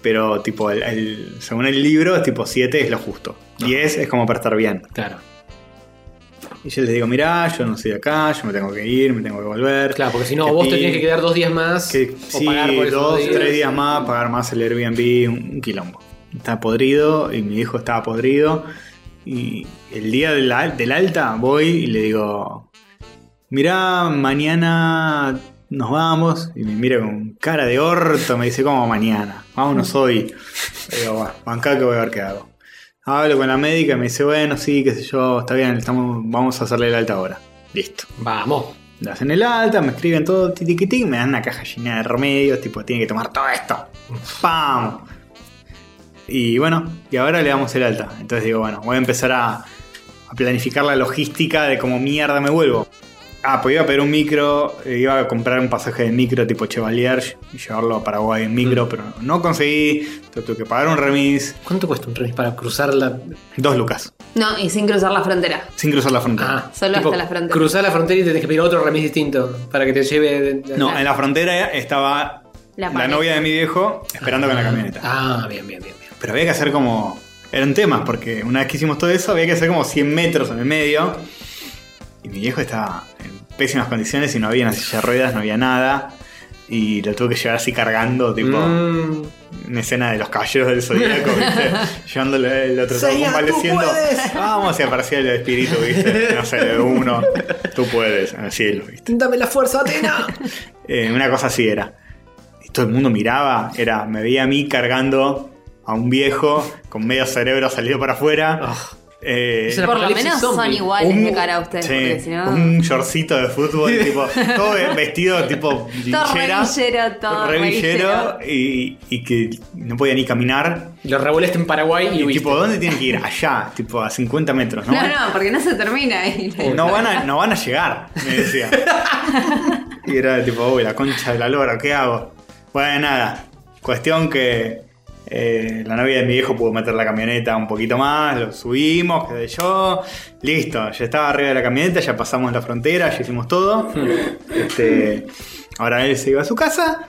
S1: pero tipo, el- el- según el libro, es tipo 7 es lo justo,
S2: Ah.
S1: 10 es como para estar bien.
S2: claro.
S1: Y yo les digo, mirá, yo no soy de acá, yo me tengo que ir, me tengo que volver.
S2: Claro, porque si no, vos te
S1: piden-
S2: tienes que quedar dos días más
S1: que
S2: o
S1: sí,
S2: pagar por esos
S1: dos, tres días
S2: más.
S1: más, pagar más el Airbnb, un, un quilombo. Está podrido y mi hijo estaba podrido. Y el día de la- del alta voy y le digo, mirá, mañana nos vamos. Y me mira con cara de orto, me dice, ¿cómo mañana? Vámonos hoy. Le digo, bueno, bancá que voy a ver qué hago. Hablo con la médica y me dice, bueno, sí, qué sé yo, está bien, estamos, vamos a hacerle el alta ahora. Listo.
S2: Vamos.
S1: Las hacen el alta, me escriben todo titiquitín, me dan una caja llena de remedios, tipo, tiene que tomar todo esto. ¡Pam! Y bueno, y ahora le damos el alta. Entonces digo, bueno, voy a empezar a, a planificar la logística de cómo mierda me vuelvo. Ah, pues iba a pedir un micro, eh, iba a comprar un pasaje de micro tipo Chevalier y llevarlo a Paraguay en micro, pero no conseguí, entonces tuve que pagar un remis,
S2: ¿Cuánto cuesta un remis para cruzar la.
S1: dos lucas,
S3: No, y sin cruzar la frontera.
S1: sin cruzar la frontera.
S2: Ah,
S3: Solo hasta la frontera.
S2: Cruzar la frontera y te tenés que pedir otro remis distinto para que te lleve. de- de-
S1: No, en la frontera estaba
S3: La
S1: la,
S3: pareja.
S1: novia de mi viejo esperando con la camioneta.
S2: Ah, bien, bien, bien. bien.
S1: Pero había que hacer como. Eran temas, porque una vez que hicimos todo eso, había que hacer como 100 metros en el medio. Y mi viejo estaba en pésimas condiciones y no había una silla de ruedas, no había nada. Y lo tuve que llevar así cargando, tipo,
S2: Mm.
S1: una escena de los caballeros del zodíaco,
S2: [LAUGHS]
S1: ¿viste? Llevándole el otro
S2: Seiya, tú
S1: convaleciendo.
S2: puedes.
S1: Vamos, y aparecía el espíritu, ¿viste? No sé, de uno. Tú puedes, en el cielo, ¿viste?
S2: Mm, Dame la
S1: [LAUGHS]
S2: fuerza, Atena.
S1: Eh, una cosa así era. Y todo el mundo miraba, era, me veía a mí cargando a un viejo con medio cerebro salido para afuera.
S2: Ah.
S1: Eh,
S2: Esa
S3: Por lo
S2: Apocalipsis
S3: menos son
S2: zombie.
S3: iguales
S1: un-
S3: de cara a ustedes,
S1: sí,
S3: porque si no.
S1: Un shortcito de fútbol, tipo, todo ve- vestido tipo
S3: [LAUGHS] Todo
S1: linchera.
S3: revillero, todo
S1: re villero
S3: revillero.
S1: y, y que no podía ni caminar.
S2: Lo revoleste en Paraguay y,
S1: Y,
S2: huiste.
S1: tipo, ¿dónde tiene que
S2: [LAUGHS]
S1: ir? Allá, tipo, a 50 metros, ¿no?
S3: No, no, porque no se termina ahí.
S1: No van, a, no van a llegar, me decía. Y era tipo, uy, la concha de la lora, ¿qué hago? Bueno, nada. Cuestión que eh, la novia de mi viejo pudo meter la camioneta un poquito más, lo subimos, qué sé yo. Listo, ya estaba arriba de la camioneta, ya pasamos la frontera, ya hicimos todo. Este, ahora él se iba a su casa.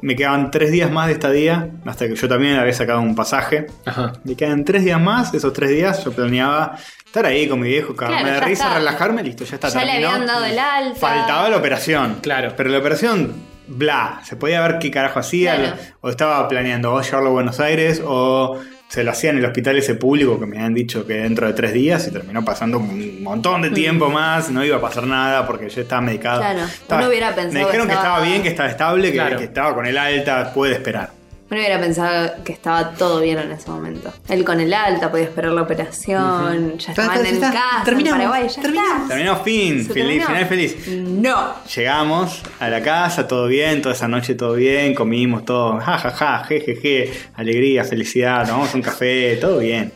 S1: Me quedaban tres días más de estadía, hasta que yo también había sacado un pasaje.
S2: Ajá.
S1: Me quedan tres días más, esos tres días yo planeaba estar ahí con mi viejo, cagarme
S3: Claro,
S1: de
S3: ya
S1: risa,
S3: está.
S1: relajarme, listo, ya está.
S3: Ya le
S1: terminó.
S3: habían dado el alta.
S1: Faltaba la operación.
S2: Claro.
S1: Pero la operación, bla, se podía ver qué carajo hacía,
S3: Claro.
S1: o estaba planeando o llevarlo a Buenos Aires, o se lo hacía en el hospital ese público que me habían dicho que dentro de tres días y terminó pasando un montón de tiempo más, no iba a pasar nada porque yo estaba medicado.
S3: Mm. Claro,
S1: Estaba-
S3: uno hubiera pensado
S1: Me dijeron que
S3: estaba-
S1: estaba bien, que estaba estable, que,
S2: Claro.
S1: que estaba con el alta, puede esperar.
S3: Uno hubiera pensado que estaba todo bien en ese momento. Él con el alta podía esperar la operación, ya
S1: Está,
S3: estaban
S1: está,
S3: en
S1: está.
S3: casa, en
S1: Terminamos,
S3: Paraguay, ya está.
S1: Terminó fin,
S3: Ah,
S1: feliz,
S3: Se terminó.
S1: final feliz.
S3: No.
S1: Llegamos a la casa, todo bien, toda esa noche todo bien, comimos todo, jajaja, ja, jejeje, alegría, felicidad, tomamos un café, todo bien.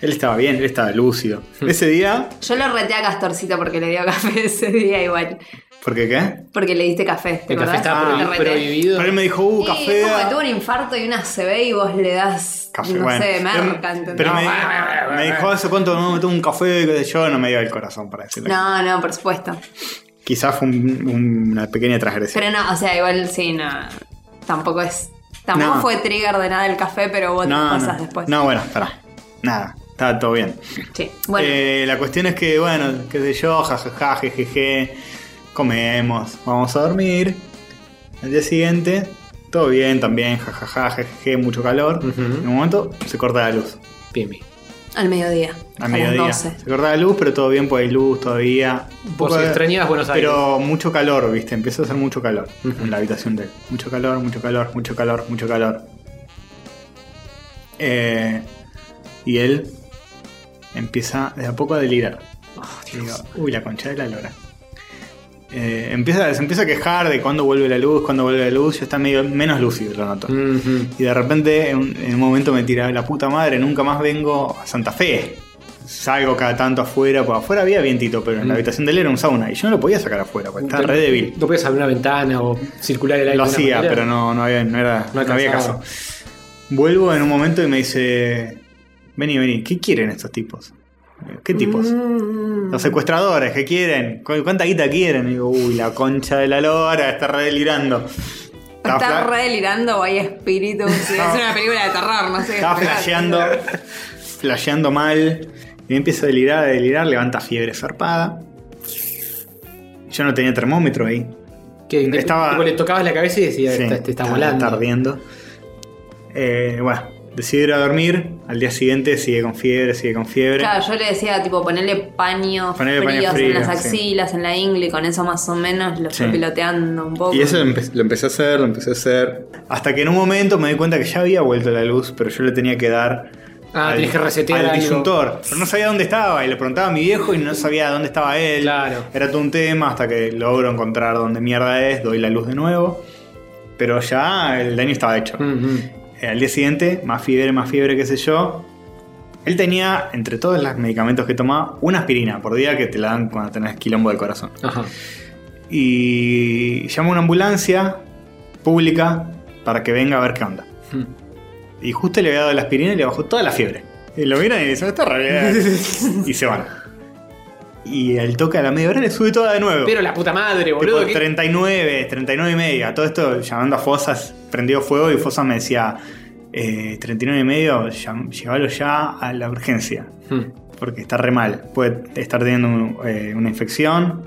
S1: Él estaba bien, él estaba lúcido. Ese día,
S3: Yo lo reté a Castorcito porque le dio café [LAUGHS] ese día igual.
S1: ¿por qué qué?
S3: Porque le diste café, ¿te
S2: El café
S3: acordás?
S2: está
S1: Ah,
S3: Lo
S2: prohibi-
S3: reté.
S2: prohibido.
S1: Pero él me dijo, uh,
S3: Y
S1: café.
S3: es como que
S1: ah,
S3: tuvo un infarto y una CB y vos le das,
S1: Café,
S3: no
S1: bueno. Em,
S3: sé, merca,
S1: Pero-
S3: ¿entendés?
S1: Pero me,
S2: No.
S1: me dijo, ¿hace cuánto no me tomo un café? Que yo no me dio el corazón para decirle.
S3: No, no, por supuesto.
S1: Quizás fue un- un- una pequeña transgresión.
S3: Pero no, o sea, igual sí, no. Tampoco es. Tampoco
S1: No.
S3: fue trigger de nada el café, pero hubo otras
S1: no,
S3: cosas
S1: no.
S3: después.
S1: no, bueno, pará. Nada, estaba todo bien.
S3: Sí. Bueno,
S1: Eh, la cuestión es que, bueno, qué sé yo, jajaja, jejeje, comemos, vamos a dormir. Al día siguiente, todo bien también, jajaja, jejeje, mucho calor.
S2: Ujú.
S1: En un momento se corta la luz.
S2: PMI.
S3: Al mediodía.
S1: A mediodía.
S3: las 12.
S1: Se corta la luz, pero todo bien, pues hay luz todavía. Un
S2: Por si extrañabas Buenos
S1: Pero mucho calor, viste, empieza a hacer mucho calor en la habitación de él. Mucho calor, mucho calor, mucho calor, mucho calor. Eh, y él empieza de a poco a delirar. Digo, uy, la concha de la lora. Eh, empieza, se empieza a quejar de cuándo vuelve la luz, cuándo vuelve la luz. Ya está medio menos lúcido, lo noto.
S2: Ujú.
S1: Y de repente, en un, en un momento me tira la puta madre, nunca más vengo a Santa Fe. Salgo cada tanto afuera, pues afuera había vientito, pero en la habitación de él era un sauna y yo no lo podía sacar afuera, porque estaba re débil.
S2: Mm. No podías abrir una ventana o circular el aire.
S1: Lo
S2: de una
S1: hacía,
S2: manera.
S1: pero no, no había, no era,
S2: No
S1: no había
S2: alcanzaba.
S1: caso. Vuelvo en un momento y me dice: Vení, vení, ¿qué quieren estos tipos? ¿Qué tipos?
S2: Mm.
S1: Los secuestradores, ¿qué quieren? ¿Cu- ¿Cuánta guita quieren? Y digo, uy, la concha de la lora, está re delirando. Está
S3: Está
S1: fla-
S3: re delirando o hay
S1: [LAUGHS]
S3: espíritus. Sí, es una película de terror, no sé.
S1: Estaba flasheando, flasheando mal. Y empieza a delirar, a delirar, levanta fiebre zarpada. Yo no tenía termómetro ahí.
S2: Que le-
S1: Estaba-
S2: tipo, le tocabas la cabeza y decías,
S1: Sí,
S2: te está, volando.
S1: ardiendo. Eh, bueno, decide ir a dormir. Al día siguiente sigue con fiebre, sigue con fiebre.
S3: Claro, yo le decía, tipo, ponerle paños
S1: Ponerle
S3: fríos
S1: paños
S3: en
S1: fríos,
S3: las
S1: sí.
S3: axilas, en la ingle, y con eso más o menos lo
S1: Sí.
S3: fue piloteando un poco.
S4: Y eso lo, empe- lo empecé a hacer, lo empecé a hacer.
S1: Hasta que en un momento me di cuenta que ya había vuelto la luz, pero yo le tenía que dar.
S2: Ah, tenés que resetear
S1: al
S2: algo.
S1: disyuntor. Pero no sabía dónde estaba y le preguntaba a mi viejo y no sabía dónde estaba él.
S2: Claro.
S1: Era todo un tema hasta que logro encontrar dónde mierda es, doy la luz de nuevo. Pero ya el daño estaba hecho.
S2: Ujú.
S1: Eh, Al día siguiente, más fiebre, más fiebre, qué sé yo. Él tenía, entre todos los medicamentos que tomaba, una aspirina por día que te la dan cuando tenés quilombo del corazón.
S2: Ajá.
S1: Y llama a una ambulancia pública para que venga a ver qué onda.
S2: Mm.
S1: Y justo le había dado la aspirina y le bajó toda la fiebre. Y lo miran y dicen, está re bien". [LAUGHS] y se van. Y al toque a la media hora le sube toda de nuevo.
S2: Pero la puta madre,
S1: Tipo,
S2: boludo. ¿qué-
S1: 39, 39 y media. Todo esto llamando a Fosas, prendido fuego y Fosas me decía, eh, 39 y medio, llam- llévalo ya a la urgencia.
S2: Mm.
S1: Porque está re mal. Puede estar teniendo un- eh, una infección.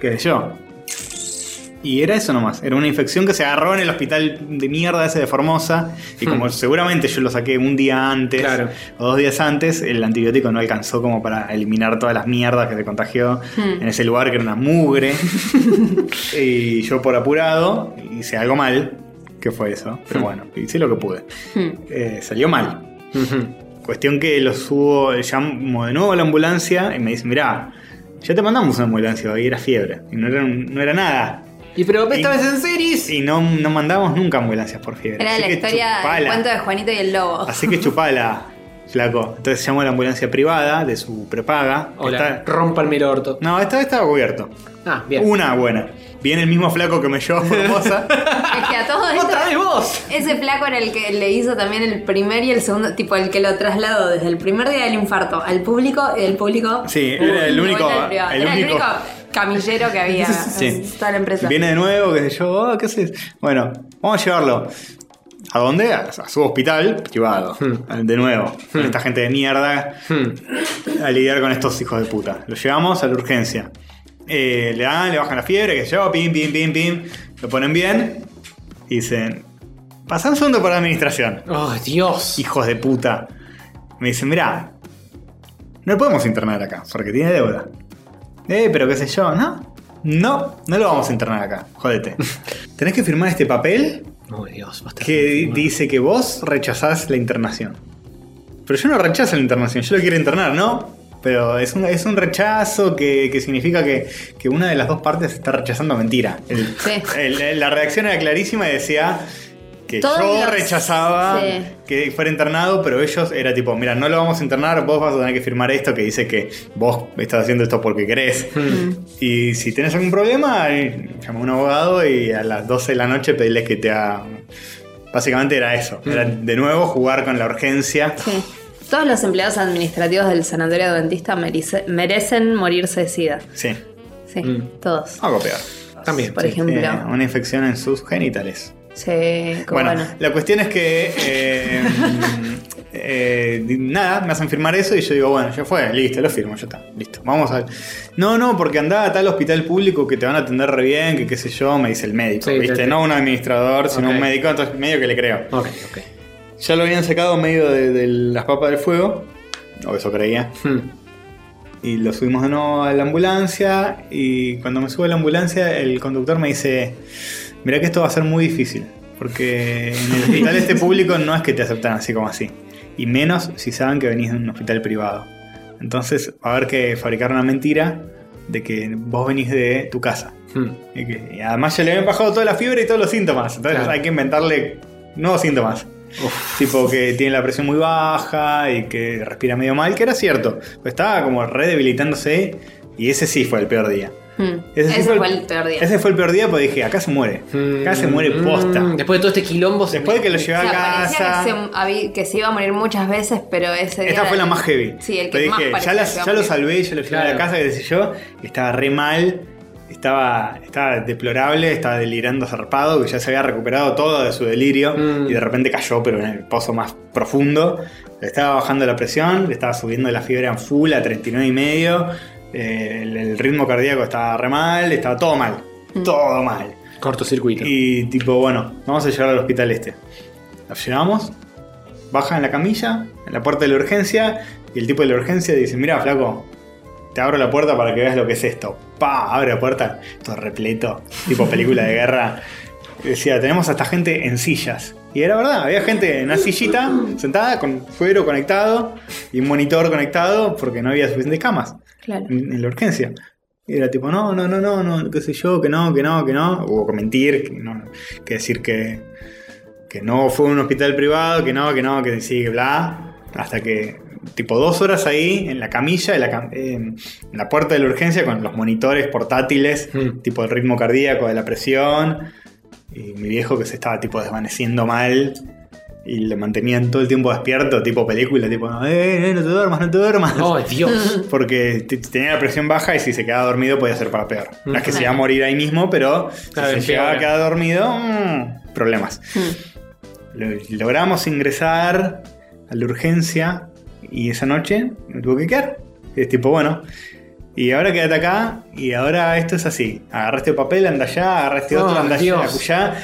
S1: ¿Qué sé yo? Y era eso nomás. Era una infección que se agarró en el hospital de mierda ese de Formosa. Y como
S2: Hmm.
S1: seguramente yo lo saqué un día antes
S2: Claro.
S1: o dos días antes, el antibiótico no alcanzó como para eliminar todas las mierdas que se contagió
S2: Hmm.
S1: en ese lugar que era una
S2: [LAUGHS]
S1: mugre. y yo por apurado hice algo mal. Que fue eso.
S2: Hmm.
S1: Pero bueno, hice lo que pude.
S3: Hmm.
S1: Eh, salió mal.
S2: Ujú.
S1: Cuestión que lo subo, llamo de nuevo a la ambulancia y me dice, mirá, ya te mandamos una ambulancia y era fiebre. Y no era, un- no era nada.
S2: Y pero esta
S1: Y-
S2: vez en series.
S1: Y no, no mandamos nunca ambulancias por fiebre.
S3: Era
S1: Así
S3: la
S1: que
S3: historia del
S1: chupala.
S3: cuento de Juanito y el
S1: [LAUGHS]
S3: Lobo.
S1: Así que chupala, flaco. Entonces llamo a la ambulancia privada de su prepaga.
S2: Hola,
S1: Está-
S2: rompanme el orto.
S1: no, esta vez estaba cubierto.
S2: Ah, bien.
S1: Una buena. Viene el mismo flaco que me llevó a
S2: [LAUGHS]
S1: Formosa.
S3: Es que a todo
S2: ¡Otra
S3: esto,
S2: vez vos!
S3: ese flaco era el que le hizo también el primer y el segundo, tipo el que lo trasladó desde el primer día del infarto al público, el público.
S1: Sí, era el
S3: y
S1: único-
S3: vuelta al privado.
S1: el
S3: era el
S1: único-
S3: único camillero que había en
S1: Sí.
S3: toda la empresa.
S1: Viene de nuevo, qué sé yo, "Oh, ¿qué haces? Bueno, vamos a llevarlo. ¿A dónde? A a su hospital privado. De nuevo, con esta gente de mierda
S2: Hmm.
S1: a lidiar con estos hijos de puta. Lo llevamos a la urgencia. Eh, le dan, le bajan la fiebre, que yo, pim, pim, pim, pim. Lo ponen bien y dicen: Pasan un segundo por la administración.
S2: ¡Oh, Dios!
S1: Hijos de puta. Me dicen: Mirá, no lo podemos internar acá porque tiene deuda. Eh, pero qué sé yo, ¿no? No, no lo vamos a internar acá. Jódete. Tenés que firmar este papel
S2: ¡Oh, Dios! basta.
S1: que dice que vos rechazás la internación. Pero yo no rechazo la internación, yo lo quiero internar, ¿no? Pero es un, es un rechazo que, que significa que, que una de las dos partes está rechazando mentira. El-
S3: Sí.
S1: el- el- la redacción era clarísima y decía que
S3: Todos
S1: yo
S3: los-
S1: rechazaba
S3: sí.
S1: que fuera internado, pero ellos era tipo, mira, no lo vamos a internar, vos vas a tener que firmar esto que dice que vos estás haciendo esto porque querés.
S3: Mm.
S1: Y si tenés algún problema, eh, llama a un abogado y a las 12 de la noche pedirles que te haga... Básicamente era eso, era
S2: Mm.
S1: de nuevo jugar con la urgencia.
S3: Sí. Todos los empleados administrativos del Sanatorio Adventista merice- merecen morirse de sida.
S1: Sí,
S3: Sí,
S2: Mm.
S3: todos.
S1: algo peor.
S2: También.
S3: Por
S2: sí.
S3: ejemplo.
S1: Eh, una infección en sus genitales.
S3: Sí, como
S1: Bueno,
S3: bueno.
S1: la cuestión es que. eh, [LAUGHS] eh, nada, me hacen firmar eso y yo digo, bueno, ya fue, listo, lo firmo, ya está, listo. Vamos al. No, no, porque andá a tal hospital público que te van a atender re bien, que qué sé yo, me dice el médico,
S2: Sí,
S1: ¿viste?
S2: te- te-
S1: No un administrador, sino
S2: Ok.
S1: un médico, entonces medio que le creo.
S2: Ok, ok.
S1: Ya lo habían sacado medio de, de las papas del fuego, o eso creía.
S2: Hmm.
S1: Y lo subimos de nuevo a la ambulancia. Y cuando me subo a la ambulancia, el conductor me dice: Mirá que esto va a ser muy difícil. Porque en el hospital este público no es que te aceptan así como así. Y menos si saben que venís de un hospital privado. Entonces va a haber que fabricar una mentira de que vos venís de tu casa.
S2: Hmm.
S1: Y, que- y además ya le habían bajado toda la fiebre y todos los síntomas. Entonces
S2: Claro.
S1: hay que inventarle nuevos síntomas. Tipo que tiene la presión muy baja y que respira medio mal, que era cierto. Pero estaba como re debilitándose y ese sí fue el peor día.
S3: Mm.
S1: eh, Ese, sí
S3: Ese fue el peor día.
S1: Ese fue el peor día porque dije, acá se muere. Acá se muere
S2: Mm,
S1: posta.
S2: Después de todo este quilombo. se-
S1: Después de que lo llevé
S3: O
S1: a
S3: sea, parecía
S1: casa...
S3: que se, habí- que se iba a morir muchas veces, pero ese día.
S1: Esta
S3: era
S1: fue la
S3: el-
S1: más heavy.
S3: Sí, el que
S1: Pero
S3: más
S1: dije,
S3: parecía
S1: ya, las-
S3: que iba a
S1: ya lo
S3: morir.
S1: salvé, ya lo llevé a
S2: Claro.
S1: la casa, qué sé yo. Estaba re mal, estaba, estaba deplorable, estaba delirando zarpado, que ya se había recuperado todo de su delirio
S2: Mm.
S1: y de repente cayó, pero en el pozo más profundo. Le estaba bajando la presión, le estaba subiendo la fiebre en full a 39 y medio. eh, el, el ritmo cardíaco estaba re mal, estaba todo mal.
S3: Mm.
S1: Todo mal.
S2: Cortocircuito.
S1: Y tipo, bueno, vamos a llevar al hospital este. La llevamos, baja en la camilla, en la puerta de la urgencia, y el tipo de la urgencia dice, mira, flaco, te abro la puerta para que veas lo que es esto. Pa, abre la puerta, todo repleto, tipo película de guerra. Decía, tenemos hasta gente en sillas. Y era verdad, había gente en una sillita, sentada, con fuero conectado y un monitor conectado, porque no había suficientes camas
S3: Claro.
S1: en, en la urgencia. Y era tipo, no, no, no, no, no, qué sé yo, que no, que no, que no. Hubo que mentir, que, no, que decir que, que no fue un hospital privado, que no, que no, que sí, que bla. Hasta que, tipo, dos horas ahí, en la camilla, en la, cam- en la puerta de la urgencia, con los monitores portátiles,
S2: Mm.
S1: tipo el ritmo cardíaco, de la presión. Y mi viejo que se estaba, tipo, desvaneciendo mal. Y lo mantenían todo el tiempo despierto, tipo película, tipo, eh, eh, no te duermas, no te duermas.
S2: Oh,
S3: [LAUGHS]
S2: Dios.
S1: Porque te- tenía la presión baja y si se quedaba dormido podía ser para peor. No es que se iba a morir ahí mismo, pero si
S2: Claro,
S1: se
S2: empeora.
S1: llegaba a quedar dormido, mm, problemas.
S3: Mm.
S1: Lo- logramos ingresar a la urgencia y esa noche me tuvo que quedar. Es tipo, bueno, y ahora quédate acá y ahora esto es así. Agarraste papel, anda allá, agarraste
S2: Oh,
S1: otro, anda allá,
S2: Dios.
S1: acullá.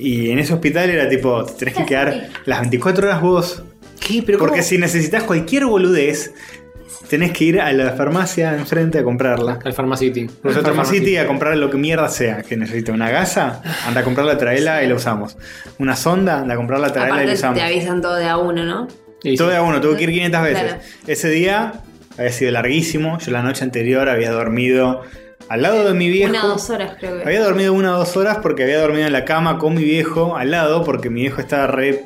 S1: Y en ese hospital era tipo, te tenés que quedar las 24 horas vos
S2: ¿Qué? ¿Pero
S1: porque
S2: cómo?
S1: si necesitas cualquier boludez, tenés que ir a la farmacia enfrente a comprarla.
S2: Al Pharmacity.
S1: Pues a
S2: Al
S1: Farmacity a comprar lo que mierda sea que necesite. Una gasa, anda a comprarla, traela y la usamos. Una sonda, anda a comprarla, traela y la
S3: Aparte te
S1: usamos.
S3: avisan todo de a uno, ¿no?
S2: Y sí.
S1: Todo de a uno, tuve que ir 500 veces.
S3: Claro.
S1: Ese día había sido larguísimo. Yo la noche anterior había dormido al lado de mi viejo.
S3: Una o dos horas, creo que.
S1: Había dormido una o dos horas porque había dormido en la cama con mi viejo al lado porque mi viejo estaba re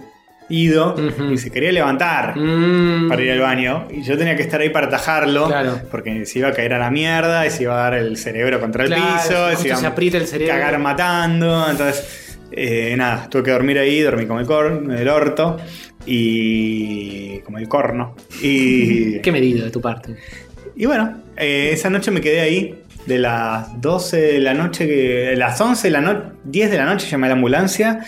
S1: ido
S2: Ujú.
S1: y se quería levantar
S2: Mm.
S1: para ir al baño. Y yo tenía que estar ahí para atajarlo.
S2: Claro.
S1: Porque se iba a caer a la mierda, y se iba a dar el cerebro contra el
S2: Claro,
S1: piso,
S2: justo
S1: se iba
S2: se
S1: a
S2: aprieta el cerebro.
S1: cagar matando. Entonces, eh, nada, tuve que dormir ahí, dormí como el, cor el orto. Y. como el corno. Y.
S2: [LAUGHS] ¿Qué medida de tu parte?
S1: y bueno, eh, esa noche me quedé ahí. De las 12 de la noche, que, de las 11 de la noche, 10 de la noche llamé a la ambulancia.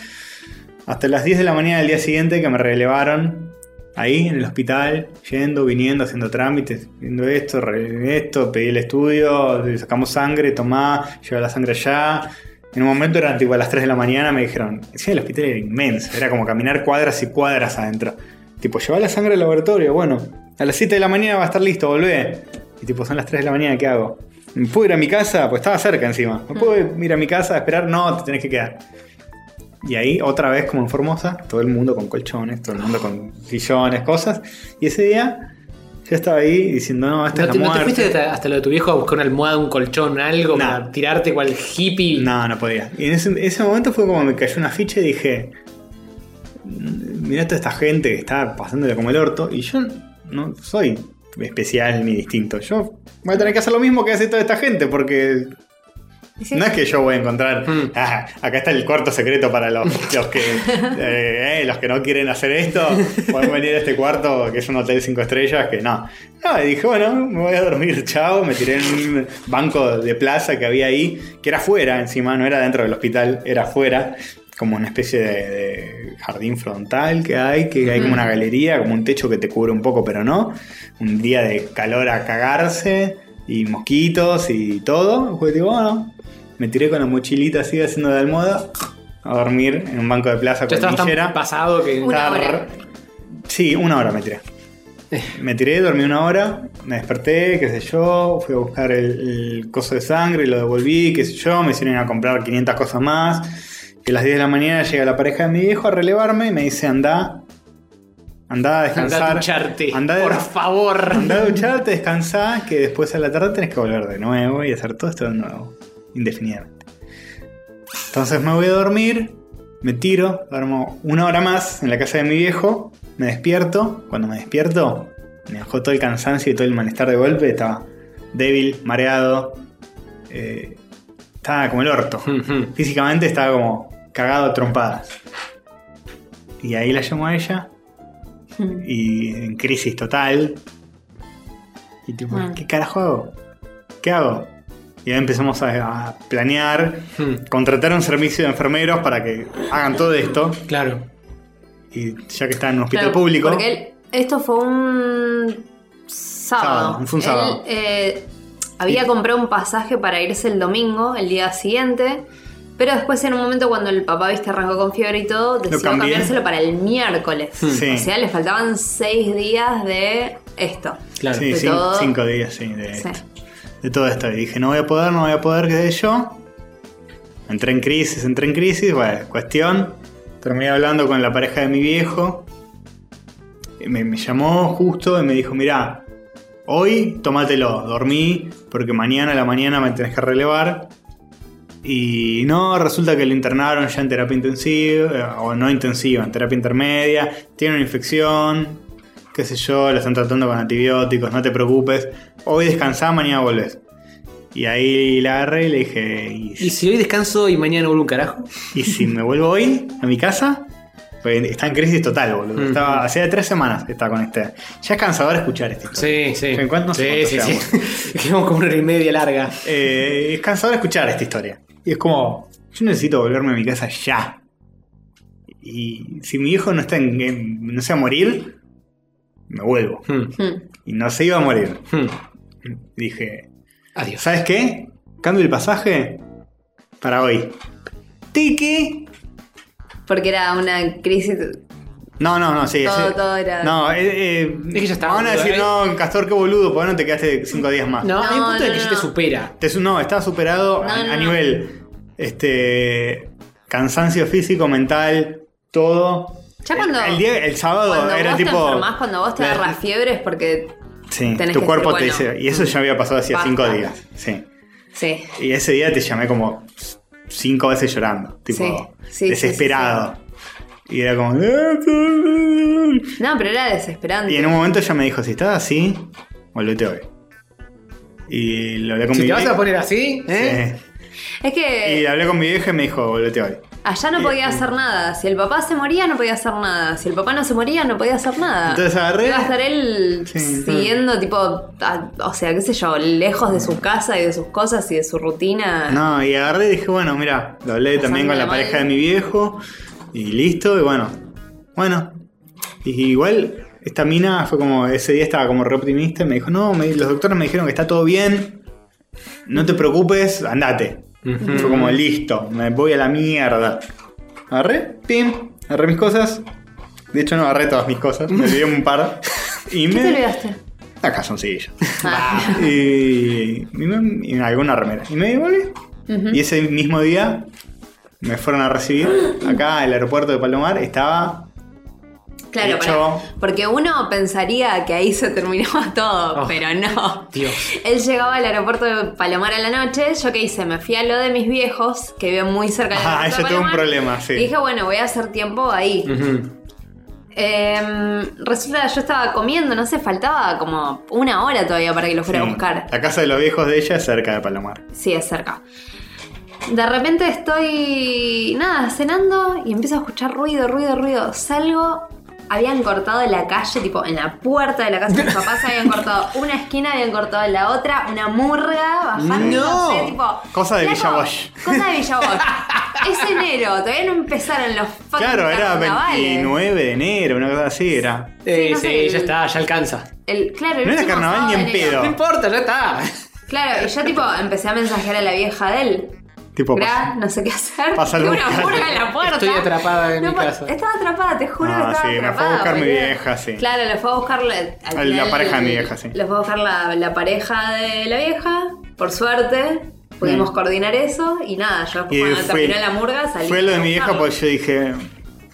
S1: Hasta las 10 de la mañana del día siguiente que me relevaron. Ahí en el hospital, yendo, viniendo, haciendo trámites, viendo esto, re- esto, pedí el estudio, sacamos sangre, tomá, lleva la sangre allá. En un momento eran tipo a las 3 de la mañana, me dijeron, sí, el hospital era inmenso, era como caminar cuadras y cuadras adentro. Tipo, lleva la sangre al laboratorio, bueno, a las 7 de la mañana va a estar listo, volvé. Y tipo, son las 3 de la mañana, ¿qué hago? ¿Me puedo ir a mi casa? Pues estaba cerca encima. ¿Me puedo ir a mi casa a esperar? No, te tenés que quedar. Y ahí, otra vez, como en Formosa, todo el mundo con colchones, todo el mundo con sillones, cosas. Y ese día, yo estaba ahí diciendo, no, esta
S2: ¿No
S1: es
S2: te,
S1: la
S2: no te
S1: muerte.
S2: fuiste hasta, hasta lo de tu viejo a buscar una almohada, un colchón, algo
S1: No.
S2: para tirarte cual hippie?
S1: No, no podía. Y en ese, en ese momento fue como me cayó una ficha y dije: Mirá toda esta gente que está pasándola como el orto. Y yo no soy especial ni distinto. Yo voy a tener que hacer lo mismo que hace toda esta gente porque.
S3: Sí.
S1: No es que yo voy a encontrar.
S2: Mm.
S1: "Ah, acá está el cuarto secreto para los, los que eh, eh, los que no quieren hacer esto. Pueden venir a este cuarto que es un hotel cinco estrellas. Que no. No, y dije, bueno, me voy a dormir, chao. Me tiré en un banco de plaza que había ahí, que era afuera encima, no era dentro del hospital, era afuera. Como una especie de, de jardín frontal que hay, que hay como una galería, como un techo que te cubre un poco, pero no. Un día de calor a cagarse, y mosquitos y todo. Pues digo, bueno, me tiré con la mochilita así haciendo de almohada a dormir en un banco de plaza
S2: Ya
S1: con
S2: estabas tan
S1: millera.
S2: pasado que.
S3: Una
S1: Estaba
S3: hora.
S1: re- Sí, una hora me tiré. Me tiré, dormí una hora, me desperté, qué sé yo, fui a buscar el, el coso de sangre, lo devolví, qué sé yo, me hicieron ir a comprar 500 cosas más. Y a las 10 de la mañana llega la pareja de mi viejo a relevarme y me dice, anda, anda a descansar.
S2: Anda a ducharte,
S1: andá de-
S2: por favor.
S1: Andá a ducharte, descansá, que después a la tarde tenés que volver de nuevo y hacer todo esto de nuevo, indefinidamente. Entonces me voy a dormir, me tiro, duermo una hora más en la casa de mi viejo, me despierto, cuando me despierto me bajó todo el cansancio y todo el malestar de golpe, estaba débil, mareado, eh, estaba como el orto.
S2: [LAUGHS] Ujú.
S1: Físicamente estaba como cagado a trompadas. Y ahí la llamo a ella
S3: Hmm.
S1: y en crisis total. Y tipo,
S3: Ah.
S1: ¿qué carajo hago? ¿Qué hago? Y ahí empezamos a, a planear,
S2: Hmm.
S1: contratar un servicio de enfermeros para que hagan todo esto.
S2: Claro.
S1: Y ya que está en un hospital
S3: Claro,
S1: público,
S3: Porque él- esto fue un sábado.
S1: Sábado, fue un sábado.
S3: Él, eh, había comprado un pasaje para irse el domingo, el día siguiente. Pero después, en un momento, cuando el papá viste arrancó con fiebre y todo, decidió
S1: cambié.
S3: cambiárselo para el miércoles.
S1: Sí.
S3: O sea, le faltaban seis días de esto.
S2: Claro.
S1: sí,
S3: de
S1: cin-
S3: todo.
S1: cinco días sí, de,
S3: Sí.
S1: de todo esto. Y dije, no voy a poder, no voy a poder, qué sé yo. Entré en crisis, entré en crisis. Bueno, cuestión. Terminé hablando con la pareja de mi viejo. Y Me, me llamó justo y me dijo, mirá, hoy tómatelo, dormí, porque mañana a la mañana me tenés que relevar. Y no, resulta que lo internaron ya en terapia intensiva, eh, o no intensiva, en terapia intermedia, tiene una infección, qué sé yo, la están tratando con antibióticos, no te preocupes, hoy descansá, mañana volvés. Y ahí la agarré y le dije, ¿y
S2: ¿Y si hoy descanso y mañana vuelvo un carajo?
S1: y si me vuelvo hoy a mi casa, pues está en crisis total, boludo.
S2: Mm.
S1: Estaba, hacía tres semanas que estaba con este. Ya es cansador escuchar este.
S2: Sí, sí.
S1: ¿En cuánto-
S2: Sí,
S1: cuánto
S2: sí, sí. [LAUGHS] Quedamos como una hora y media larga.
S1: Eh, es cansador escuchar esta historia. Y es como, yo necesito volverme a mi casa ya. Y si mi hijo no está en, en- no se va a morir, me vuelvo.
S2: Hmm,
S3: Hmm.
S1: Y no se iba a morir.
S2: hmm.
S1: Dije,
S2: Adiós.
S1: ¿sabes qué? Cambio el pasaje para hoy. Tiki.
S3: Porque era una crisis.
S1: No, no, no, sí.
S3: Todo-
S1: sí.
S3: todo era-
S1: No, eh, eh,
S2: Es que ya está,
S1: Van a decir,
S2: boludo,
S1: no, Castor, qué boludo, ¿por qué no te quedaste cinco días más?
S2: No, hay un
S3: No,
S2: punto de
S3: no,
S2: que ya
S3: no.
S2: te supera.
S1: Te su- no, está superado a,
S3: No, no,
S1: a
S3: no.
S1: nivel este cansancio físico, mental, todo.
S3: Ya cuando-
S1: el, día- el sábado
S3: Cuando
S1: era
S3: vos
S1: tipo.
S3: te enfermás, cuando vos te
S1: la-
S3: agarras fiebre es porque.
S1: Sí,
S3: tenés
S1: tu
S3: que
S1: cuerpo
S3: decir,
S1: te
S3: bueno,
S1: dice. Y eso ya había pasado hacía
S3: basta.
S1: cinco días. Sí.
S3: Sí.
S1: Y ese día te llamé como cinco veces llorando. Tipo,
S3: Sí, sí, sí,
S1: desesperado. Y era como.
S3: No, pero era desesperante.
S1: Y en un momento ella me dijo, si estás así, volvete hoy. Y lo hablé con
S2: Si
S1: mi
S2: te vas
S1: vie-
S2: a poner así, ¿eh?
S1: Sí.
S3: Es
S1: Y
S3: que
S1: hablé con mi vieja y me dijo, volvete hoy.
S3: allá no podía hacer nada. Si el papá se moría, no podía hacer nada. Si el papá no se moría, no podía hacer nada.
S1: Entonces agarré-
S3: Iba a estar él
S1: Sí.
S3: siguiendo, tipo, a- o sea, qué sé yo, lejos de su casa y de sus cosas y de su rutina.
S1: No, y agarré y dije, bueno, mira, lo hablé también con la
S3: mal.
S1: pareja de mi viejo. Y listo, y bueno. Bueno. Y igual, esta mina fue como, ese día estaba como re optimista y me dijo, no, me- los doctores me dijeron que está todo bien. No te preocupes, andate.
S2: Ujú.
S1: Fue como, listo, me voy a la mierda. Agarré, pim, agarré mis cosas. De hecho, no agarré todas mis cosas, me olvidé un
S3: [LAUGHS]
S1: par. Y
S3: ¿Qué
S1: me.
S3: te olvidaste?
S1: Una calzoncilla.
S3: Ah.
S1: [LAUGHS] y, y me- y alguna remera. Y me volví. Y ese mismo día me fueron a recibir acá al aeropuerto de Palomar. Estaba.
S3: Claro,
S1: hecho-
S3: pará. porque uno pensaría que ahí se terminaba todo,
S2: Oh.
S3: pero no.
S2: Dios.
S3: Él llegaba al aeropuerto de Palomar a la noche. Yo qué hice, me fui a lo de mis viejos, que viven muy cerca del
S1: Ah,
S3: aeropuerto de
S1: ella tuvo un
S3: Palomar.
S1: problema, sí. Mm.
S3: Y dije, bueno, voy a hacer tiempo ahí.
S2: Ujú.
S3: Eh, resulta, yo estaba comiendo, no sé, faltaba como una hora todavía para que lo fuera a
S1: Sí.
S3: buscar.
S1: La casa de los viejos de ella es cerca de Palomar.
S3: Sí, es cerca. De repente estoy, nada, cenando y empiezo a escuchar ruido, ruido, ruido. Salgo, habían cortado la calle, tipo en la puerta de la casa de mis papás habían cortado una esquina, habían cortado la otra, una murga, bajando,
S2: No.
S3: sé, tipo...
S1: Cosa de
S3: flaco,
S1: Villa Bosch.
S3: Cosa de Villa Bosch. es enero, todavía no empezaron los fucking
S1: Claro, era
S3: carnavales.
S1: 29 de enero, una cosa así era.
S2: Eh,
S3: no
S2: sí,
S3: sé.
S2: ya está, ya alcanza.
S3: El- claro, el
S1: No era
S3: último
S1: carnaval
S3: sábado
S2: Ah.
S1: ni en
S3: de enero.
S1: pedo.
S2: No importa, ya está.
S3: Claro, y yo tipo empecé a mensajear a la vieja de él.
S1: Tipo,
S3: Gra, no sé qué hacer.
S1: Pasa
S3: Tengo
S1: algo
S3: una
S1: extraño.
S3: murga en la puerta.
S2: Estoy atrapada en
S3: No,
S2: mi
S3: pa-
S2: casa.
S3: Estaba atrapada, te juro
S1: Ah,
S3: que
S1: sí,
S3: estaba
S1: me fue a
S3: atrapada.
S1: buscar mi
S3: boludo.
S1: vieja, sí.
S3: Claro, la fue a buscar la,
S1: Al- la pareja de mi vieja, sí.
S3: La fue a buscar la, la pareja de la vieja, por suerte. Pudimos
S1: Mm.
S3: coordinar eso y nada, yo
S1: Y
S3: cuando
S1: fue-
S3: terminó la murga salí.
S1: Fue lo de mi vieja porque yo dije,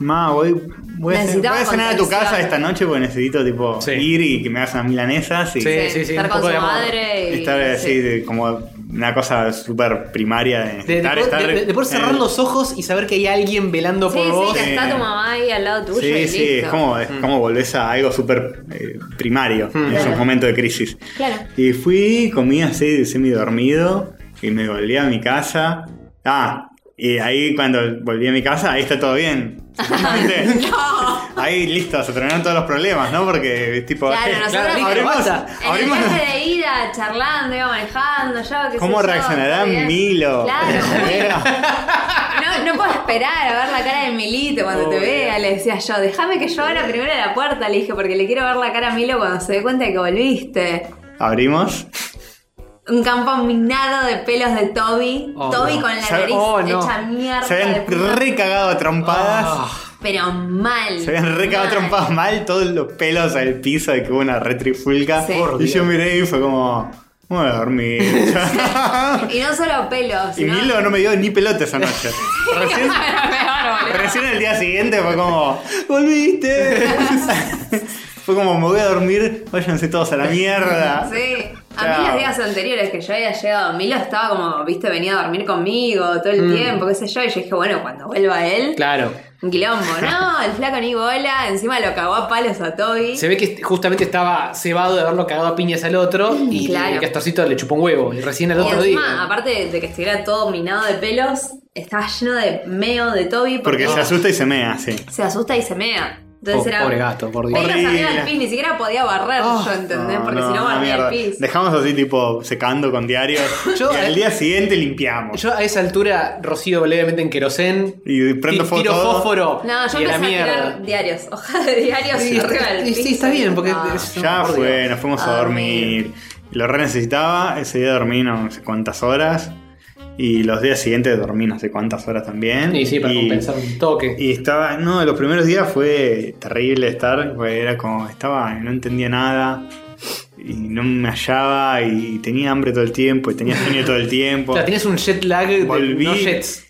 S1: ma, voy, voy, a, cen-
S3: Necesitaba
S1: voy a cenar a tu
S3: contención.
S1: casa esta noche porque necesito tipo
S2: Sí.
S1: ir y que me hagas unas milanesas y
S2: Sí.
S3: Sí,
S2: sí,
S3: estar
S2: un
S3: con
S2: poco
S3: su
S2: de amor.
S3: madre. Y,
S1: estar así
S3: sí.
S1: de- como una cosa súper primaria de,
S2: De, de
S1: estar,
S2: poder-
S1: estar
S2: de- de poder cerrar
S1: en-
S2: los ojos y saber que hay alguien velando
S3: Sí,
S2: por
S3: sí,
S2: vos.
S3: que
S1: Sí.
S3: está tu mamá ahí al lado tuyo.
S1: Sí,
S3: y
S1: sí, es
S3: listo.
S1: como, es
S2: Mm.
S1: como volvés a algo súper eh, primario en esos
S3: Claro.
S1: momentos de crisis.
S3: [LAUGHS] Claro.
S1: Y fui, comí así, semi dormido y me volví a mi casa. Ah, y ahí cuando volví a mi casa, ahí está todo bien. Simplemente,
S3: [LAUGHS]
S1: Ahí listo, se terminaron todos los problemas, ¿no? Porque tipo, [LAUGHS]
S3: Claro, nosotros
S2: listo,
S1: abrimos,
S2: basta.
S3: En el
S1: abrimos-
S3: viaje de ida, charlando, iba manejando, yo, qué
S1: ¿Cómo
S3: sé yo,
S1: reaccionará
S3: todo bien.
S1: Milo?
S3: Claro,
S1: [LAUGHS] Era-
S3: No, no puedo esperar a ver la cara de Milito cuando te vea, le decía yo. Déjame que yo ahora primero a la puerta, le dije, porque le quiero ver la cara a Milo cuando se dé cuenta de que volviste.
S1: Abrimos.
S3: Un campo minado de pelos de Toby.
S2: Oh,
S3: Toby
S2: no.
S3: con la
S1: Se-
S3: nariz
S2: oh, no.
S3: hecha mierda.
S1: Se
S3: de
S1: habían
S3: puta-
S1: recagado a trompadas.
S2: Ah,
S3: Pero mal.
S1: Se habían recagado a
S3: mal.
S1: trompadas mal, todos los pelos al piso de que hubo una retrifulca.
S3: Sí.
S1: Y yo miré y fue como. Voy a dormir.
S3: [LAUGHS] Y no solo pelos.
S1: y
S3: ¿no? [LAUGHS]
S1: Milo no me dio ni pelota esa noche. Recién,
S3: Peor, boludo.
S1: recién el día siguiente fue como.
S3: [LAUGHS]
S1: ¡Volviste! fue como, me voy a dormir, váyanse todos a la
S2: ¿Ah?
S1: mierda.
S3: Sí. A
S1: Chao.
S3: mí los días anteriores que yo había llegado, Milo estaba como, viste, venía a dormir conmigo todo el tiempo, qué sé yo, y yo dije, bueno, cuando vuelva él,
S2: Mm. claro.
S3: un quilombo, no, el flaco ni bola, encima lo cagó a palos a Toby.
S2: Se ve que justamente estaba cebado de haberlo cagado a piñas al otro y
S3: Claro.
S2: el castorcito le chupó un huevo. Y recién al
S3: Y
S2: otro
S3: encima,
S2: día.
S3: aparte de que estuviera todo minado de pelos, estaba lleno de meo de Toby
S1: Porque
S3: porque,
S1: se asusta y se mea, sí.
S3: se asusta y se mea. Entonces
S2: Po-
S3: era.
S2: Pobre gato, por Dios. Oh,
S3: Pelos arriba del
S1: Horrible.
S3: pis, ni siquiera podía barrer, yo, ¿entendés?
S1: No,
S3: Porque
S1: no,
S3: si no
S1: una
S3: barría el
S1: mierda.
S3: pis.
S1: Dejamos así, tipo, secando con diario.
S2: Yo- eh,
S1: y al día siguiente limpiamos.
S2: Yo a esa altura rocío levemente en querosén.
S1: y prendo
S2: ti-
S1: fuego
S2: tiro
S1: todo.
S2: fósforo.
S3: No, yo
S2: y a la
S3: empecé a
S2: mierda.
S3: tirar diarios, [LAUGHS] hojas de diarios
S2: Sí,
S3: arriba
S2: está-
S3: del
S2: y sí,
S3: piso.
S2: está bien, porque
S3: No.
S2: es-
S1: Ya
S2: Por
S1: fue,
S2: Dios.
S1: nos fuimos
S3: A
S1: a dormir. Lo re necesitaba, ese día dormí no sé cuántas horas. Y los días siguientes dormí no sé cuántas horas también.
S2: Y sí, para
S1: y,
S2: compensar un toque.
S1: Y estaba, no, los primeros días fue terrible estar, porque era como, estaba, no entendía nada. Y no me hallaba, y tenía hambre todo el tiempo, y tenía sueño todo el tiempo.
S2: [LAUGHS] O sea, tienes un jet lag de
S1: Volví.
S2: no jets.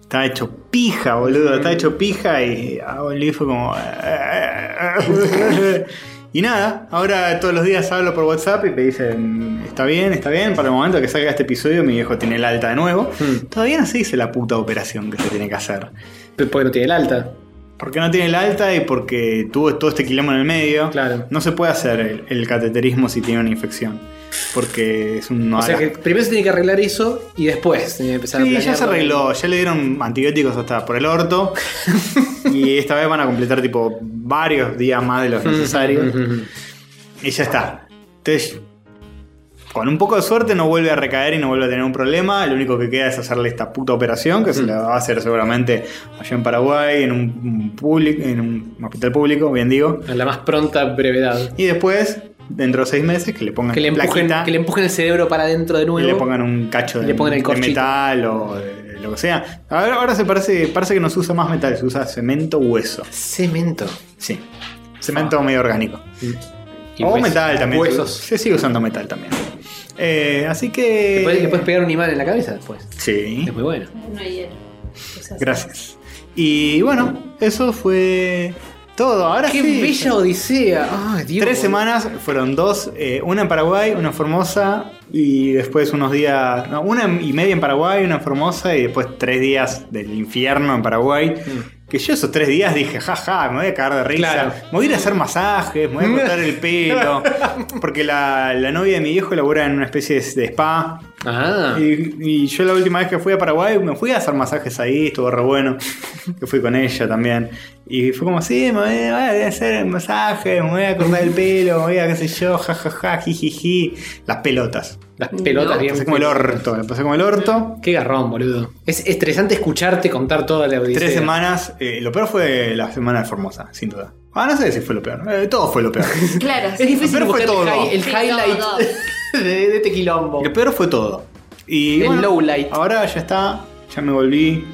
S1: Estaba hecho pija, boludo. Estaba hecho pija y ah, volví fue como. eh,
S2: [LAUGHS]
S1: y nada, ahora todos los días hablo por WhatsApp y me dicen: Está bien, está bien. Para el momento que salga este episodio, mi viejo tiene el alta de nuevo.
S2: Hmm.
S1: Todavía no se dice la puta operación que se tiene que hacer.
S2: Pero Porque no tiene el alta.
S1: Porque no tiene el alta y porque tuvo todo este quilombo en el medio.
S2: Claro.
S1: No se puede hacer el, el cateterismo si tiene una infección. Porque es un.
S2: O sea que primero se tiene que arreglar eso y después tiene que empezar a
S1: Ah, Sí, ya
S2: planear
S1: se
S2: lo-
S1: arregló, ya le dieron antibióticos hasta por el orto.
S2: [LAUGHS]
S1: y esta vez van a completar tipo varios días más de los
S2: [LAUGHS]
S1: necesarios. y ya está. Entonces, con un poco de suerte no vuelve a recaer y no vuelve a tener un problema. Lo único que queda es hacerle esta puta operación, que se
S2: Mm.
S1: la va a hacer seguramente allá en Paraguay, en un, un public- en un hospital público, bien digo.
S2: A la más pronta brevedad.
S1: Y después, dentro de seis meses, que le pongan
S2: Que le, empujen,
S1: plaquita.
S2: que le empujen el cerebro para adentro de nuevo.
S1: Y le pongan un cacho
S2: Y
S1: de,
S2: le pongan el
S1: de
S2: corchito.
S1: metal o de lo que sea. Ahora, ahora se parece, parece que no se usa más metal, se usa cemento hueso.
S2: Cemento.
S1: Sí. Cemento medio orgánico.
S2: Ah. Y
S1: Mm. o
S2: huesos.
S1: metal también.
S2: Huesos.
S1: Se sigue usando metal también. Eh, así que.
S2: Le puedes, le puedes pegar un imán en la cabeza después.
S1: Sí.
S2: Es muy bueno.
S3: No hay hielo. Esas-
S1: Gracias. Y bueno, eso fue todo. Ahora
S2: ¡Qué
S1: sí.
S2: bella odisea! Ay, Dios.
S1: Tres semanas fueron dos, eh, una en Paraguay, una en Formosa y después unos días, no, una y media en Paraguay, una en Formosa y después tres días del infierno en Paraguay. Que yo esos tres días dije, jaja, me voy a cagar de risa,
S2: Claro.
S1: me voy a ir a hacer masajes, me voy a cortar el pelo, porque la, la novia de mi viejo labura en una especie de, de spa.
S2: Ah.
S1: Y, y yo la última vez que fui a Paraguay me fui a hacer masajes ahí, estuvo re bueno. Que fui con ella también. Y fue como, sí, me voy a voy a hacer masajes, me voy a cortar el pelo, me voy a qué sé yo, jajaja, jijiji. Las pelotas.
S2: Las pelotas
S3: No,
S1: Me
S2: bien.
S1: pasé como el orto, me pasé como el orto.
S2: Qué garrón, boludo. Es estresante escucharte contar toda la odisea.
S1: Tres semanas. eh, lo peor fue la semana de Formosa, sin duda. Ah, no sé si fue lo peor. eh, todo fue lo
S2: [LAUGHS]
S1: peor.
S3: Claro,
S2: Es difícil
S1: Pero fue
S2: buscar el
S1: todo.
S2: hi- el,
S3: Sí,
S2: highlight
S3: todo,
S2: de, de este quilombo.
S1: lo peor fue todo. Y
S2: El
S1: bueno,
S2: low light.
S1: ahora ya está, ya me volví.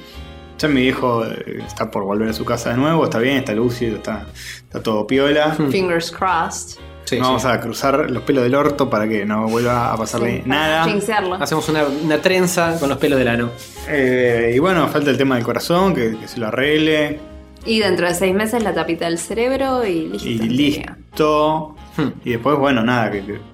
S1: Ya mi viejo eh, está por volver a su casa de nuevo, está bien, está lúcido, está, está todo piola.
S3: Fingers crossed.
S2: Sí,
S1: no
S2: sí.
S1: vamos a cruzar los pelos del orto para que no vuelva a pasarle
S3: Sí, para
S1: nada.
S3: Jinxearlo.
S2: Hacemos una, una trenza con los pelos del ano.
S1: Eh, y bueno, falta el tema del corazón, que, que se lo arregle.
S3: Y dentro de seis meses la tapita del cerebro y listo.
S1: Y listo.
S2: Hmm.
S1: Y después, bueno, nada, que, que-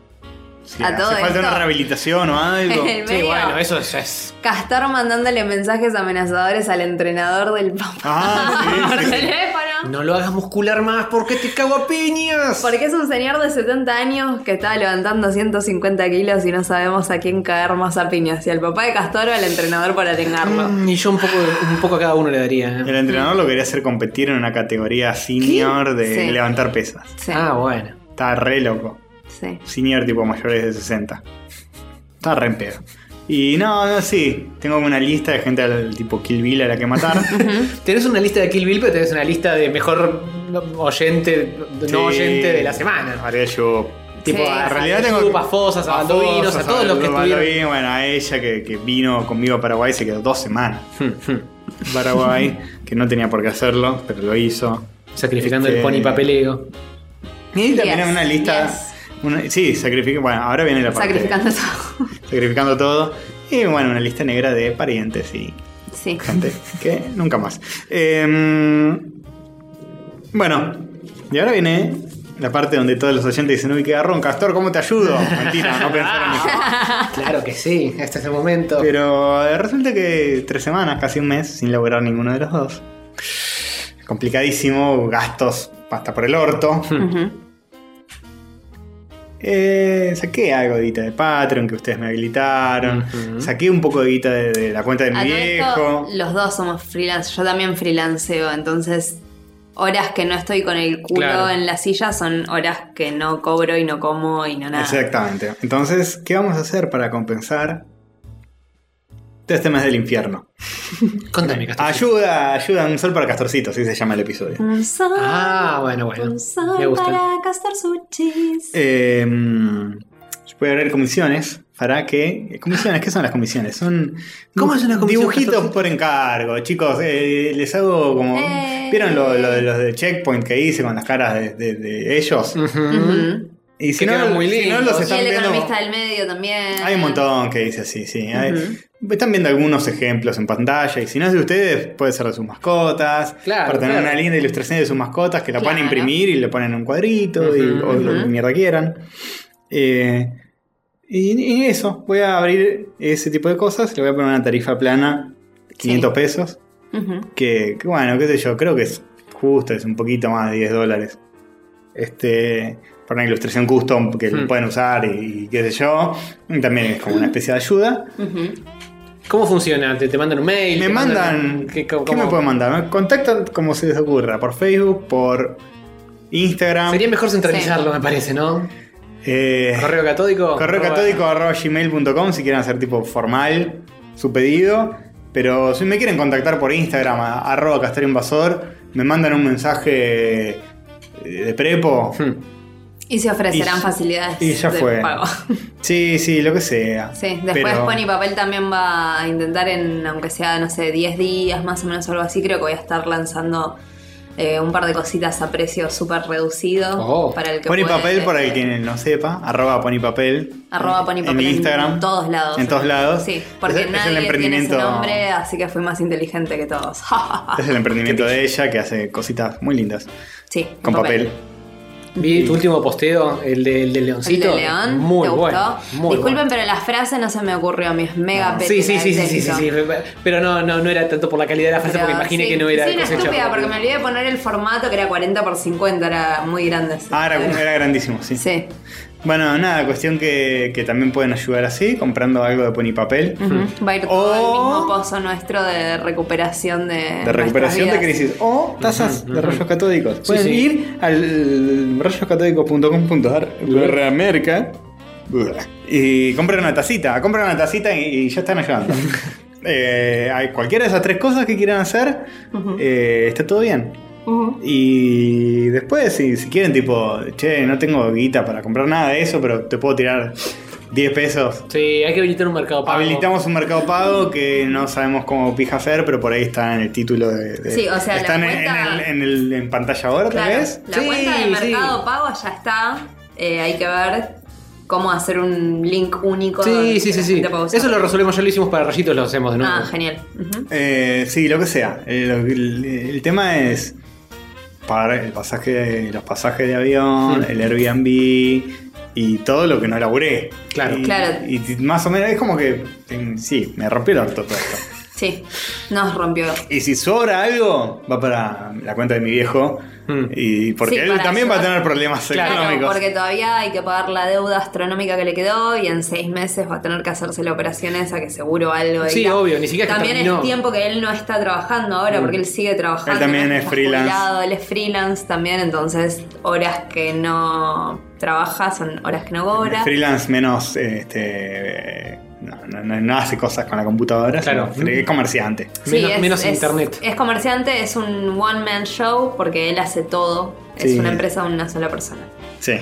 S1: si
S3: A
S1: hace
S3: todo
S1: falta
S3: esto.
S1: una rehabilitación o algo.
S3: [LAUGHS] En
S2: Sí,
S3: medio,
S2: bueno, eso ya es.
S3: Castar mandándole mensajes amenazadores al entrenador del papá.
S1: ah,
S3: por
S1: sí, sí.
S3: teléfono.
S2: No lo hagas muscular más porque te cago a piñas.
S3: Porque es un señor de 70 años que estaba levantando 150 kilos y no sabemos a quién caer más a piñas. Si al papá de Castor o al entrenador para arengarlo.
S2: Mm, Y yo un poco, un poco a cada uno le daría.
S1: El
S2: ¿eh?
S1: entrenador lo quería hacer competir en una categoría senior de
S3: Sí.
S1: levantar pesas.
S3: Sí,
S2: Ah, bueno.
S1: Está re loco.
S3: sí.
S1: Senior tipo mayores de 60. Está re en pedo. Y no, no, sí. Tengo una lista de gente al tipo Kill Bill a la que matar.
S2: Tenés una lista de Kill Bill, pero tenés una lista de mejor oyente,
S1: Sí.
S2: no oyente de la semana.
S1: Haría yo.
S2: Tipo,
S3: Sí,
S2: a
S1: En realidad tengo.
S2: a Fosas, a Baldovinos, a todos los que estuvieron.
S1: Baldovino, bueno, a ella que, que vino conmigo a Paraguay se quedó dos
S2: [LAUGHS]
S1: semanas. Paraguay, que no tenía por qué hacerlo, pero lo hizo.
S2: Sacrificando
S1: Este,
S2: el pony papelego.
S1: Y también
S3: Yes,
S1: una lista.
S3: yes.
S1: una- sí, sacrific- Bueno, ahora viene la parte.
S3: Sacrificando todo. [LAUGHS]
S1: sacrificando todo. Y bueno, una lista negra de parientes y
S3: Sí.
S1: gente que nunca más. Eh, bueno, y ahora viene la parte donde todos los oyentes dicen, uy, qué garrón, Castor, ¿cómo te ayudo? Mentira, no pensaron
S3: [LAUGHS]
S1: eso.
S2: Claro que sí, este es el momento.
S1: Pero eh, resulta que tres semanas, casi un mes, sin lograr ninguno de los dos. Complicadísimo, gastos hasta por el orto.
S3: Ujú.
S1: Eh, saqué algo de guita de Patreon que ustedes me habilitaron.
S2: Ujú.
S1: Saqué un poco de guita de, de la cuenta de mi
S3: A todo
S1: viejo.
S3: Ah, esto, los dos somos freelance. Yo también freelanceo, entonces horas que no estoy con el culo
S2: Claro.
S3: en la silla son horas que no cobro y no como y no nada.
S1: Exactamente. Entonces, ¿qué vamos a hacer para compensar todo este mes del infierno?
S2: Contame, Castor.
S1: Ayuda, ayuda, un sol para Castorcito, así se llama el episodio.
S3: Un sol,
S2: Ah, bueno, bueno.
S3: un sol
S2: Me gusta.
S3: para Castor Suchis.
S1: Eh, yo puedo agregar comisiones para que. ¿Comisiones? ¿Qué son las comisiones? Son.
S2: ¿Cómo es una comisión,
S1: Dibujitos
S2: Castorcito?
S1: por encargo, chicos. eh, les hago como.
S3: Eh.
S1: ¿Vieron lo, lo de los de Checkpoint que hice con las caras de, de- de ellos?
S2: Ujú.
S1: Y si
S2: Mm. Que
S1: no,
S2: quedan muy
S1: si no
S2: lindos.
S1: los
S3: Y
S1: están
S3: el
S1: viendo.
S3: economista del medio también.
S1: Hay un montón que dice así, sí. Hay- Están viendo algunos ejemplos en pantalla y si no es de ustedes, puede ser de sus mascotas.
S2: Claro,
S1: para tener
S2: claro.
S1: una linda ilustración de sus mascotas que la puedan
S3: Claro.
S1: imprimir y le ponen en un cuadrito y-
S2: Ujú,
S1: o lo que
S3: ujú.
S1: mierda quieran. Eh, y, y eso, voy a abrir ese tipo de cosas. Le voy a poner una tarifa plana, 500 pesos.
S3: Ujú.
S1: Que, que bueno, qué sé yo, creo que es justo, es un poquito más de 10 dólares. Este, para una ilustración custom que
S2: Hmm.
S1: pueden usar y, y qué sé yo. También es como una especie de ayuda.
S3: Ujú.
S2: ¿Cómo funciona? ¿Te, te mandan un mail?
S1: Me
S2: ¿Te
S1: mandan. ¿Qué,
S2: ¿Qué, cómo-
S1: me
S2: cómo?
S1: pueden mandar? Me contactan como se les ocurra, por Facebook, por Instagram.
S2: Sería mejor centralizarlo, me parece, ¿no?
S1: eh,
S2: Correo catódico.
S1: correo
S2: arroba-
S1: catódico arroba gmail.com si quieren hacer tipo formal su pedido. Pero si me quieren contactar por Instagram, a- arroba castorinvasor, me mandan un mensaje eh, de prepo.
S2: Hmm.
S3: Y se ofrecerán
S1: Y-
S3: facilidades
S1: y ya
S3: de
S1: fue.
S3: pago.
S1: Sí, sí, lo que sea.
S3: Sí, después
S1: Pero-
S3: Pony Papel también va a intentar en, aunque sea, no sé, 10 días más o menos o algo así, creo que voy a estar lanzando eh, un par de cositas a precio súper reducido.
S2: Oh,
S3: para el que
S1: Pony
S3: puede,
S1: Papel, para el
S3: eh,
S1: que no sepa, arroba Pony Papel.
S3: Arroba Pony
S1: En
S3: Papel
S1: Instagram.
S3: en todos lados.
S1: En todos lados.
S3: Sí, porque
S1: Es- es el
S3: nadie
S1: emprendimiento-
S3: tiene ese nombre, Ah, así que fui más inteligente que todos. [LAUGHS]
S1: Es el emprendimiento de ella que hace cositas muy lindas
S3: sí,
S1: con papel.
S2: Vi tu último posteo, el, de- el del
S3: El
S2: leoncito.
S3: de León,
S2: Muy
S3: ¿te gustó?
S2: bueno. Muy
S3: Disculpen,
S2: bueno.
S3: pero la frase no se me ocurrió a mí, es mega
S1: Ah.
S2: Sí, sí, sí, sí, sí, sí,
S3: petequito.
S2: sí, Pero no, no, no era tanto por la calidad de la frase,
S3: Pero
S2: porque imaginé
S3: sí,
S2: que no era
S3: Sí, una
S2: cosecha
S3: estúpida,
S2: propia.
S3: porque me olvidé de poner el formato que era 40 por 50, era muy grande. ese.
S1: Ah, era, era grandísimo, sí.
S3: Sí.
S1: Bueno, nada, cuestión que, que también pueden ayudar así, comprando algo de Pony Papel.
S3: Ujú. Va a ir todo
S1: O-
S3: el mismo pozo nuestro de recuperación de.
S1: Oh. De recuperación de
S3: nuestras vidas.
S1: crisis. O tazas de rayos catódicos. Pueden
S2: sí.
S1: ir al rayoscatódicos.com.ar barra merca y compran una tacita. Compran una tacita y, y ya están ayudando. Eh, hay cualquiera de esas tres cosas que quieran hacer, eh, está todo bien.
S3: Ujú.
S1: Y después, si, si quieren, tipo, che, no tengo guita para comprar nada de eso, pero te puedo tirar 10 pesos.
S2: Sí, hay que habilitar un mercado pago.
S1: Habilitamos un mercado pago que no sabemos cómo pija hacer, pero por ahí está en el título de. de-
S3: Sí, o sea, la
S1: Están en-
S3: cuenta-
S1: en, el, en, el- en pantalla ahora, tal
S3: Claro,
S1: vez.
S3: la cuenta de
S2: Sí,
S3: mercado
S2: sí.
S3: pago ya está. Eh, hay que ver cómo hacer un link único.
S2: Sí,
S3: donde
S2: sí,
S3: la
S2: sí, sí.
S3: gente pueda usar.
S2: Eso lo resolvemos, ya lo hicimos para rayitos, lo hacemos de nuevo.
S3: Ah, genial. Ujú.
S1: Eh, sí, lo que sea. El, el- el tema es pagar el pasaje, los pasajes de avión,
S2: Sí.
S1: el Airbnb y todo lo que no laburé.
S2: Claro.
S1: Y,
S3: Claro.
S1: y más o menos es como que. en- sí, me rompió el orto todo esto.
S3: Sí, nos rompió.
S1: Y si sobra algo, va para la cuenta de mi viejo.
S2: Mm.
S1: Y porque
S3: Sí,
S1: él
S3: para
S1: también va a
S3: ayudar.
S1: tener problemas
S2: Claro,
S1: económicos.
S3: Claro, porque todavía hay que pagar la deuda astronómica que le quedó y en seis meses va a tener que hacerse la operación esa que seguro algo. de
S2: Sí,
S3: irá.
S2: obvio, ni siquiera es que
S3: También
S2: terminó. Mm.
S3: es tiempo que él no está trabajando ahora porque él sigue trabajando.
S1: Él también
S3: no
S1: es
S3: está
S1: freelance.
S3: jubilado, él es freelance también, entonces horas que no trabaja son horas que no cobra.
S1: Freelance menos este eh, no, no- no- no hace cosas con la computadora,
S2: Claro.
S1: sino es comerciante.
S2: Menos- menos internet.
S3: Es comerciante, es un one man show porque él hace todo.
S1: Sí.
S3: Es una empresa de una sola persona.
S1: Sí.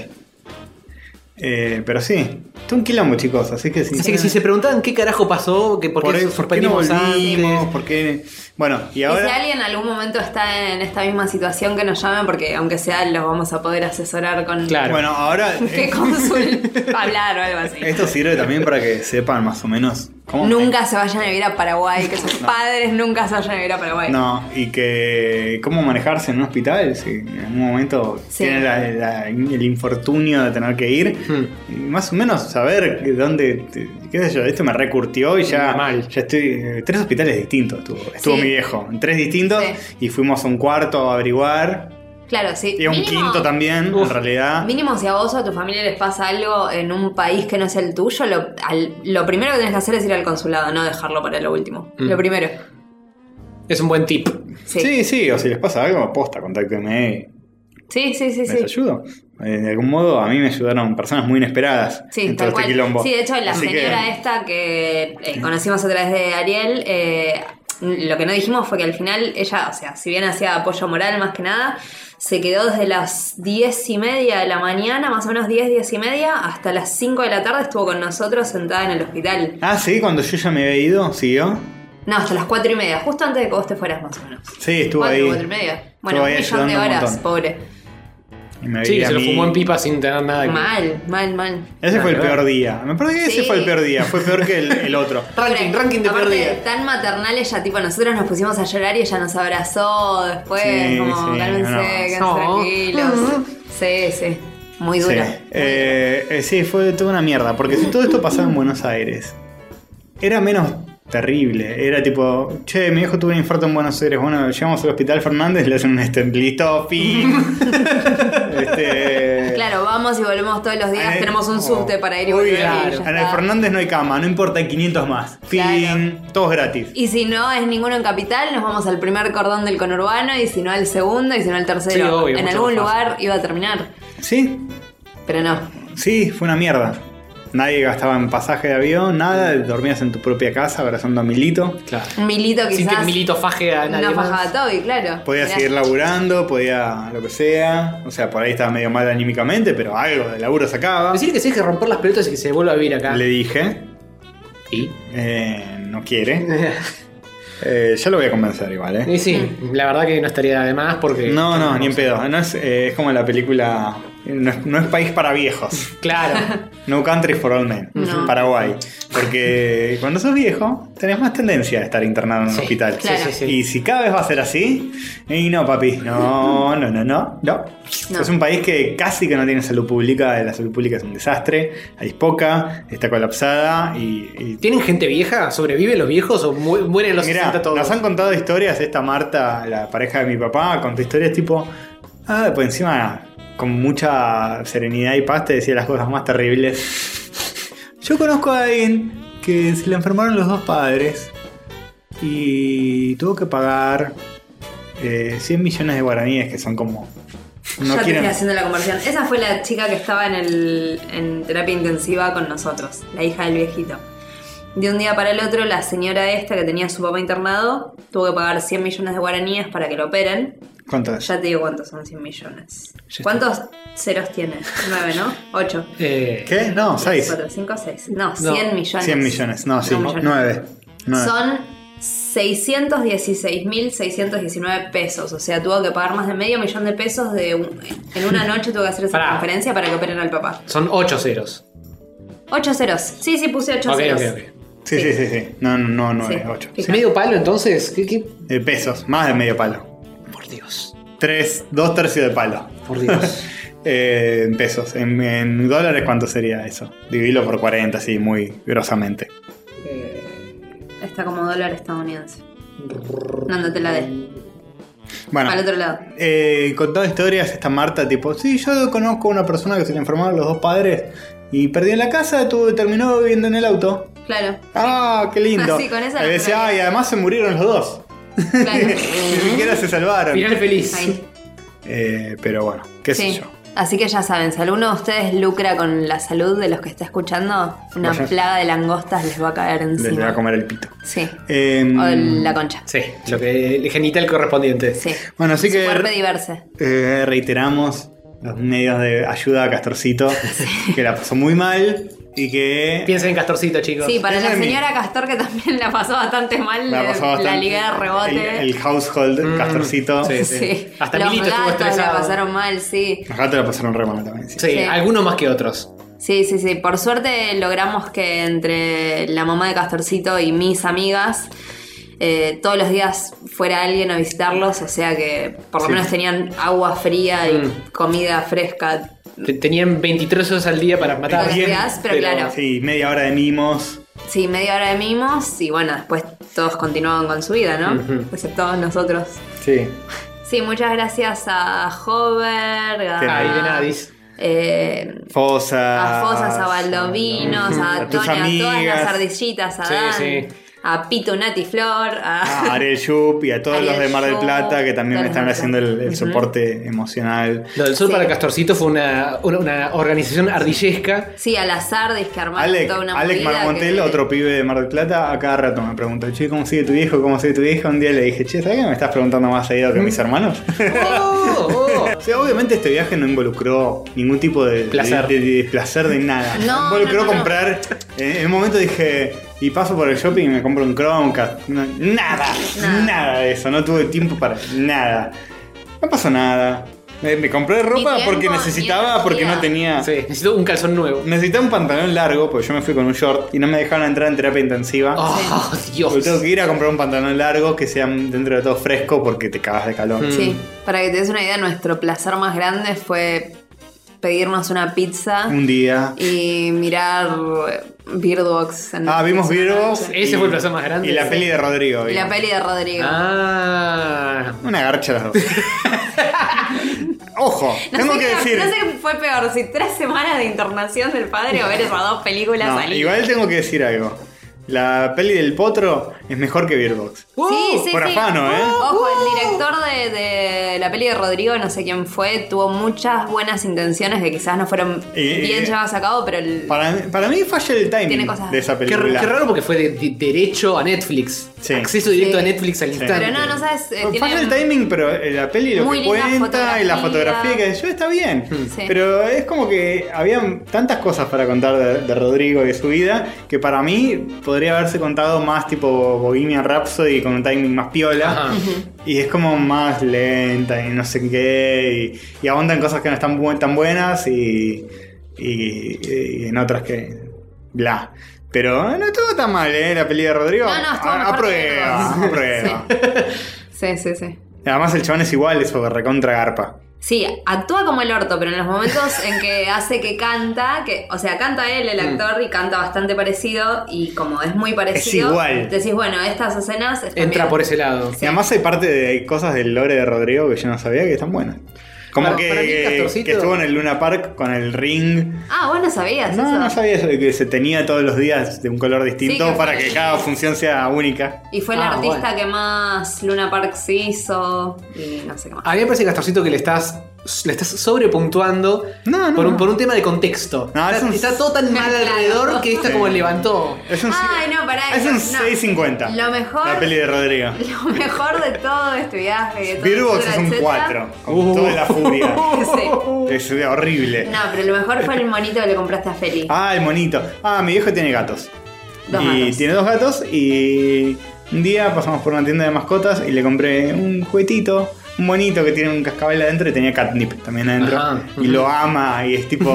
S1: Eh, pero sí, está un quilombo, chicos, así que sí.
S2: Así que si se preguntaban qué carajo pasó, que por qué
S1: por, ahí, ¿por qué no
S2: suspendimos
S1: volvimos?
S2: antes.
S1: ¿Por qué? Bueno, y
S3: Y si
S1: ahora
S3: alguien en algún momento está en esta misma situación, que nos llamen, porque aunque sea, los vamos a poder asesorar con [LAUGHS]
S2: Claro.
S1: bueno, ahora
S3: qué
S1: eh,
S3: consul hablar o algo así.
S1: esto sirve también para que sepan más o menos cómo
S3: Nunca se vayan a vivir a Paraguay, que sus padres nunca se vayan a vivir a Paraguay.
S1: No, y que cómo manejarse en un hospital si en algún momento
S3: Sí.
S1: tiene la- la- el infortunio de tener que ir.
S2: Hmm.
S1: Y más o menos saber que dónde, te- qué sé yo, esto me recurtió y ya,
S2: Mal.
S1: ya estoy... eh, Tres hospitales distintos estuvo, estuvo
S3: Sí.
S1: mi viejo, en tres distintos
S3: Sí.
S1: y fuimos a un cuarto a averiguar
S3: Claro, sí.
S1: y a un
S3: Mínimo-
S1: quinto también, en realidad.
S3: Mínimo si a vos o a tu familia les pasa algo en un país que no es el tuyo, lo, al- lo primero que tenés que hacer es ir al consulado, no dejarlo para lo último.
S2: Mm.
S3: Lo primero.
S2: Es un buen tip.
S1: Sí.
S3: Sí. Sí,
S1: sí, o si les pasa algo, posta, contáctenme,
S3: sí, sí, sí.
S1: les ayudo. Eh, De algún modo a mí me ayudaron personas muy inesperadas
S3: Sí,
S1: en todo
S3: tal
S1: este
S3: cual.
S1: quilombo.
S3: Sí, de hecho, la
S1: Así que-
S3: señora esta que eh, conocimos a través de Ariel, eh, lo que no dijimos fue que al final ella, o sea, si bien hacía apoyo moral más que nada, se quedó desde las diez y media de la mañana, más o menos 10, 10 y media, hasta las 5 de la tarde estuvo con nosotros sentada en el hospital.
S1: Ah, sí, cuando yo ya me había ido, siguió.
S3: No, hasta las 4 y media, justo antes de que vos te fueras más o menos.
S1: Sí, estuvo
S3: Cuatro,
S1: ahí.
S3: cuatro y media. Bueno,
S1: Estuvo
S3: un
S1: ahí
S3: millón de
S1: ayudando un
S3: horas,
S1: montón.
S3: pobre.
S1: Y me
S2: Sí,
S1: veía
S2: se
S1: a
S2: lo
S1: mí.
S2: fumó en pipa sin tener nada que...
S3: Mal, mal, mal.
S1: Ese fue el
S2: Claro.
S1: peor día. Me parece que ese
S3: Sí.
S1: fue el peor día. Fue peor que el, el
S3: [LAUGHS]
S1: otro.
S2: Ranking, ranking de
S3: Aparte,
S2: peor día.
S3: Tan maternal ella, tipo, nosotros nos pusimos a llorar y ella nos abrazó después,
S1: Sí,
S3: como,
S1: sí,
S3: cálmense,
S1: no.
S3: quédense
S2: No. Mm.
S3: tranquilos. Sí, sí, muy
S1: Sí,
S3: dura.
S1: Eh, eh, sí, fue toda una mierda. Porque si todo esto pasaba en Buenos Aires, era menos terrible. Era tipo, che, mi hijo tuvo un infarto en Buenos Aires. Bueno, llegamos al hospital Fernández, le hacen un stent. Listo, fin.
S3: [LAUGHS]
S1: este,
S3: Claro, vamos y volvemos todos los días,
S1: Eh,
S3: tenemos un
S1: oh.
S3: subte para ir y
S1: Muy
S3: volver. y
S1: bien.
S3: ya
S1: En el
S3: está.
S1: Fernández no hay cama, no importa, hay 500 más. Fin, todos gratis.
S3: Y si no es ninguno en capital, nos vamos al primer cordón del conurbano y si no al segundo y si no al tercero.
S2: Sí, obvio,
S3: en
S2: mucho
S3: algún
S2: más
S3: lugar iba a terminar,
S1: Sí,
S3: pero no.
S1: Sí, fue una mierda. Nadie gastaba en pasaje de avión, nada, dormías en tu propia casa abrazando a Milito.
S2: Claro.
S3: Un Milito
S2: Sin que
S3: quizás
S2: Milito faje a nadie
S3: no
S2: más.
S3: bajaba todo y claro.
S1: Podía
S3: Mirá.
S1: seguir laburando, podía lo que sea. O sea, por ahí estaba medio mal anímicamente, pero algo de laburo sacaba.
S2: Decirle que se deje romper las pelotas y que se vuelva a vivir acá.
S1: Le dije,
S2: Sí.
S1: eh, no quiere. Eh, ya lo voy a convencer igual, ¿eh?
S2: Y sí, la verdad que no estaría de más porque...
S1: No, no, ni en pedo. No es, eh, es como la película. No es, no es país para viejos. [LAUGHS]
S2: Claro.
S1: No country for all men.
S3: No.
S1: Paraguay. Porque cuando sos viejo, tenés más tendencia a estar internado en un
S2: Sí,
S1: hospital.
S3: claro.
S2: Sí, sí, sí.
S1: Y si cada vez va a ser así, y no, papi, no, no, no, no, no.
S3: No.
S1: Es un país que casi que no tiene salud pública, la salud pública es un desastre, hay poca, está colapsada y... y-
S2: ¿Tienen gente vieja? ¿Sobreviven los viejos o mu- mueren los
S1: Mirá,
S2: 60 todos?
S1: nos han contado historias, esta Marta, la pareja de mi papá, contó historias tipo, ah, pues encima, con mucha serenidad y paz te decía las cosas más terribles. [LAUGHS] Yo conozco a alguien que se le enfermaron los dos padres y tuvo que pagar eh, 100 millones de guaraníes, que son como... No
S3: ya te
S1: quieren...
S3: estoy haciendo la conversión. Esa fue la chica que estaba en, el, en terapia intensiva con nosotros, la hija del viejito. De un día para el otro, la señora esta que tenía a su papá internado tuvo que pagar 100 millones de guaraníes para que lo operen.
S1: ¿Cuánto es?
S3: Ya te digo cuántos son 100 millones.
S1: está.
S3: ¿Cuántos ceros tiene? 9, ¿no? 8.
S2: Eh,
S1: ¿Qué? No, 6.
S3: 4, 5, 6. No, 100 millones.
S1: 100 millones. No, sí,
S3: No, millones.
S1: 9.
S3: Son 616.619 pesos. O sea, tuvo que pagar más de medio millón de pesos de un- en
S1: [LAUGHS]
S3: una noche tuvo que hacer esa
S2: Pará.
S3: transferencia para que operen al papá.
S2: son 8 ceros.
S3: 8 ceros. Sí, sí, puse 8
S2: Ok,
S3: ceros.
S2: ok, ok.
S1: Sí, sí, sí, sí. No, no,
S3: Sí.
S1: 9, 8.
S3: Fíjate.
S2: ¿Medio palo entonces? ¿Qué, qué?
S1: De pesos, más de medio palo.
S2: Por Dios.
S1: 3, 2 tercios de palo.
S2: Por Dios.
S1: Eh, en pesos. En, en dólares, ¿cuánto sería eso? Dividirlo por 40, así, muy grosamente.
S3: Está como dólar estadounidense. No, no te la dé.
S1: Bueno,
S3: Al otro lado.
S1: eh, contando historias, esta Marta, tipo, sí, yo conozco a una persona que se le enfermaron los dos padres y perdió la casa, tuvo, terminó viviendo en el auto. [LAUGHS]
S3: Claro,
S1: Ah, qué
S3: [LAUGHS]
S1: lindo.
S3: Así, con esa
S1: y decía,
S3: naturalidad.
S1: "Ah, y además se murieron los dos. [LAUGHS]
S3: claro.
S1: Ni siquiera se salvaron.
S2: [LAUGHS] Final feliz.
S3: Ahí.
S1: Eh, pero bueno, qué sé
S3: Sí.
S1: yo.
S3: Así que ya saben, si alguno de ustedes lucra con la salud de los que está escuchando, una
S1: Vaya.
S3: plaga de langostas les va a caer
S1: Les
S3: encima.
S1: voy a comer el pito.
S3: Sí.
S1: Eh,
S3: O el- la concha.
S2: Sí, lo que, el genital correspondiente.
S3: Sí.
S1: Bueno, así
S3: Su
S1: que
S3: cuerpo diverse.
S1: eh, reiteramos los medios de ayuda a
S3: [LAUGHS]
S1: Castorcito, que la pasó muy mal y que
S2: Piensen en Castorcito, chicos.
S3: Sí, para
S1: esa
S3: la
S1: es mi-
S3: señora Castor que también la pasó bastante mal
S1: la
S3: eh,
S1: pasó bastante.
S3: la liga de rebote.
S1: El, el household
S2: Mm,
S1: Castorcito.
S2: sí.
S3: Sí.
S2: Hasta
S3: Los
S2: Milito estuvo
S3: gatos la
S2: estresado.
S3: pasaron mal, sí.
S1: Los gatos la pasaron re mal también. sí.
S2: Sí,
S3: Sí.
S2: algunos más que otros.
S3: Sí, sí, sí. Por suerte logramos que entre la mamá de Castorcito y mis amigas, eh, todos los días fuera alguien a visitarlos, o sea que por lo
S1: Sí.
S3: menos tenían agua fría y
S2: Mm.
S3: comida fresca
S2: Te- Tenían 23 horas al día para matar.
S3: Todos los días, pero claro.
S1: Sí, media hora de mimos.
S3: Sí, media hora de mimos y bueno, después todos continuaban con su vida, ¿no?
S2: Ujú.
S3: Excepto nosotros.
S1: Sí.
S3: Sí, muchas gracias a Hover, a,
S1: Ay,
S2: de nadis.
S3: eh,
S1: Fosas.
S3: a Fosas, a Baldovinos,
S1: [LAUGHS]
S3: a,
S1: A tus
S3: Tonia, a todas
S1: amigas.
S3: las ardillitas, a
S2: Sí,
S3: Dan,
S2: sí.
S3: a Pito Nati Flor, a...
S1: A Ariel Yup y a todos
S3: Ariel
S1: los de Mar del
S3: Yup,
S1: Plata que también
S3: todos
S1: me
S3: los
S1: están haciendo
S3: de Mar
S1: el, el
S3: Ujú.
S1: soporte emocional.
S2: Lo del sur
S3: Sí.
S2: para Castorcito fue una, una, una organización ardillesca.
S3: [LAUGHS] Sí, a las Ardis que armaron
S1: Alec,
S3: toda una
S1: Alec
S3: movida
S1: Marmontel,
S3: que-
S1: otro pibe de Mar del Plata, a cada rato me pregunta, che, ¿cómo sigue tu viejo? ¿Cómo sigue tu viejo? Un día le dije, che, ¿sabes que me estás preguntando más seguido
S3: Mm.
S1: que mis hermanos? [LAUGHS]
S2: ¡Oh! oh.
S1: o sea, obviamente este viaje no involucró ningún tipo de
S2: Placer.
S1: de, de- de placer de nada.
S3: No,
S1: involucró
S3: no, no, no.
S1: comprar. eh, En, en un momento dije, y paso por el shopping y me compro un Chromecast. No, nada,
S3: Nada.
S1: nada, de eso. No tuve tiempo para nada. No pasó nada. Me, me compré ropa
S3: tiempo,
S1: porque
S3: ni
S1: necesitaba, porque
S3: energía.
S1: no tenía.
S2: oh. Sí, necesito un calzón nuevo.
S1: Necesitaba un pantalón largo, porque yo me fui con un short y no me dejaron entrar en terapia intensiva.
S2: ¡Oh,
S1: Porque tengo
S2: Dios!
S1: que ir a comprar un pantalón largo que sea dentro de todo fresco porque te cagas de calor.
S2: Mm.
S3: Sí, para que te des una idea, nuestro placer más grande fue pedirnos una pizza.
S1: Un día.
S3: y mirar Beardbox. en
S1: Ah, vimos
S3: Netflix.
S1: Virgos.
S2: Ese fue el placer más grande.
S1: Y la
S2: Sí.
S1: peli de Rodrigo.
S3: Y la
S1: vimos.
S3: peli de Rodrigo.
S2: Ah.
S1: Una garcha las
S2: [LAUGHS]
S1: dos. Ojo,
S3: No
S1: tengo
S3: sé
S1: que
S3: qué-
S1: decir.
S3: No sé qué fue peor, si tres semanas de internación del padre o ver esas dos películas
S1: No,
S3: al hilo.
S1: igual tengo que decir algo. La peli del potro es mejor que Beerbox.
S3: Sí,
S2: Uh,
S3: sí,
S1: por
S3: sí.
S1: afano, ¿eh?
S3: Ojo, el director de, de la peli de Rodrigo, no sé quién fue, tuvo muchas buenas intenciones que quizás no fueron
S1: Eh,
S3: bien
S1: eh,
S3: llevadas a cabo, pero el-
S1: Para, para mí falla el
S3: Tiene
S1: timing
S3: cosas-
S1: de esa
S2: Qué, qué
S1: película.
S2: raro porque fue de, de derecho a Netflix.
S1: Sí.
S2: Acceso directo
S3: Sí.
S2: a Netflix al instante.
S3: Pero no, no sabes. eh,
S1: Falla
S3: tiene-
S1: el timing, pero eh, la peli lo
S3: Muy
S1: que
S3: linda
S1: cuenta y la
S3: fotografía.
S1: fotografía que yo está bien.
S3: Sí.
S1: Pero es como que habían tantas cosas para contar de, de Rodrigo y de su vida que para mí podría haberse contado más tipo Bohemian Rhapsody con un timing más piola.
S2: Ajá.
S1: Y es como más lenta y no sé qué. Y, y ahonda en cosas que no están bu- tan buenas y, y- y en otras que. bla. Pero no estuvo tan mal, ¿eh? La peli de Rodrigo.
S3: No, no, estuvo
S1: A-
S3: mejor que
S1: aprueba,
S3: todos.
S1: aprueba.
S3: Sí, sí, sí.
S1: Además, el chabón es igual, eso de recontra garpa.
S3: Sí, actúa como el orto, pero en los momentos en que hace que canta, que, o sea, canta él, el actor, y canta bastante parecido, y como es muy
S1: Mm.
S3: parecido,
S1: Es igual.
S3: decís, bueno, estas escenas están
S2: Entra
S3: bien.
S2: por ese lado.
S1: Y además, hay parte de cosas del lore de Rodrigo que yo no sabía que están buenas. Como
S2: Claro,
S1: que,
S2: para mí, Castorcito-
S1: que estuvo en el Luna Park con el ring.
S3: Ah, vos no sabías eso.
S1: No, no sabía eso de que se tenía todos los días de un color distinto
S3: Sí, que-
S1: para que cada función sea única.
S3: Y fue el
S2: Ah,
S3: artista
S2: bueno.
S3: que más [LAUGHS] Luna Parks hizo, y no sé qué más.
S2: A mí me parece, Castorcito, que le estás le estás sobrepuntuando
S1: No, no,
S2: por, un,
S1: no.
S2: por un tema de contexto.
S1: No,
S2: está,
S1: es un-
S2: está todo tan
S3: [LAUGHS]
S2: mal alrededor que esta
S1: Sí.
S2: como levantó.
S1: Es un,
S3: Ay, no, pará.
S1: es un
S3: no.
S1: 6.50.
S3: Lo mejor-
S1: La peli de Rodrigo.
S3: Lo mejor de todo este viaje. de todo,
S1: Beerbox
S3: etcétera,
S1: es un
S3: etcétera.
S1: 4. Con
S2: Uh.
S1: toda la
S3: [LAUGHS]
S1: furia.
S3: Sí.
S1: es horrible.
S3: No, pero lo mejor fue el monito que le compraste a Feli.
S1: Ah, el monito. Ah, mi viejo tiene gatos.
S3: Dos
S1: y
S3: gatos.
S1: tiene dos gatos y un día pasamos por una tienda de mascotas y le compré un juguetito, un monito que tiene un cascabel adentro y tenía catnip también adentro.
S2: Ajá.
S1: Y lo ama y es
S3: [LAUGHS]
S1: tipo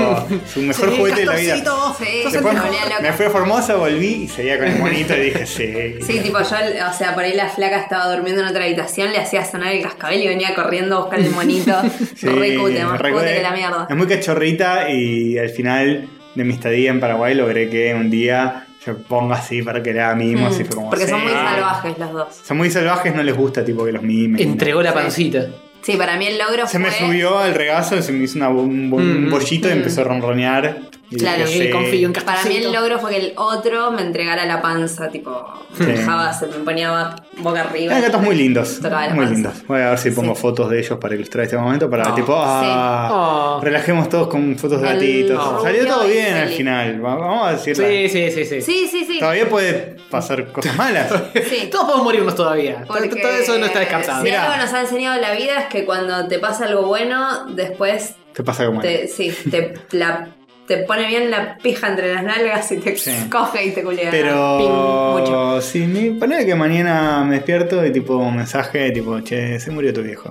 S1: su mejor
S2: Sí,
S1: juguete de la vida.
S2: Castorcito,
S3: Sí.
S2: sos el
S1: Después
S3: volvía loca.
S1: me fui a Formosa, volví y seguía con
S3: [LAUGHS]
S1: el monito y dije, sí.
S3: Sí, tipo yo, o sea, por ahí la flaca estaba durmiendo en otra habitación, le hacía sonar el cascabel y venía corriendo a buscar
S1: [LAUGHS]
S3: el monito.
S1: Sí,
S3: re cute, más
S1: re
S3: cute
S1: cute.
S3: que la mierda.
S1: Es muy cachorrita y al final de mi estadía en Paraguay logré que un día yo ponga así para que la haga mimos y fue como,
S3: Mm, Porque son
S1: sí.
S3: muy salvajes los dos.
S1: Son muy salvajes, no les gusta tipo que los mimen.
S2: Entregó la pancita.
S3: Sí, para mí el logro
S1: Se
S3: fue.
S1: me subió al regazo, se me hizo una bo- un, bo- un
S2: Mm.
S1: bollito y empezó a ronronear. Y
S3: Claro,
S1: dije,
S2: Eh, confío en
S3: Para mí el
S2: Castorcito.
S3: logro fue que el otro me entregara la panza, tipo, me
S1: Sí.
S3: dejaba, se me ponía boca arriba.
S1: Hay Ah, gatos muy lindos.
S3: Tocaba la
S1: Muy
S3: panza.
S1: lindos. Voy a ver si pongo
S3: Sí.
S1: fotos de ellos para ilustrar este momento. Para
S2: Ah,
S1: tipo, ah,
S2: Ah.
S1: relajemos todos con fotos de
S3: El
S1: gatitos.
S3: rubio
S1: Salió todo
S3: y
S1: bien al
S3: feliz.
S1: final. va- Vamos a decirlo.
S2: Sí, sí, sí, sí.
S3: Sí, sí, sí.
S1: Todavía puede pasar cosas
S2: [LAUGHS]
S1: malas.
S3: Sí.
S2: Todos podemos morirnos todavía. Todo-
S3: Porque
S2: Todo eso no está descartado.
S3: Si
S1: Mirá.
S3: algo nos ha enseñado la vida es que cuando te pasa algo bueno, después
S1: Te pasa como
S3: te, sí, te, la- te pone bien la pija entre las nalgas y te
S1: Sí.
S3: coge y te culea. Ping, mucho.
S1: Pero si me ponele que mañana me despierto y tipo un mensaje tipo, che, se murió tu viejo.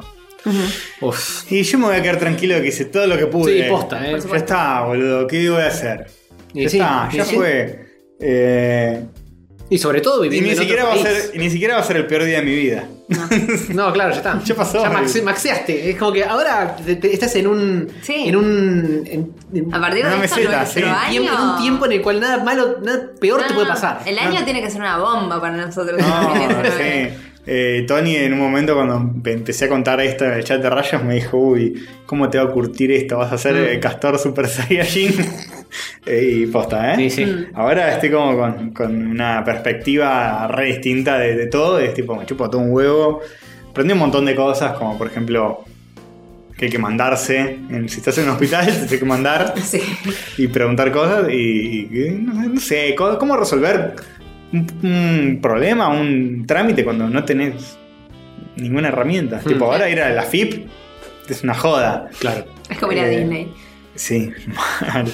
S2: Uf.
S1: Y yo me voy a quedar tranquilo de que hice todo lo que pude.
S2: Sí, posta, eh.
S1: Ya está, boludo. ¿Qué voy a hacer?
S2: Y
S1: ya
S2: sí,
S1: está,
S2: y
S1: ya
S2: sí.
S1: fue. Eh,
S2: Y sobre todo
S1: y
S2: viviendo
S1: ni
S2: en
S1: siquiera,
S2: otro
S1: va a
S2: país.
S1: ser, y ni siquiera va a ser el peor día de mi vida.
S2: [LAUGHS] No, claro, ya está.
S1: [LAUGHS] Ya pasó.
S2: Ya maxi- maxeaste. Es como que ahora te- te- estás en un.
S3: Sí.
S2: En un. en- en-
S3: A partir de
S1: Una
S3: esto,
S1: meseta,
S3: nuestro
S1: sí.
S3: año.
S2: tiempo, en un tiempo en el cual nada malo, nada peor te
S3: No,
S2: puede pasar.
S3: El año tiene que ser una bomba para nosotros. [LAUGHS]
S1: No, sí.
S3: Tiene
S1: Eh, Tony en un momento cuando empe- empecé a contar esto en el chat de rayos me dijo, uy, ¿cómo te va a curtir esto? ¿Vas a ser
S2: Mm.
S1: eh, Castor Super Saiyajin? [LAUGHS] Eh, y posta, ¿eh?
S2: Sí, sí.
S3: Mm.
S1: Ahora estoy como con, con una perspectiva re distinta de, de todo. Es tipo, me chupo todo un huevo. Aprendí un montón de cosas, como por ejemplo que hay que mandarse. En- Si estás en un hospital, [LAUGHS] te tienes que mandar
S3: que ser. Sí.
S1: y preguntar cosas y, y- no, sé, no sé, co- cómo resolver un, un problema, un trámite cuando no tenés ninguna herramienta. Tipo, ahora ir a la FIP es una joda.
S2: Claro.
S3: Es como ir a
S1: Eh,
S3: Disney.
S1: Sí, mal.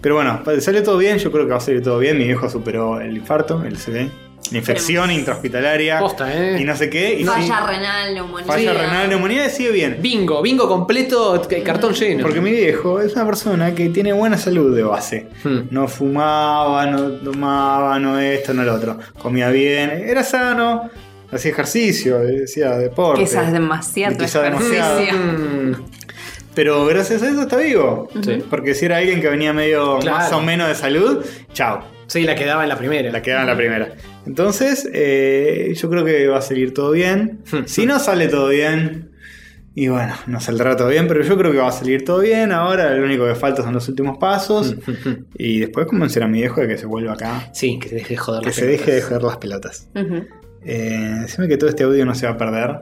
S1: Pero bueno, salió todo bien, yo creo que va a salir todo bien. Mi viejo superó el infarto, el CD, la infección
S3: Esperemos.
S1: intrahospitalaria
S2: Posta, ¿eh?
S1: y no sé qué. Y sí,
S3: Falla renal, neumonía.
S1: falla renal, neumonía, y sigue bien.
S2: Bingo, bingo completo, c- cartón lleno.
S1: Porque mi viejo es una persona que tiene buena salud de base.
S2: Hmm.
S1: No fumaba, no tomaba, no esto, no lo otro. Comía bien, era sano, hacía ejercicio, hacía deporte.
S3: Quizás demasiado.
S1: Quizás demasiado.
S3: ejercicio.
S2: Mm,
S1: Pero gracias a eso está vivo.
S2: Sí.
S1: Porque si era alguien que venía medio
S2: Claro.
S1: más o menos de salud, chao,
S2: sí, la quedaba en la primera.
S1: la quedaba en la primera. Entonces, eh, yo creo que va a salir todo
S2: [LAUGHS]
S1: bien.
S2: Hmm.
S1: Si no sale todo bien, y bueno, no saldrá todo bien, pero yo creo que va a salir todo bien. Ahora lo único que falta son los últimos
S2: Mm.
S1: pasos. Y después convencer a mi viejo de que se vuelva acá.
S2: Sí, que se deje de joder.
S1: Que
S2: las
S1: se deje de
S2: pelotas.
S1: joder las pelotas.
S3: Ujú.
S1: Eh, decime que todo este audio no se va a perder.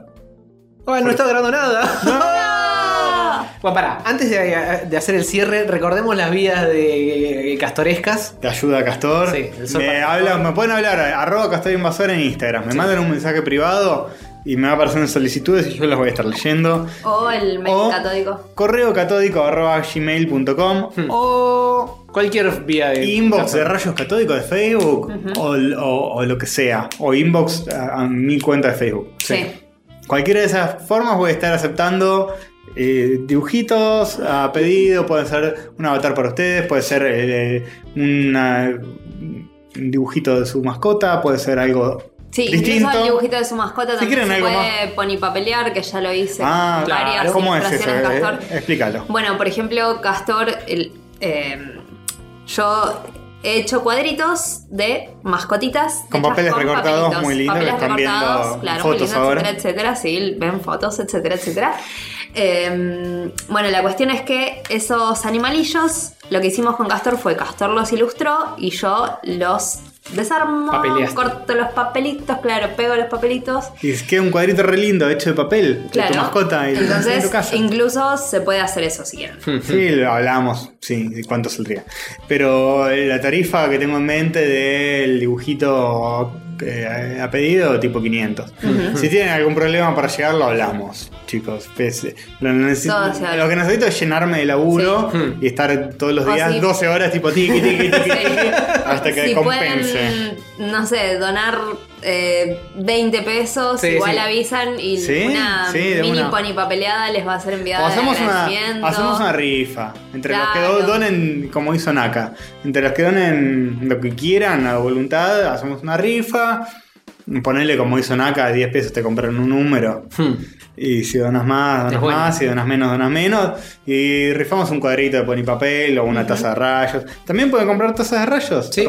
S2: Ay, no está grabando nada. [LAUGHS] Bueno, pará, antes de, de hacer el cierre, recordemos las vidas de eh, castorescas.
S1: Te ayuda Castor.
S2: Sí, el sol
S1: me,
S2: para
S1: hablan-
S2: Castor.
S1: me pueden hablar, eh, arroba Castor Invasor en Instagram. Me mandan un mensaje privado y me va a aparecer en solicitudes y yo las voy a estar leyendo.
S3: O el mail
S1: O-
S3: catódico.
S1: Correo catódico arroba gmail.com
S2: Hmm.
S1: o
S2: Cualquier vía de.
S1: Hmm. inbox de rayos catódicos de Facebook o l- o, o lo que sea. O inbox a, a mi cuenta de Facebook.
S3: Sí.
S1: Cualquiera de esas formas voy a estar aceptando eh, dibujitos a pedido, pueden ser un avatar para ustedes, puede ser eh, una- un dibujito de su mascota, puede ser algo
S3: Sí,
S1: distinto.
S3: incluso el dibujito de su mascota
S1: Si
S3: también
S1: quieren
S3: se
S1: algo
S3: puede ponipapelear, que ya lo hice.
S1: ah,
S3: con varias
S1: ¿cómo es eso?
S3: ilustraciones,
S1: Eh,
S3: Castor.
S1: Explícalo.
S3: Bueno, por ejemplo, Castor, el- eh, yo he hecho cuadritos de mascotitas.
S1: Con
S3: hechas
S1: papeles recortados,
S3: papelitos.
S1: muy lindo,
S3: Papeles
S1: que están viendo
S3: recortados, claro, muy
S1: fotos
S3: lindo,
S1: ahora.
S3: Etcétera, etcétera, sí, ven fotos, etcétera, etcétera. Eh, bueno, la cuestión es que esos animalillos, lo que hicimos con Castor fue Castor los ilustró y yo los desarmo,
S2: Papeleaste.
S3: corto los papelitos, claro, pego los papelitos.
S1: Y queda un cuadrito re lindo hecho de papel de
S3: Claro.
S1: tu mascota y lo tenés en tu
S3: Entonces,
S1: casa. Mm.
S3: incluso se puede hacer eso si quieren.
S1: Sí, lo hablábamos, sí, de cuánto saldría. Pero la tarifa que tengo en mente del dibujito eh, a pedido, tipo 500. Si tienen algún problema para llegar, lo hablamos, chicos. Pues, eh, lo, necesi-
S3: Todo se habla.
S1: lo que necesito es llenarme de laburo
S2: Sí.
S1: y estar todos los
S3: O
S1: días
S3: si-
S1: 12 horas, tipo tiqui,
S3: [LAUGHS]
S1: tiqui, tiqui, hasta que
S3: si
S1: compense.
S3: pueden, no sé, donar eh, 20 pesos,
S2: Sí,
S3: igual
S2: sí.
S3: avisan y
S1: Sí,
S3: una
S1: sí, de
S3: mini
S1: una.
S3: pony papeleada les va a ser
S1: O
S3: enviada. de
S1: hacemos una,
S3: agradecimiento.
S1: hacemos una rifa. Entre los
S3: Claro.
S1: que do- donen, como hizo Naka, entre los que donen lo que quieran a voluntad, hacemos una rifa. Ponele como hizo Naka, 10 pesos te compraron un número.
S2: Hmm.
S1: Y si donas más, donas
S2: Es bueno.
S1: más, si donas menos, donas menos. Y rifamos un cuadrito de ponipapel o una taza de rayos. También pueden comprar tazas de rayos.
S2: Sí,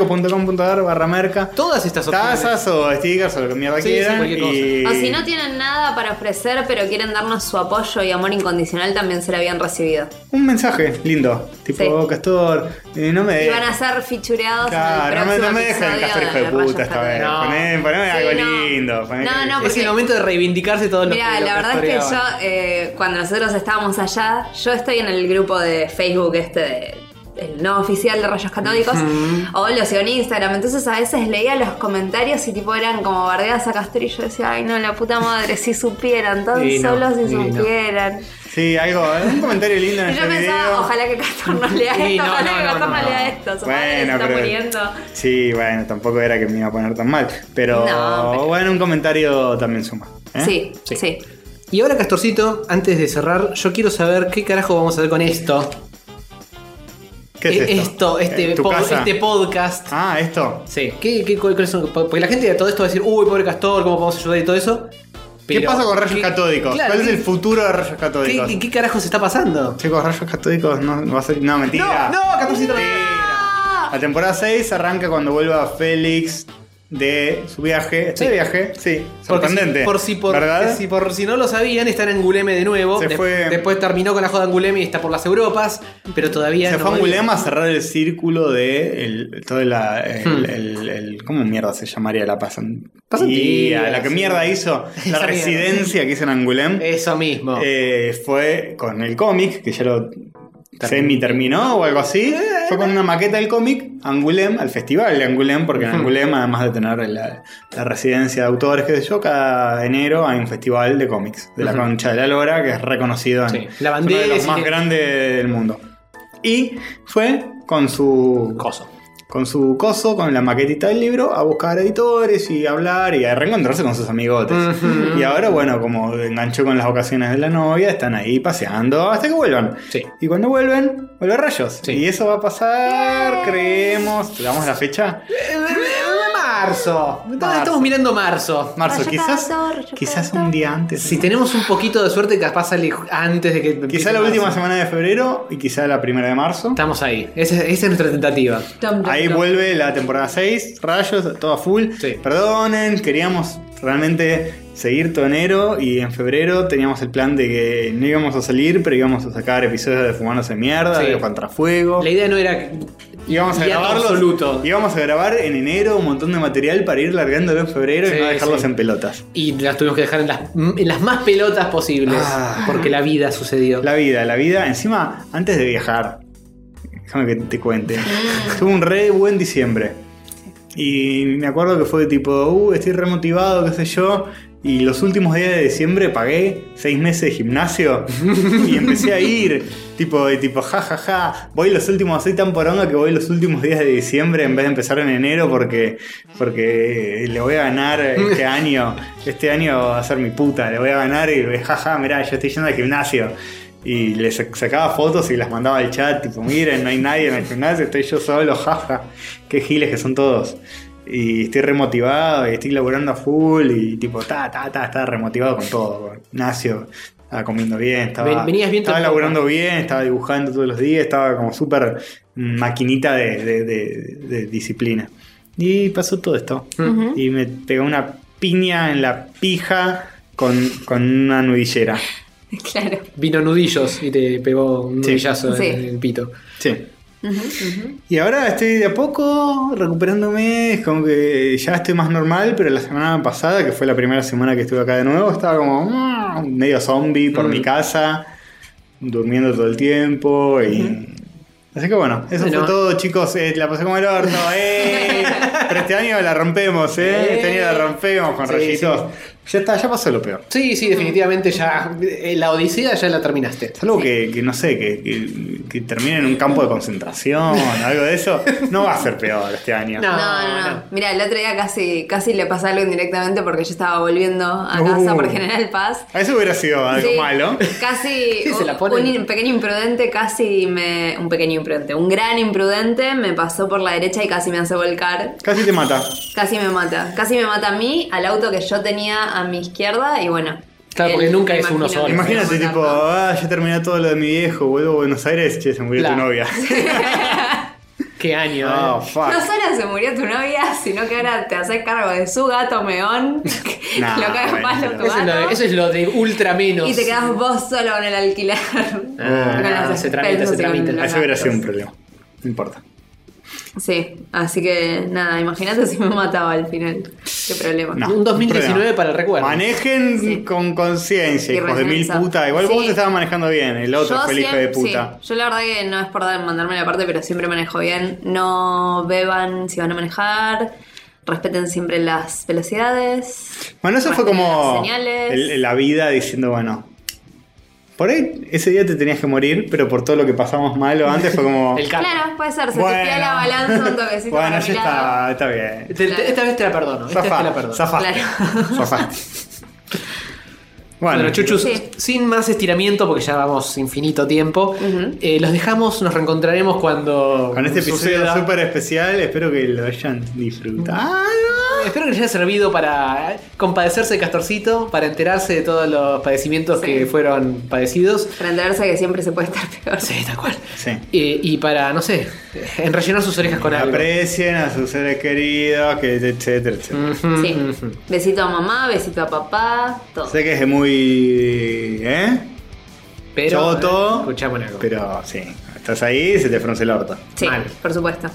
S1: Rayoscatólico.com.ar barra merca.
S2: Todas estas opciones.
S1: Tazas o stickers o lo que mierda
S2: Sí, sí,
S1: quieran.
S2: cualquier cosa.
S1: y...
S3: O si no tienen nada para ofrecer, pero quieren darnos su apoyo y amor incondicional, también se lo habían recibido.
S1: Un mensaje lindo, tipo
S3: Sí.
S1: "Oh, Castor, eh, no me
S3: y van a ser fichureados
S1: Claro,
S3: en
S1: no
S3: el
S1: me,
S3: próximo
S1: no me dejen el
S3: episodio
S1: Castor hijo de
S3: Rayos
S1: puta esta vez.
S3: Católicos.
S2: No.
S1: Poneme, poneme
S3: Sí,
S1: algo
S3: no.
S1: lindo. poneme-
S3: No, no,
S2: Es
S3: porque-
S2: el momento de reivindicarse todos los
S3: Mira,
S2: que- los
S3: la verdad es que yo,
S2: pastoreaban.
S3: eh, cuando nosotros estábamos allá, yo estoy en el grupo de Facebook este de el no oficial de Rayos Catódicos, o lo sigo en Instagram, entonces a veces leía los comentarios y tipo eran como bardeadas a Castor y yo decía, ay no, la puta madre, si supieran, tan
S2: Y no,
S3: solos si
S2: y no.
S3: supieran.
S1: Sí, algo, un comentario lindo en
S2: [LAUGHS]
S3: Y
S1: este
S3: [LAUGHS] yo pensaba,
S1: video.
S3: ojalá que Castor no lea
S2: Y
S3: esto,
S2: no,
S3: ojalá
S2: no,
S3: que
S2: no,
S3: Castor no,
S2: no, no.
S3: lea esto, su madre se
S1: Bueno,
S3: está
S1: pero-
S3: muriendo.
S1: Sí, bueno, tampoco era que me iba a poner tan mal. Pero,
S3: No, pero-
S1: bueno, un comentario también suma. ¿eh?
S3: Sí,
S2: Sí.
S3: sí,
S2: Y ahora, Castorcito, antes de cerrar, yo quiero saber qué carajo vamos a hacer con esto.
S1: ¿Qué es
S2: Eh,
S1: esto?
S2: este,
S1: Eh, ¿Tu
S2: pod-
S1: casa?
S2: este podcast.
S1: Ah, esto.
S2: Sí. ¿Qué, qué- cuál- cuáles son- porque la gente de todo esto va a decir, uy, pobre Castor, ¿cómo podemos ayudar y todo eso?
S1: ¿Qué
S2: Pero-
S1: pasa con rayos
S2: ¿qué-
S1: catódicos?
S2: claro,
S1: ¿Cuál es
S2: ¿qué-
S1: el futuro de rayos
S2: ¿Qué,
S1: catódicos?
S2: qué, qué carajo se está pasando?
S1: Chicos, rayos catódicos no, no va a ser. No, mentira.
S2: No, no, Castorcito, no.
S1: La temporada 6 arranca cuando vuelva Félix de su viaje. ¿Este
S2: Sí.
S1: viaje? Sí.
S2: Porque si-
S1: Sorprendente.
S2: por si por,
S1: ¿Verdad?
S2: si por si no lo sabían, está en Anguleme de nuevo.
S1: Se
S2: De-
S1: fue-
S2: Después terminó con la joda Anguleme y está por las Europas, pero todavía
S1: Se
S2: no
S1: fue a
S2: volvió.
S1: Angulema a cerrar el círculo de el, todo la, el,
S2: Hmm.
S1: el- el- ¿Cómo mierda se llamaría la pasan-
S2: Pasantía,
S1: pasantía? La que
S2: sí.
S1: mierda hizo. La
S2: [LAUGHS] Esa
S1: residencia que hizo en Angulem
S2: Eso mismo.
S1: eh, fue con el cómic, que ya lo semi terminó o algo así.
S2: Eh,
S1: Fue con una maqueta del cómic, Angulem, al festival de Angulem, porque en Angulem, además de tener la, la residencia de autores, qué sé yo, cada enero hay un festival de cómics de la concha de la lora, que es reconocido en
S2: Sí, la
S1: es uno de
S2: bandera,
S1: los
S2: sí,
S1: más
S2: que-
S1: grandes del mundo. Y fue con su
S2: Coso.
S1: con su coso, con la maquetita del libro, a buscar editores y a hablar y a reencontrarse con sus amigotes.
S2: Ujú.
S1: Y ahora, bueno, como enganchó con las vacaciones de la novia, están ahí paseando hasta que vuelvan.
S2: Sí.
S1: Y cuando vuelven, vuelve Rayos.
S2: Sí.
S1: Y eso va a pasar, creemos. ¿Le damos la fecha?
S2: Eh, Marzo. Entonces Estamos
S1: Marzo.
S2: mirando marzo.
S1: Marzo,
S3: Rayos
S1: quizás,
S3: Cator, Rayos
S1: quizás
S3: Cator.
S1: un día antes.
S2: Si tenemos un poquito de suerte, capaz sale antes de que. empiece
S1: Quizá la
S2: marzo.
S1: última semana de febrero y quizá la primera de marzo.
S2: Estamos ahí. Esa, esa es nuestra tentativa.
S3: Tom, tom,
S1: Ahí
S3: tom.
S1: vuelve la temporada 6, rayos, todo a full.
S2: Sí.
S1: Perdonen, queríamos realmente seguir todo enero y en febrero teníamos el plan de que no íbamos a salir, pero íbamos a sacar episodios de Fumándose Mierda,
S2: Sí.
S1: de Contrafuego.
S2: La idea no era.
S1: Íbamos a
S2: Guía
S1: grabarlos.
S2: absoluto.
S1: Íbamos a grabar en enero un montón de material para ir largándolo en febrero
S2: Sí,
S1: y no dejarlos
S2: sí.
S1: en pelotas.
S2: Y las tuvimos que dejar en las, en las más pelotas posibles.
S1: Ah.
S2: Porque la vida sucedió.
S1: La vida, la vida. Encima, antes de viajar, déjame que te
S2: [LAUGHS]
S1: cuente. Tuve un re buen diciembre. Y me acuerdo que fue tipo, uh, estoy remotivado, qué sé yo. Y los últimos días de diciembre pagué seis meses de gimnasio [LAUGHS] y empecé a ir. Tipo, y tipo, ja, ja, ja. Voy los últimos, soy tan poronga que voy los últimos días de diciembre en vez de empezar en enero porque, porque eh, le voy a ganar este año. Este año va a ser mi puta, le voy a ganar y ja, ja, mirá, yo estoy yendo al gimnasio. Y le sac- sacaba fotos y las mandaba al chat, tipo, miren, no hay nadie en el gimnasio, estoy yo solo, [LAUGHS] jaja. Qué giles que son todos. Y estoy remotivado y estoy laburando a full y tipo, ta, ta, ta, estaba remotivado con todo. con Ignacio estaba comiendo bien, estaba,
S2: Ven- venías bien
S1: estaba
S2: todo el
S1: laburando bien, estaba dibujando todos los días, estaba como súper maquinita de, de- de- de disciplina. Y pasó todo esto.
S3: Ujú.
S1: Y me pegó una piña en la pija con, con una nudillera.
S3: [LAUGHS] Claro.
S2: Vino nudillos y te pegó un
S1: Sí.
S2: nudillazo en
S3: Sí.
S2: el pito.
S1: Sí.
S3: Ujú, ujú.
S1: Y ahora estoy de a poco recuperándome, es como que ya estoy más normal, pero la semana pasada, que fue la primera semana que estuve acá de nuevo, estaba como mm, medio zombie por
S2: Mm.
S1: mi casa, durmiendo todo el tiempo y... Así que bueno, eso
S2: Bueno.
S1: fue todo chicos, Eh, la pasé como el
S2: [LAUGHS]
S1: orto, ¡eh! pero este año la rompemos, ¿eh? Este año la rompemos con
S2: Sí,
S1: rayitos. Ya está, ya pasó lo peor.
S2: Sí, sí, definitivamente ya. eh, La Odisea ya la terminaste.
S1: Salvo que, que no sé, que, que, que termine en un campo de concentración, algo de eso, no va a ser peor este año.
S2: No,
S3: No, no,
S2: no.
S3: no. Mira, el otro día casi, casi le pasé algo indirectamente porque yo estaba volviendo a casa
S1: Uh.
S3: por General Paz.
S1: Eso hubiera sido algo
S3: Sí,
S1: Ah, malo.
S3: Casi
S2: [LAUGHS] Sí, se la
S3: un,
S2: ponen.
S3: un pequeño imprudente, casi me. Un pequeño imprudente, un gran imprudente me pasó por la derecha y casi me hace volcar.
S1: Casi te mata.
S3: Casi me mata. Casi me mata a mí, al auto que yo tenía a mi izquierda y bueno.
S2: Claro,
S3: él,
S2: porque nunca es
S3: imagino
S2: uno
S3: que
S2: solo.
S3: me
S1: Imagínate,
S3: iba a
S1: tipo,
S3: matar,
S1: ah, ya terminé todo lo de mi viejo, vuelvo a Buenos Aires, che, se murió tu
S2: Claro.
S1: novia.
S2: Qué año,
S1: [LAUGHS] Oh,
S2: eh.
S1: fuck.
S3: No solo se murió tu novia, sino que ahora te haces cargo de su gato meón. [LAUGHS]
S1: Nah,
S3: lo cagas
S1: bueno,
S3: palo
S1: pero-
S3: tu
S2: Eso es, lo
S3: gato.
S2: de, eso es lo de ultra menos.
S3: y te quedas vos solo con
S1: [LAUGHS]
S3: el alquiler.
S2: Ah,
S3: Con las
S2: se tramita, se
S3: expensas y con
S2: tramita.
S3: los
S1: Eso hubiera
S3: gastos.
S1: sido un problema. No importa.
S3: Sí, así que nada, imagínate si me mataba al final. Qué problema.
S1: No,
S2: Un 2019
S1: problema.
S2: para el recuerdo.
S1: Manejen
S3: Sí.
S1: con conciencia,
S3: Y
S1: hijos de mil
S3: regenza.
S1: puta. Igual vos
S3: Sí.
S1: te estabas manejando bien, el otro fue el hijo de
S3: siempre-
S1: puta.
S3: sí, yo la verdad que no es por dar- mandarme la parte, pero siempre manejo bien. No beban si van a manejar. Respeten siempre las velocidades.
S1: Bueno, eso fue
S3: Mantengan
S1: como
S3: las señales.
S1: el- la vida diciendo, bueno. Por ahí ese día te tenías que morir, pero por todo lo que pasamos malo antes fue como.
S2: [LAUGHS] El carro.
S3: Claro, puede ser. Se te tira la balanza un
S1: [LAUGHS]
S3: toquecito
S1: bueno,
S3: para
S1: ya
S3: mi lado.
S1: está, está bien.
S2: Te- te-
S3: Claro.
S2: Esta vez te la perdono. Esta vez te la
S1: Zafá,
S2: perdono.
S1: zafá.
S3: Claro.
S1: Zafá.
S3: [LAUGHS]
S2: Bueno,
S1: Bueno,
S2: chuchus,
S3: Sí.
S2: sin más estiramiento, porque ya vamos infinito tiempo,
S3: Ujú.
S2: eh, los dejamos, nos reencontraremos cuando.
S1: Con este episodio
S2: suceda.
S1: súper especial, espero que lo hayan disfrutado.
S2: Ah, Espero que les haya servido para eh, compadecerse de Castorcito, para enterarse de todos los padecimientos
S3: Sí.
S2: que fueron padecidos.
S3: Para enterarse que siempre se puede estar peor.
S2: Sí, tal cual.
S1: Sí.
S2: Eh, y para, no sé, enrellenar sus orejas con algo.
S1: Aprecien a sus seres queridos, que etcétera, etcétera.
S2: Ujú,
S3: Sí.
S1: [LAUGHS]
S2: ujú.
S3: Besito a mamá, besito a papá, todo.
S2: Mm.
S1: Sé que es muy. ¿Eh?
S2: Pero.
S1: Choto.
S2: eh, escuchame una cosa.
S1: Pero sí, estás ahí se te frunce el orto.
S3: Sí,
S2: mal.
S3: por supuesto.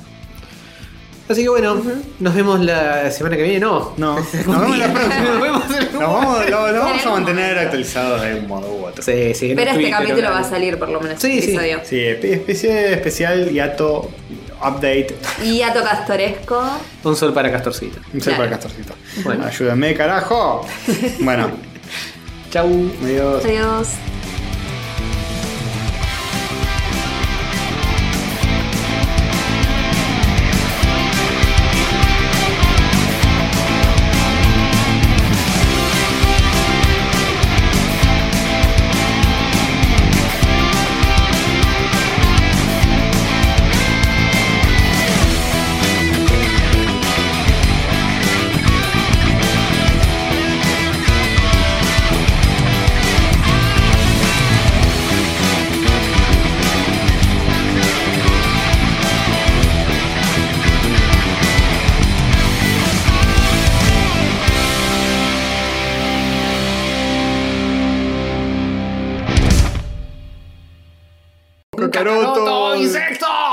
S2: Así que bueno, nos vemos la semana que viene, ¿no? [LAUGHS]
S1: No, nos vemos la
S2: nos
S1: próxima.
S2: vemos
S1: Nos
S2: en
S1: vamos, lo, lo vamos a
S3: algún
S1: mantener
S3: momento.
S1: actualizados de un modo u otro.
S2: Sí, sí, en
S3: Pero este
S2: Twitter,
S3: capítulo
S2: en-
S3: va a salir por lo menos.
S2: Sí, sí.
S3: episodio.
S1: Sí, espe- especie especial Yato Update.
S3: Y Ato Castoresco.
S2: Un sol para Castorcito.
S1: Un ser
S3: Claro.
S1: para Castorcito.
S2: Bueno.
S1: Ayúdame, carajo. Bueno,
S2: Chau.
S3: [LAUGHS]
S1: adiós.
S3: Adiós.
S1: Cacaroto.
S2: insecto!